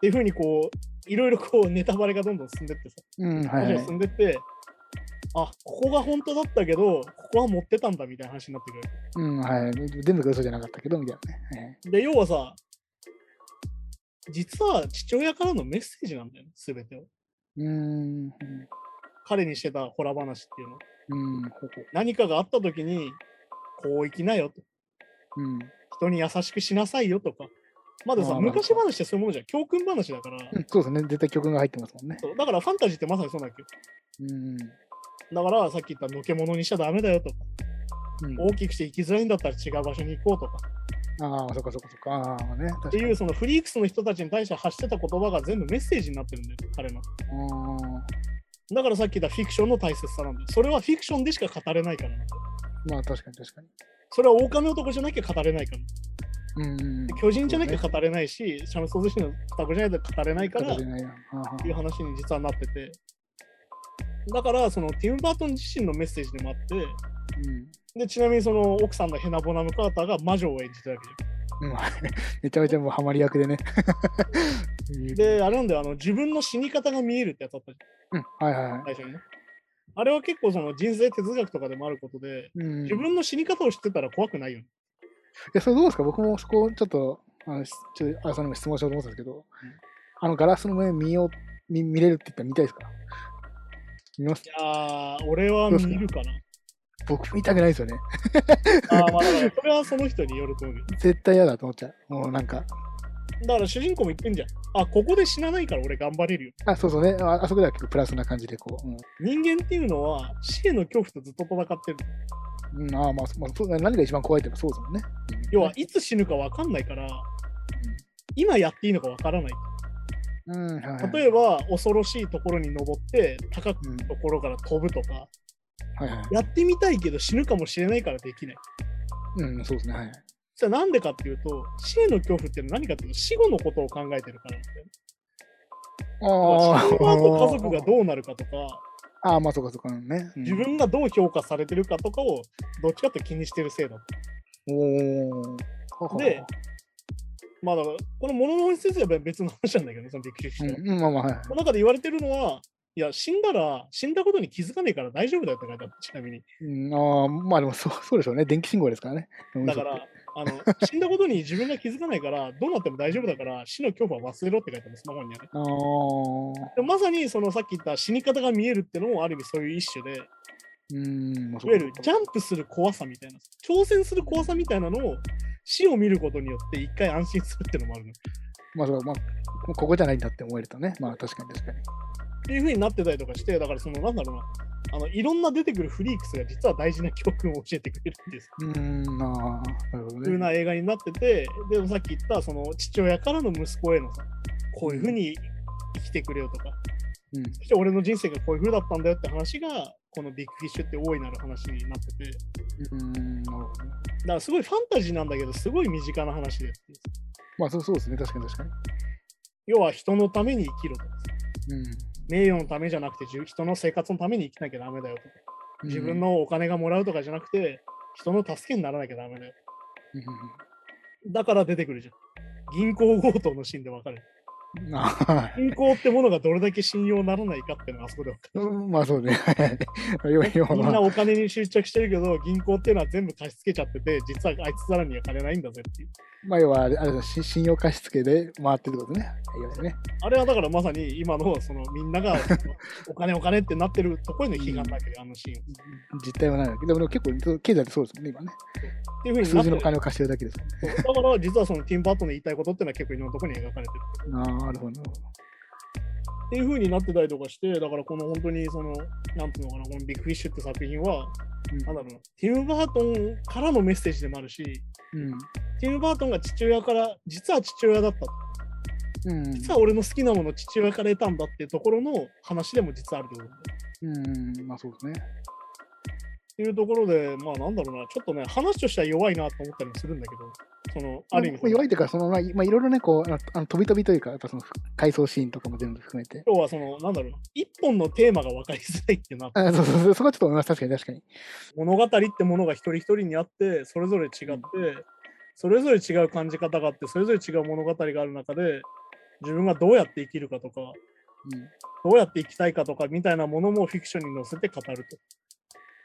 ていうふうにこういろいろこうネタバレがどんどん進んでってさ
うん、はい
話
は
が
い
進。んでって、あここが本当だったけどここは持ってたんだみたいな話になってくる
うん、はい。全部が嘘じゃなかったけど、みたいなね。
で、要はさ、実は父親からのメッセージなんだよね、すべてを。
うん。
彼にしてたホラ話っていうのは。
うん。ほほ。
何かがあった時に、こう生きなよと。
うん。
人に優しくしなさいよとか。まだ
ま
さ、
あまあ
昔話ってそういうものじゃん。教訓話だから。
そうですね。絶対曲が入ってますもんね。
そうだからファンタジーってまさにそうなんだけど。
うん。
だからさっき言ったのけ者にしちゃダメだよとか。大きくして生きづらいんだったら違う場所に行こうとか。
ああ、そっかそっかそっか。ああ、
っ
ね。
て
確か
いうそのフリークスの人たちに対して発してた言葉が全部メッセージになってるんだよ、彼の。
あ
だからさっき言ったフィクションの大切さなんだよ。それはフィクションでしか語れないからなんだよ
まあ、確かに確かに。
それは狼男じゃなきゃ語れないから。
うん。
巨人じゃなきゃ語れないし、シャムソーズ氏の双子じゃないと語れないからっ
語れ
て
ないなああ
いう話に実はなってて。だから、そのティム・バートン自身のメッセージでもあって、
うん
でちなみにその奥さんのヘナ・ボナム・カーターが魔女を演じてるわけ
うん めちゃめちゃもうハマり役でね。
じ ゃん。で、あれなんだよ、あの自分の死に方が見えるってやつあったじ
うん、はいはいは
ゃん、最初にね。あれは結構その人生哲学とかでもあることで、
い。うん、
自分の死に方を知ってたら怖くないよね。
いや、それどうですか僕もそこ、ちょっと、あのしちょっと、あさんにも質問しようと思ってたんですけど、あの、ガラスの目見よう、見見れるって言ったら見たいですか見ます
いやー、俺は見るかな。
僕見たくないですよね。
あーまあだからそれはその人によると思うけど。
絶対嫌だと思っちゃう。もうなんか、
だから主人公も言ってんじゃん。あ、ここで死なないから俺頑張れるよ。
あ、そうそうね。ああそこでは結構プラスな感じでこう。うん
人間っていうのは死への恐怖とずっと戦ってる。
うん、ああ、まあ、そまあそう、何が一番怖いっていうのはそうですもんね。
要はいつ死ぬか分かんないから、今やっていいのか分からない。
うん、はいはい。
例えば、恐ろしいところに登って、高く
うん、
ところから飛ぶとか、
はいはい。
やってみたいけど死ぬかもしれないからできない。
うん、そうですね。はいはい。
じゃあなんでかっていうと、死への恐怖っていうのは何かっていうと、死後のことを考えてるからなんだよね。
あ
死後の後家族がどうなるかとか、
ああ、まあ、そうか、そうか、ね。うん
自分がどう評価されてるかとかを、どっちかって気にしてるせいだ
おーはは
でまあだから、この物の本質については別の話なんだけどね、そのビッグシフト
う
は
ん、うんまあまあ、はい。
この中で言われてるのは、いや、死んだら、死んだことに気づかねえから大丈夫だよって書いてある、ちなみに。
うん、ああ、まあでもそう、そうでしょうね。電気信号ですからね。
だから、あの死んだことに自分が気づかないから、どうなっても大丈夫だから、死の恐怖は忘れろって書いてあるんです、その本にはね。
ああ、
でまさに、そのさっき言った死に方が見えるってのも、ある意味そういう一種で、いわ
うん、まあ、そう
ゆるジャンプする怖さみたいな、挑戦する怖さみたいなのを、死を見ることによって一回安心するってのもあるの。
まあ、そうかまあ、ここじゃないんだって思えるとね。まあ、確かに確かに。
っていう風になってたりとかして、だからその、なんだろうな、あのいろんな出てくるフリークスが実は大事な教訓を教えてくれるんです。
うん、ああ、なるほど
風
ね。
な映画になってて、でもさっき言った、その父親からの息子へのさ、こういう風に生きてくれよとか、
うん、
そして俺の人生がこういう風だったんだよって話が、このビッグフィッシュって大いなる話になってて、
うん、なるほどね。
だからすごいファンタジーなんだけど、すごい身近な話で。
まあ、そうそうですね。確かに確かに。
要は人のために生きろとかさ、
うん。
名誉のためじゃなくて、じゅ人の生活のために生きなきゃダメだよとか、自分のお金がもらうとかじゃなくて、人の助けにならなきゃダメだよ。
うん、
だから出てくるじゃん。銀行強盗のシーンでわかる。
あ
信仰ってものがどれだけ信用ならないかってのはあそこで分か
ーまあそうね。 要は、要
る。みんな
は、
お金に執着してるけど、銀行っていうのは全部貸し付けちゃってて、実はあいつさらには金ないんだぜっていう。
まあ要はあれ、あれだし信用貸し付けで回ってるってことね。要はね。
あれはだからまさに今のそのみんながお金お金ってなってるところへの悲願だけど、あのシーンは。
実態はないわけでもでも結構、経済ってそうですもんね、今ね。
っていうふうにな
数
ってる
字のお金を貸してるだけですもんね。
そうだから実はそのティンバートンの言いたいことっていうのは結構いろんなところに描かれてる。
ああ、なるほど。
っていうふうになってたりとかして、だからこの本当にその、なんていうのかな、このビッグフィッシュって作品は、
うん
なんだろうな、ティム・バートンからのメッセージでもあるし、
うん。
ティム・バートンが父親から、実は父親だった、
うん。
実は俺の好きなものを父親から得たんだっていうところの話でも実はあるってことだね
うん。まあそうですね。
っていうところで、まあなんだろうな、ちょっとね、話としては弱いなと思ったりもするんだけど、その、ある意味、
ま弱いというか、その、まあ、いまあいろいろね、こう、あのあの飛び飛びというか、やっぱその、回想シーンとかも全部含めて。
今日はその、なんだろうな、一本のテーマが分かりづらいっていうのは
あそうそうそう、そこはちょっと思います。確かに確かに。
物語ってものが一人一人にあってそれぞれ違って、それぞれ違う感じ方があってそれぞれ違う物語がある中で自分がどうやって生きるかとかどうやって生きたいかとかみたいなものもフィクションに載せて語ると。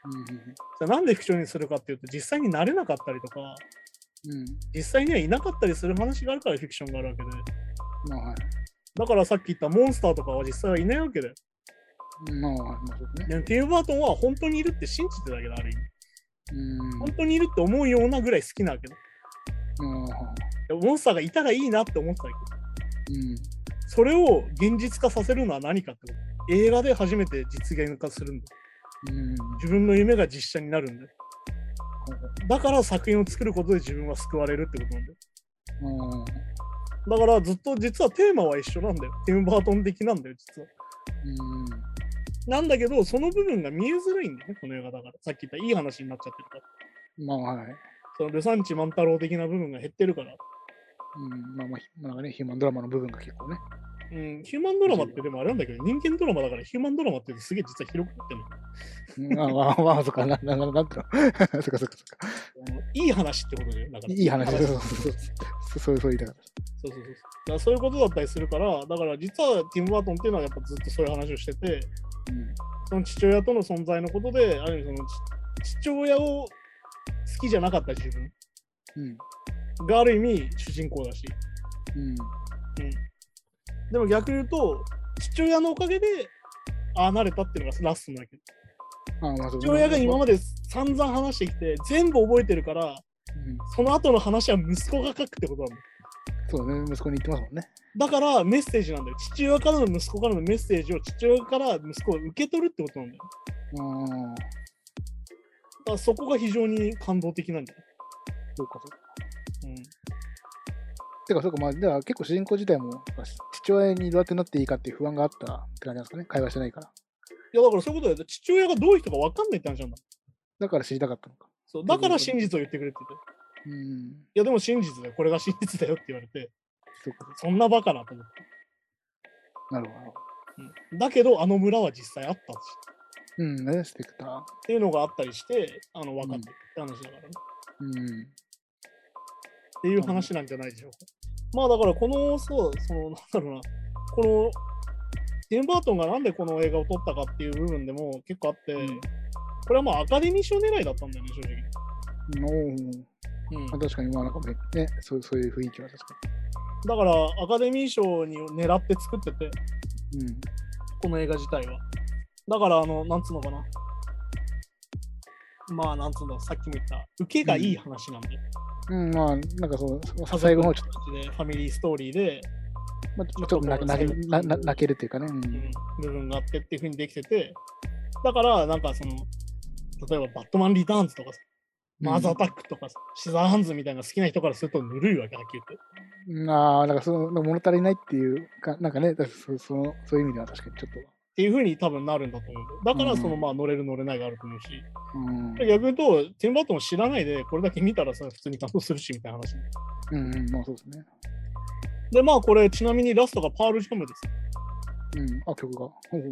う
じゃあなんでフィクションにするかっていうと実際になれなかったりとか
ん。うん。うん。
実際にはいなかったりする話があるからフィクションがあるわけで
まあはい。
だからさっき言ったモンスターとかは実際はいないわけで
まあ、まあそうですね。
でもティム・バートンは本当にいるって信じてたけどある意味
うん。
本当にいるって思うようなぐらい好きなわけど
うん。
モンスターがいたらいいなって思ってたけど
うん。
それを現実化させるのは何かってこと映画で初めて実現化するんだ
うん。
自分の夢が実写になるんだだから作品を作ることで自分は救われるってことなんだよ
うん。
だからずっと実はテーマは一緒なんだよティム・バートン的なんだよ実は
うん。
なんだけどその部分が見えづらいんだよねこの映画だからさっき言ったいい話になっちゃってるから
まあはい。
そのルサンチ万太郎的な部分が減ってるから
うん。まあまあひ、まあなんかね、ヒューマンドラマの部分が結構ね。
うん、ヒューマンドラマってでもあれなんだけど人間ドラマだからヒューマンドラマってすげえ実は広くなってるの
うん、あまあまあ、そっか、な、な、ななんていうの。そっかそっかそっか。
いい話ってことだよだから
いい話そうそうそうそう。そうそう言いたかっ
そうそうそうそう。だからそういうことだったりするから、だから実はティム・バートンっていうのはやっぱずっとそういう話をしてて、
た。うん。
その父親との存在のことで、ある意味そのち父親を好きじゃなかった自分
うん。
がある意味主人公だし、
うん。
でも逆に言うと、父親のおかげで、ああなれたっていうのがラストなわけ。
あまあ、そう
父親が今まで散々話してきて、全部覚えてるから、
うん、
その後の話は息子が書くってことなんだよ。
そうね、息子に言ってますもんね。
だからメッセージなんだよ。父親からの息子からのメッセージを父親から息子が受け取るってことなんだよ。
うん。
だからそこが非常に感動的なんだよ。
そうか、そうか。
うん、
てか、そうか、まあ、じゃあ結構主人公自体も、父親にどうやってなっていいかっていう不安があったって感じなんですかね。会話してないから。
いやだからそういうことだよ。父親がどういう人か分かんないって話なんだ。
だから知りたかったのか。
そうだから真実を言ってくれって言って。
うん。
いやでも真実だよ。これが真実だよって言われて、
そうか、
そんなバカなと思って。
なるほど。
うんだけどあの村は実際あったし
うん、ね、スペクター。
っていうのがあったりして、あの分かってるって話だからね。
うん。
っていう話なんじゃないでしょうか。まあだからこの、そう、その、なんだろうな、この、ティム・バートンがなんでこの映画を撮ったかっていう部分でも結構あって、
うん
これはまあアカデミー賞狙いだったんだよね、正直。
の
うん
まあ、確かに、まあ、なんかね、そうそういう雰囲気は確か
だからアカデミー賞に狙って作ってて、
に。うん。
この映画自体は。だから、あの、なんつうのかな。まあ、なんつうの、さっきも言った、受けがいい話なんで、
うん、まあ、なんかそう、そう最後の方ちょっ
と。でファミリーストーリーで、
と、まあ、ちょっと泣け泣けなな泣けるというかね。うん。
うん部分があってっていうふうにできてて、だから、なんかその、例えば、バットマンリターンズとかさ、マザータックとかさ、シザーハンズみたいな好きな人からするとぬるいわけ、はっきり言って。
うんああ、なんかその、物足りないっていうか、なんかね、だそそのそういう意味では確かにちょっ
っていうふうに多分なるんだと思うんだよ。だから、その、
うん
まあ、乗れる乗れないがあると思うし。
と。うん。
逆に言うと、ティンバートンを知らないで、これだけ見たらさ、普通に感動するしみたいな話。
うん、うん、まあそうですね。
で、まあこれ、ちなみにラストがパールジャムです。
うん。あ、曲が。ほうほう。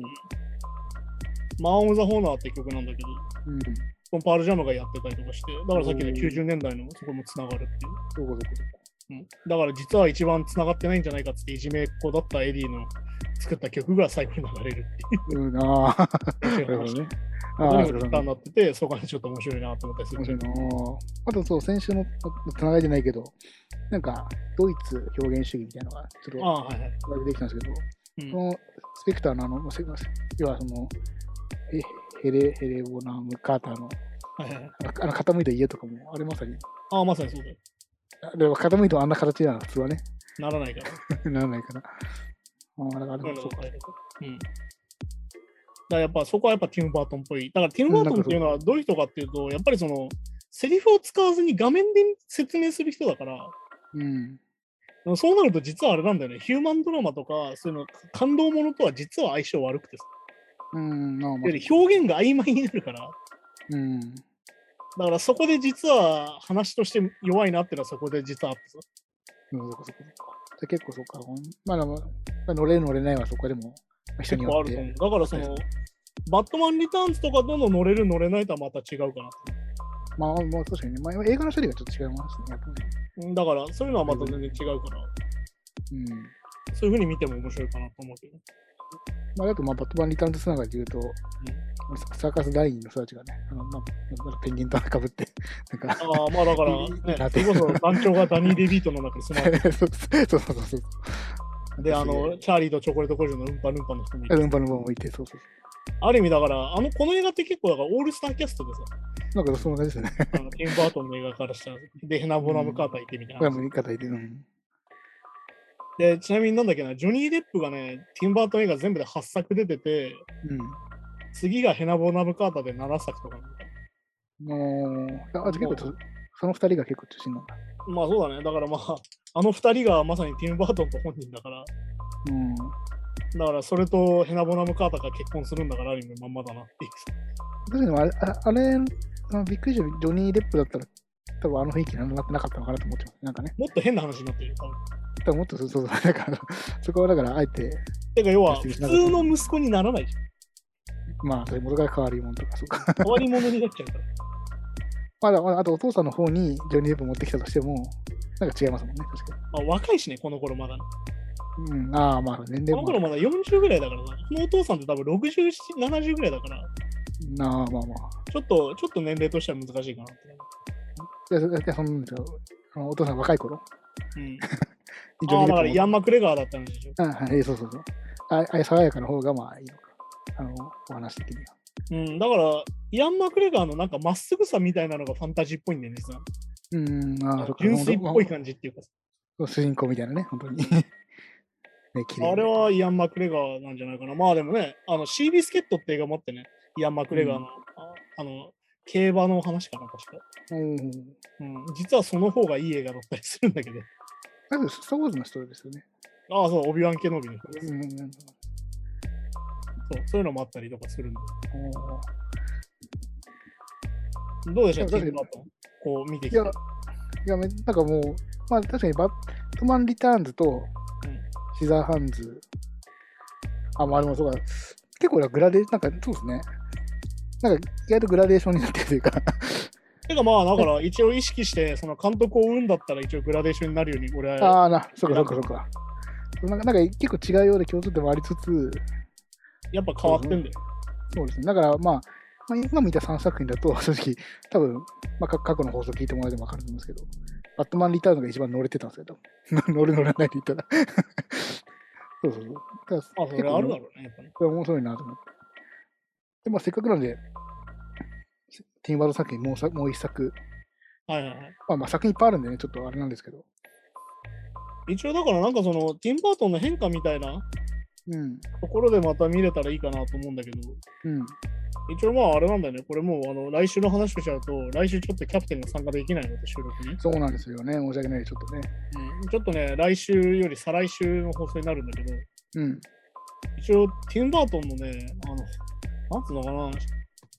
マン・オブ・ザ・ホーナーって曲なんだけど、
うん。ど
このパールジャムがやってたりとかして、だからさっきの
おー
90年代のそこもつながるっていう。
こどこどこ。
うんだから実は一番繋がってないんじゃないかっつっていじめっ子だったエディの作った曲が最後に流れる
うん、ああ、
っていう
なるほど
話
ね。あ
ここ
あ、
に
そ
も
う
ネ
だね
タになってて、そこがちょっと面白いなと思ったりす
面白い
る。
なあとそう、先週のつながりじゃないけど、なんか、ドイツ表現主義みたいなのが、ち
あ
ょっ
あ、はいはい。
と、出てきたんですけど、
うん
その、スペクターのあの、せ要はその、えヘレ、ヘレボナム・カーターの、
はいはいはい
あの、傾いた家とかも、あれまさに、
ああ、まさにそうだよ。
あでも傾いてもあんな形なの、普通はね、
ならないから。
ならないから。ああ、だから、
うん
そうか。
うんだからやっぱそこはやっぱティム・バートンっぽい。だからティム・バートンっていうのはどういう人かっていうと、やっぱりその、セリフを使わずに画面で説明する人だから、
うん。
そうなると実はあれなんだよね、ヒューマンドラマとか、そういうの、感動ものとは実は相性悪くてさ、
うん、まあまあ
で表現が曖昧になるから、
うん。
だからそこで実は話として弱いなっていうのはそこで実はあってさ。
うんそうかそうかそうか。じゃあ結構そうか。ほんまあでも、まあ、乗れる乗れないはそこでも、まあ人に
結構
よ
あ
っ
ると思
て。
う。だからその、バットマン・リターンズとかとの乗れる乗れないとはまた違うかな。
まあ、まあ、確かにね。まあ、映画の処理がちょっと違いますね。やっぱね
うんだからそういうのはまた全然違うから、
うん。
そういうふうに見ても面白いかなと思うけど。
まあ、あと、まあ、バットマンリターンズつながりで言うと、サーカス第二の人たちがね、あの、まあ、なんかペンギンとかぶって、 なんか、
ああ、まあだ か
いいいいな
ら、ね、そ
って
れこそ団長がダニー・デビートの中に住まれ
そうそうそうそうそう。
て、で、あ
なんか
の、チャーリーとチョコレート工場のウンパルンパの人もい
すげ
て、
え、ルンパルンパもいて、そうそう
ある意味だから、あの、この映画って結構だからオールスターキャストで さ、
そう。なんか、そんな感じですよね。
あのティンバートンの映画からしたら、で、ヘナ・ボナム・カーターいてみたい
これ
な。
も言い 方いて、うん。
で、ちなみになんだっけな、ジョニー・デップがね、ティンバートン映画全部で8作出てて、次がヘナ・ボナム・カーターで7作とか。
うん。もう、ああと結構と、その二人が結構中心なんだ。
まあそうだね、だからまあ、あの2人がまさにティンバートンと本人だから、
うん。
だからそれとヘナボナムカーターが結婚するんだからある意味まんまだなっていう。
確かにあれ、ああれあのびっくりしたジョニー・デップだったら、多分あの雰囲気になってなかったのかなと思ってます。なんかね、
もっと変な話になってるよ。多分
多分もっとそうそう、だから、そこはだから、あえて、
てか要は普通の息子にならないじゃん。
まあ、それ元から変わり者とか、そうか。
変わり者になっちゃうから。
まだまだ、あとお父さんの方にジョニー・デップ持ってきたとしても、なんか違いますもんね、確か
まあ若いしね、この頃まだ、ね。
に。うん、ああ、まあ、年
この
齢
頃
も。
まだ40ぐらいだからさ。このお父さんって多分60、70ぐらいだから、
なあ、まあまあ。
ちょっと、ちょっと年齢としては難しいかなって。
いやそいや、そんなんですよ。あのお父さん若い頃
うん。
に
ああ、だか
プ持
ら
って
ヤンマクレガーだったんでしょ。
あはい、そうそうそう。あああいう爽やかな方が、まあいいのか。あの、お話的には。
うん。だから、ヤンマクレガーのなんかまっすぐさみたいなのがファンタジーっぽいんだよね、実は。
うん、ああ、そっか。
純粋っぽい感じっていうかさ。
主人公みたいなね、本当に。ね、綺麗
あれはイアン・マクレガーなんじゃないかな。まあでもね、あのシービスケットって映画もあってね、イアン・マクレガーの、
うん
ああの競馬の話かな、確か。
うん。
うん、実はその方がいい映画だったりするんだけど。
まず、スター・ウォーズの人ですよね。
ああ、そう、オビワン・ケノビの人です、
うんうんうん。
そう。そういうのもあったりとかするんで。
おー
どうでしょう、
いや
ティムバートンこう見てき
い
て。
や、いや、めなんかもう、まあ確かにバットマン・リターンズと
うん、
シザーハンズ、あ、まあでもそうか、結構なグラデーなんかそうですね。なんか意外とグラデーションになってるというか、
てかまあ、だから一応意識して、その監督を生んだったら一応グラデーションになるように、俺は。
ああな、そうかそうかそうか。なんかなんか結構違うような共通点もありつつ、
やっぱ変わってんだよ。
そうですね。だから、まあ、まあ、今見た3作品だと、 正直、多分、まあ、か過去の放送聞いてもらえても分かると思うんですけど、バットマンリターンズが一番乗れてたんですけど、 乗る乗らないで言ったら。そうそうそう。だから
まあ、それあるだろ
結構
うね、やっぱね。
これ面白いなと思って。で、まあ、せっかくなんで、ティンバード作品もうさもう一作、
はいはいはい。
まあ、まあ作品いっぱいあるんでね、ちょっとあれなんですけど。
一応だからなんかその、ティム・バートンの変化みたいな
うん。
ところでまた見れたらいいかなと思うんだけど、
うん。
一応まああれなんだよね、これもうあの来週の話をしちゃうと、来週ちょっとキャプテンが参加できないので収録に、
そうなんですよね。申し訳ない。ちょっとね。
ちょっとね、来週より再来週の放送になるんだけど、
うん。
一応ティム・バートンのね、あの、なんつうのかな、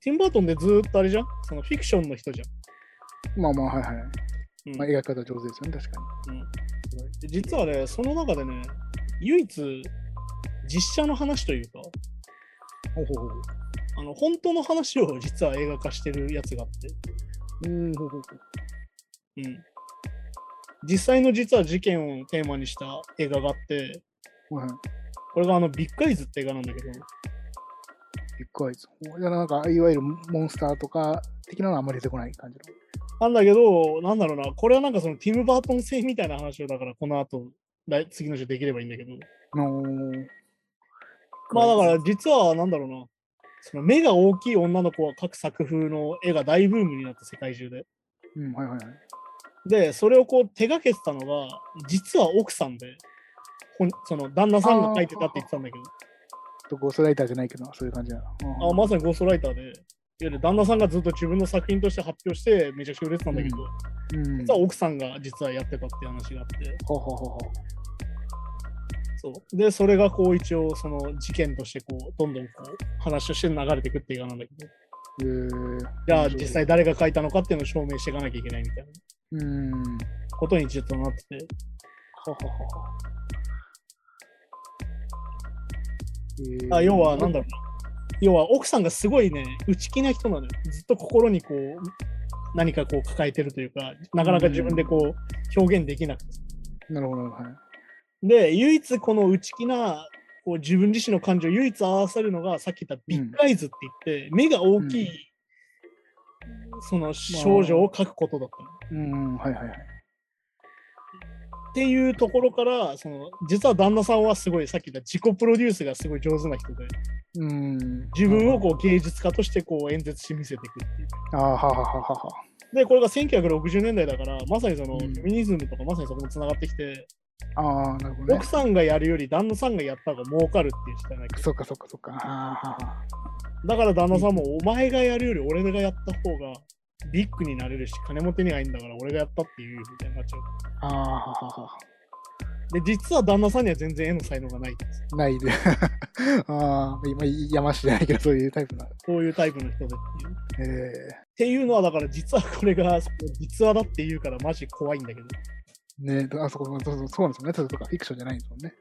ティム・バートンでずーっとあれじゃんそのフィクションの人じゃん。
まあまあ、はいはい。
うん
まあ、描き方上手ですよね、確か
で実はね、その中でね、唯一実写の話というか、
に。ほうほうほう。
あの本当の話を実は映画化してるやつがあって、
うん、ほうほうほう。
うん。実際の実は事件をテーマにした映画があって、
はい。
これがあのビッグアイズって映画なんだけど、
ビッグアイズ。これがなんか、いわゆるモンスターとか的なのはあんまり出てこない感じの。
なんだけど、なんだろうな、これはなんかそのティム・バートン製みたいな話をだからこの後、来次の週できればいいんだけど、
のー
まあだから実はなんだろうな、その目が大きい女の子は各作風の絵が大ブームになった世界中で。
うん、はいはいはい。
で、それをこう手がけてたのが、実は奥さんで、ほんその旦那さんが描いてたって言ってたんだけど、
とゴーストライターじゃないけど、そういう感じだな。
あまさにゴーストライターで、いわゆる旦那さんがずっと自分の作品として発表して、めちゃくちゃ売れてたんだけど、
うん。
実は
ほう
奥さんが実はやってたって話があって、
ほうほうほう。
そうで、それがこう一応その事件としてこう、どんどんこう話として流れてくっていう映画なんだけど、
えー、
じゃあ実際誰が描いたのかっていうのを証明していかなきゃいけないみたいな
うん。は
ことにちょっとなってて、
ははは。えー
あ要はなんだろうな。要は奥さんがすごいね、内気な人なのよ。ずっと心にこう、何かこう抱えてるというか、なかなか自分でこう表現できなくて。
なるほど、なるほどはい。
で、唯一この内気な、こう自分自身の感情を唯一合わせるのが、さっき言ったビッグアイズって言って、目が大きい、その少女を描くことだったの。
うん、はいはいはい。
っていうところから、その実は旦那さんはすごい、さっき言った自己プロデュースがすごい上手な人で、
うん。
自分をこう芸術家としてこう演説して見せていくっていう。
あーははははは。
で、これが1960年代だから、まさにその、
うん
フェミニズムとかまさにそこもつながってきて、
ああ、なるほどね
奥。さんがやるより旦那さんがやった方が儲かるっていう時代なんだけど
そっかそっかそっか。あーははは。
だから旦那さんも、お前がやるより俺がやった方がビッグになれるし、金も手に入るんだから俺がやったっていうみたいになっちゃう。
あーははは。
で、実は旦那さんには全然絵の才能がないんです。
ないで。 ああ、今、山師じゃないけど、そういうタイプなの。
そういうタイプの人でっていう。っ
え
ていうのは、だから実はこれが、実話だって言うからマジ怖いんだけど。
えねえ、あそこ、そうそうそうなんですよね。そうとか、フィクションじゃないんですもんね。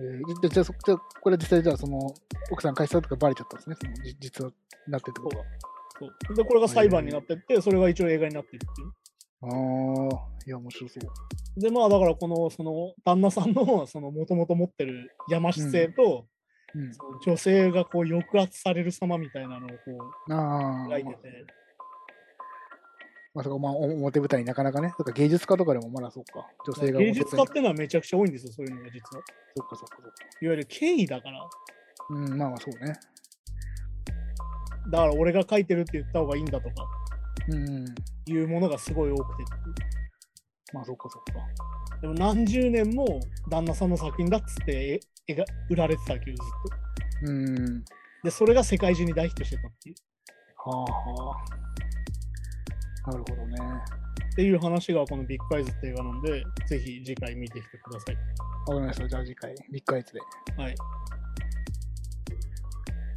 えー、じゃじゃあ、そじゃあこれは実際、じゃあ、その、奥さん返したとかバレちゃったんですね。そのじ実は、なってってことは。
そうで、これが裁判になってって、それが一応映画になってるっていう。
ああ、いや、面白そう。
でまあだからこのその旦那さんのそのもともと持ってる山姿勢と、
うん
その女性がこう抑圧される様みたいなのをこう。
ああ、
描いてて、
まあ、そこ、まあ、お表舞台になかなかね、とか芸術家とかでも、まだそうか、女性が
芸術家っ
表舞台
ていうのはめちゃくちゃ多いんですよそういうのが実は
にそっかそっかそっか。
いわゆる権威だから
うん、まあまあ、そうね。
だから俺が書いてるって言った方がいいんだとか
うん、
いうものがすごい多くて
まあ、そっかそっか。
でも何十年も旦那さんの作品だっつって絵が売られてたわけどずっと
うん。
でそれが世界中に大ヒットしてたっていう
はあはあ。なるほどね。
っていう話がこのビッグアイズって映画なんでぜひ次回見てきてください
わかりました。じゃあ次回、3日いつで。
はい。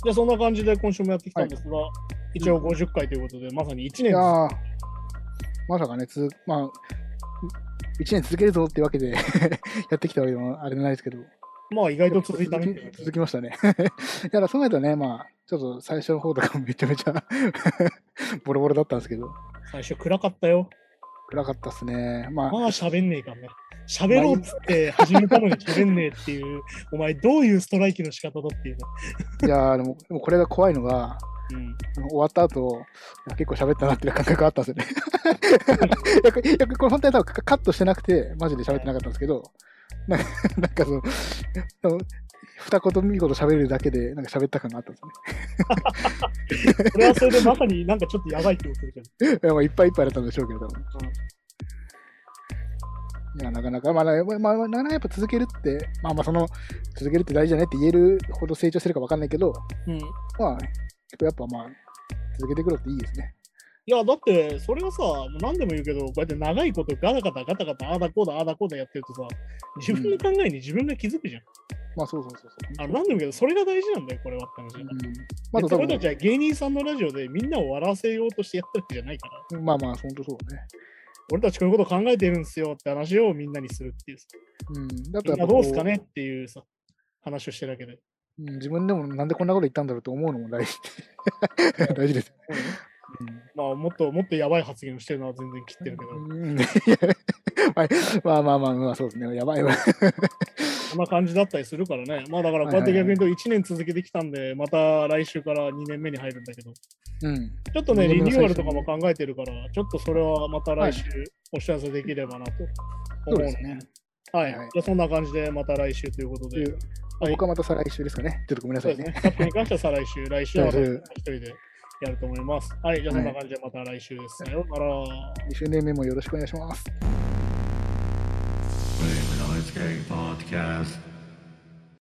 じゃあそんな感じで今週もやってきたんですが、一応50回ということで、まさに1年です
いやーまさかね、つまあ、1年続けるぞってわけで やってきたわけでもあれないですけど、
まあ意外と続いたね
続き続きましたね。 だから、そうなるとね、まあ、ちょっと最初の方とかもめちゃめ ちゃボロボロだったんですけど、
最初暗かったよ。
暗かったっすね。まあ、
まあ喋んねえからね。喋ろうっつって始めたのに喋んねえっていう、お前どういうストライキの仕方だっていうね。
いやーでも、でもこれが怖いのが、
うん、
あの終わった後、いや結構喋ったなっていう感覚があったん ですよね。いやこれいやこれ本当に多分カカットしてなくて、マジで喋ってなかったんですけど、なんか、 なんかその、その二言三言喋るだけで、なんか喋った感があったんです
それはそれでまさになんかちょっとやばい気をするけど。
よね。いやまあ、いっぱいいっぱいだったんでしょうけれども。いや、なかなか、まあ、まあ、まあまあ、なかなかやっぱ続けるって、まあまあ、その、続けるって大事だねって言えるほど成長してるかわかんないけど、
うん、い
まあ、やっぱまあ、続けていくのっていいですね。
やだってそれはさ、何でも言うけど、こうやって長いことガタガタガタガタああだこうだああだこうだやってるとさ、自分の考えに自分が気づくじゃん。
まあ、そうそうそうそう。
あ何でも言うけど、それが大事なんだよ、これはって話。
うん。まあ、
ま、
多
俺
分
たちは芸人さんのラジオでみんなを笑わせようとしてやってるわけじゃないから、
まあまあ、本当そうね。
俺たちこういうこと考えてるんですよって話をみんなにするっていうさ。
うん、だと
み
や
んな
っぱ
ど
こ
うすかねっていうさ、話をしてるだけで。
うん自分でもなんでこんなこと言ったんだろうと思うのも大事大事です。
まあ、もっともっとやばい発言をしてるのは全然切ってるけど、
うん、まあまあまあまあ、そうですね。やばいわ。
そんな感じだったりするからね。まあだからこうやって逆に言うと1年続けてきたんで、また来週から2年目に入るんだけど、ち
うん。
ょっとね、
二
リ
年目
ニ
の
ューア
最
ルと
初
かも考えてるから、ちょっとそれはまた来週お知らせできればなと
そ
思うの
うで
です
ね。
はい。
はい
じゃあそんな感じでまた来週ということで。はい
僕はまた再来週ですかね。ちょっとごめんな
そ
さ
うで
い
すね。
ね。
カップに関しては再来 週、来週は
来週
一人でやると思います。はい。じゃあそんな感じでまた来週です。さようなら。
2周年目もよろしくお願いします。
Brave Lights Gang Podcast.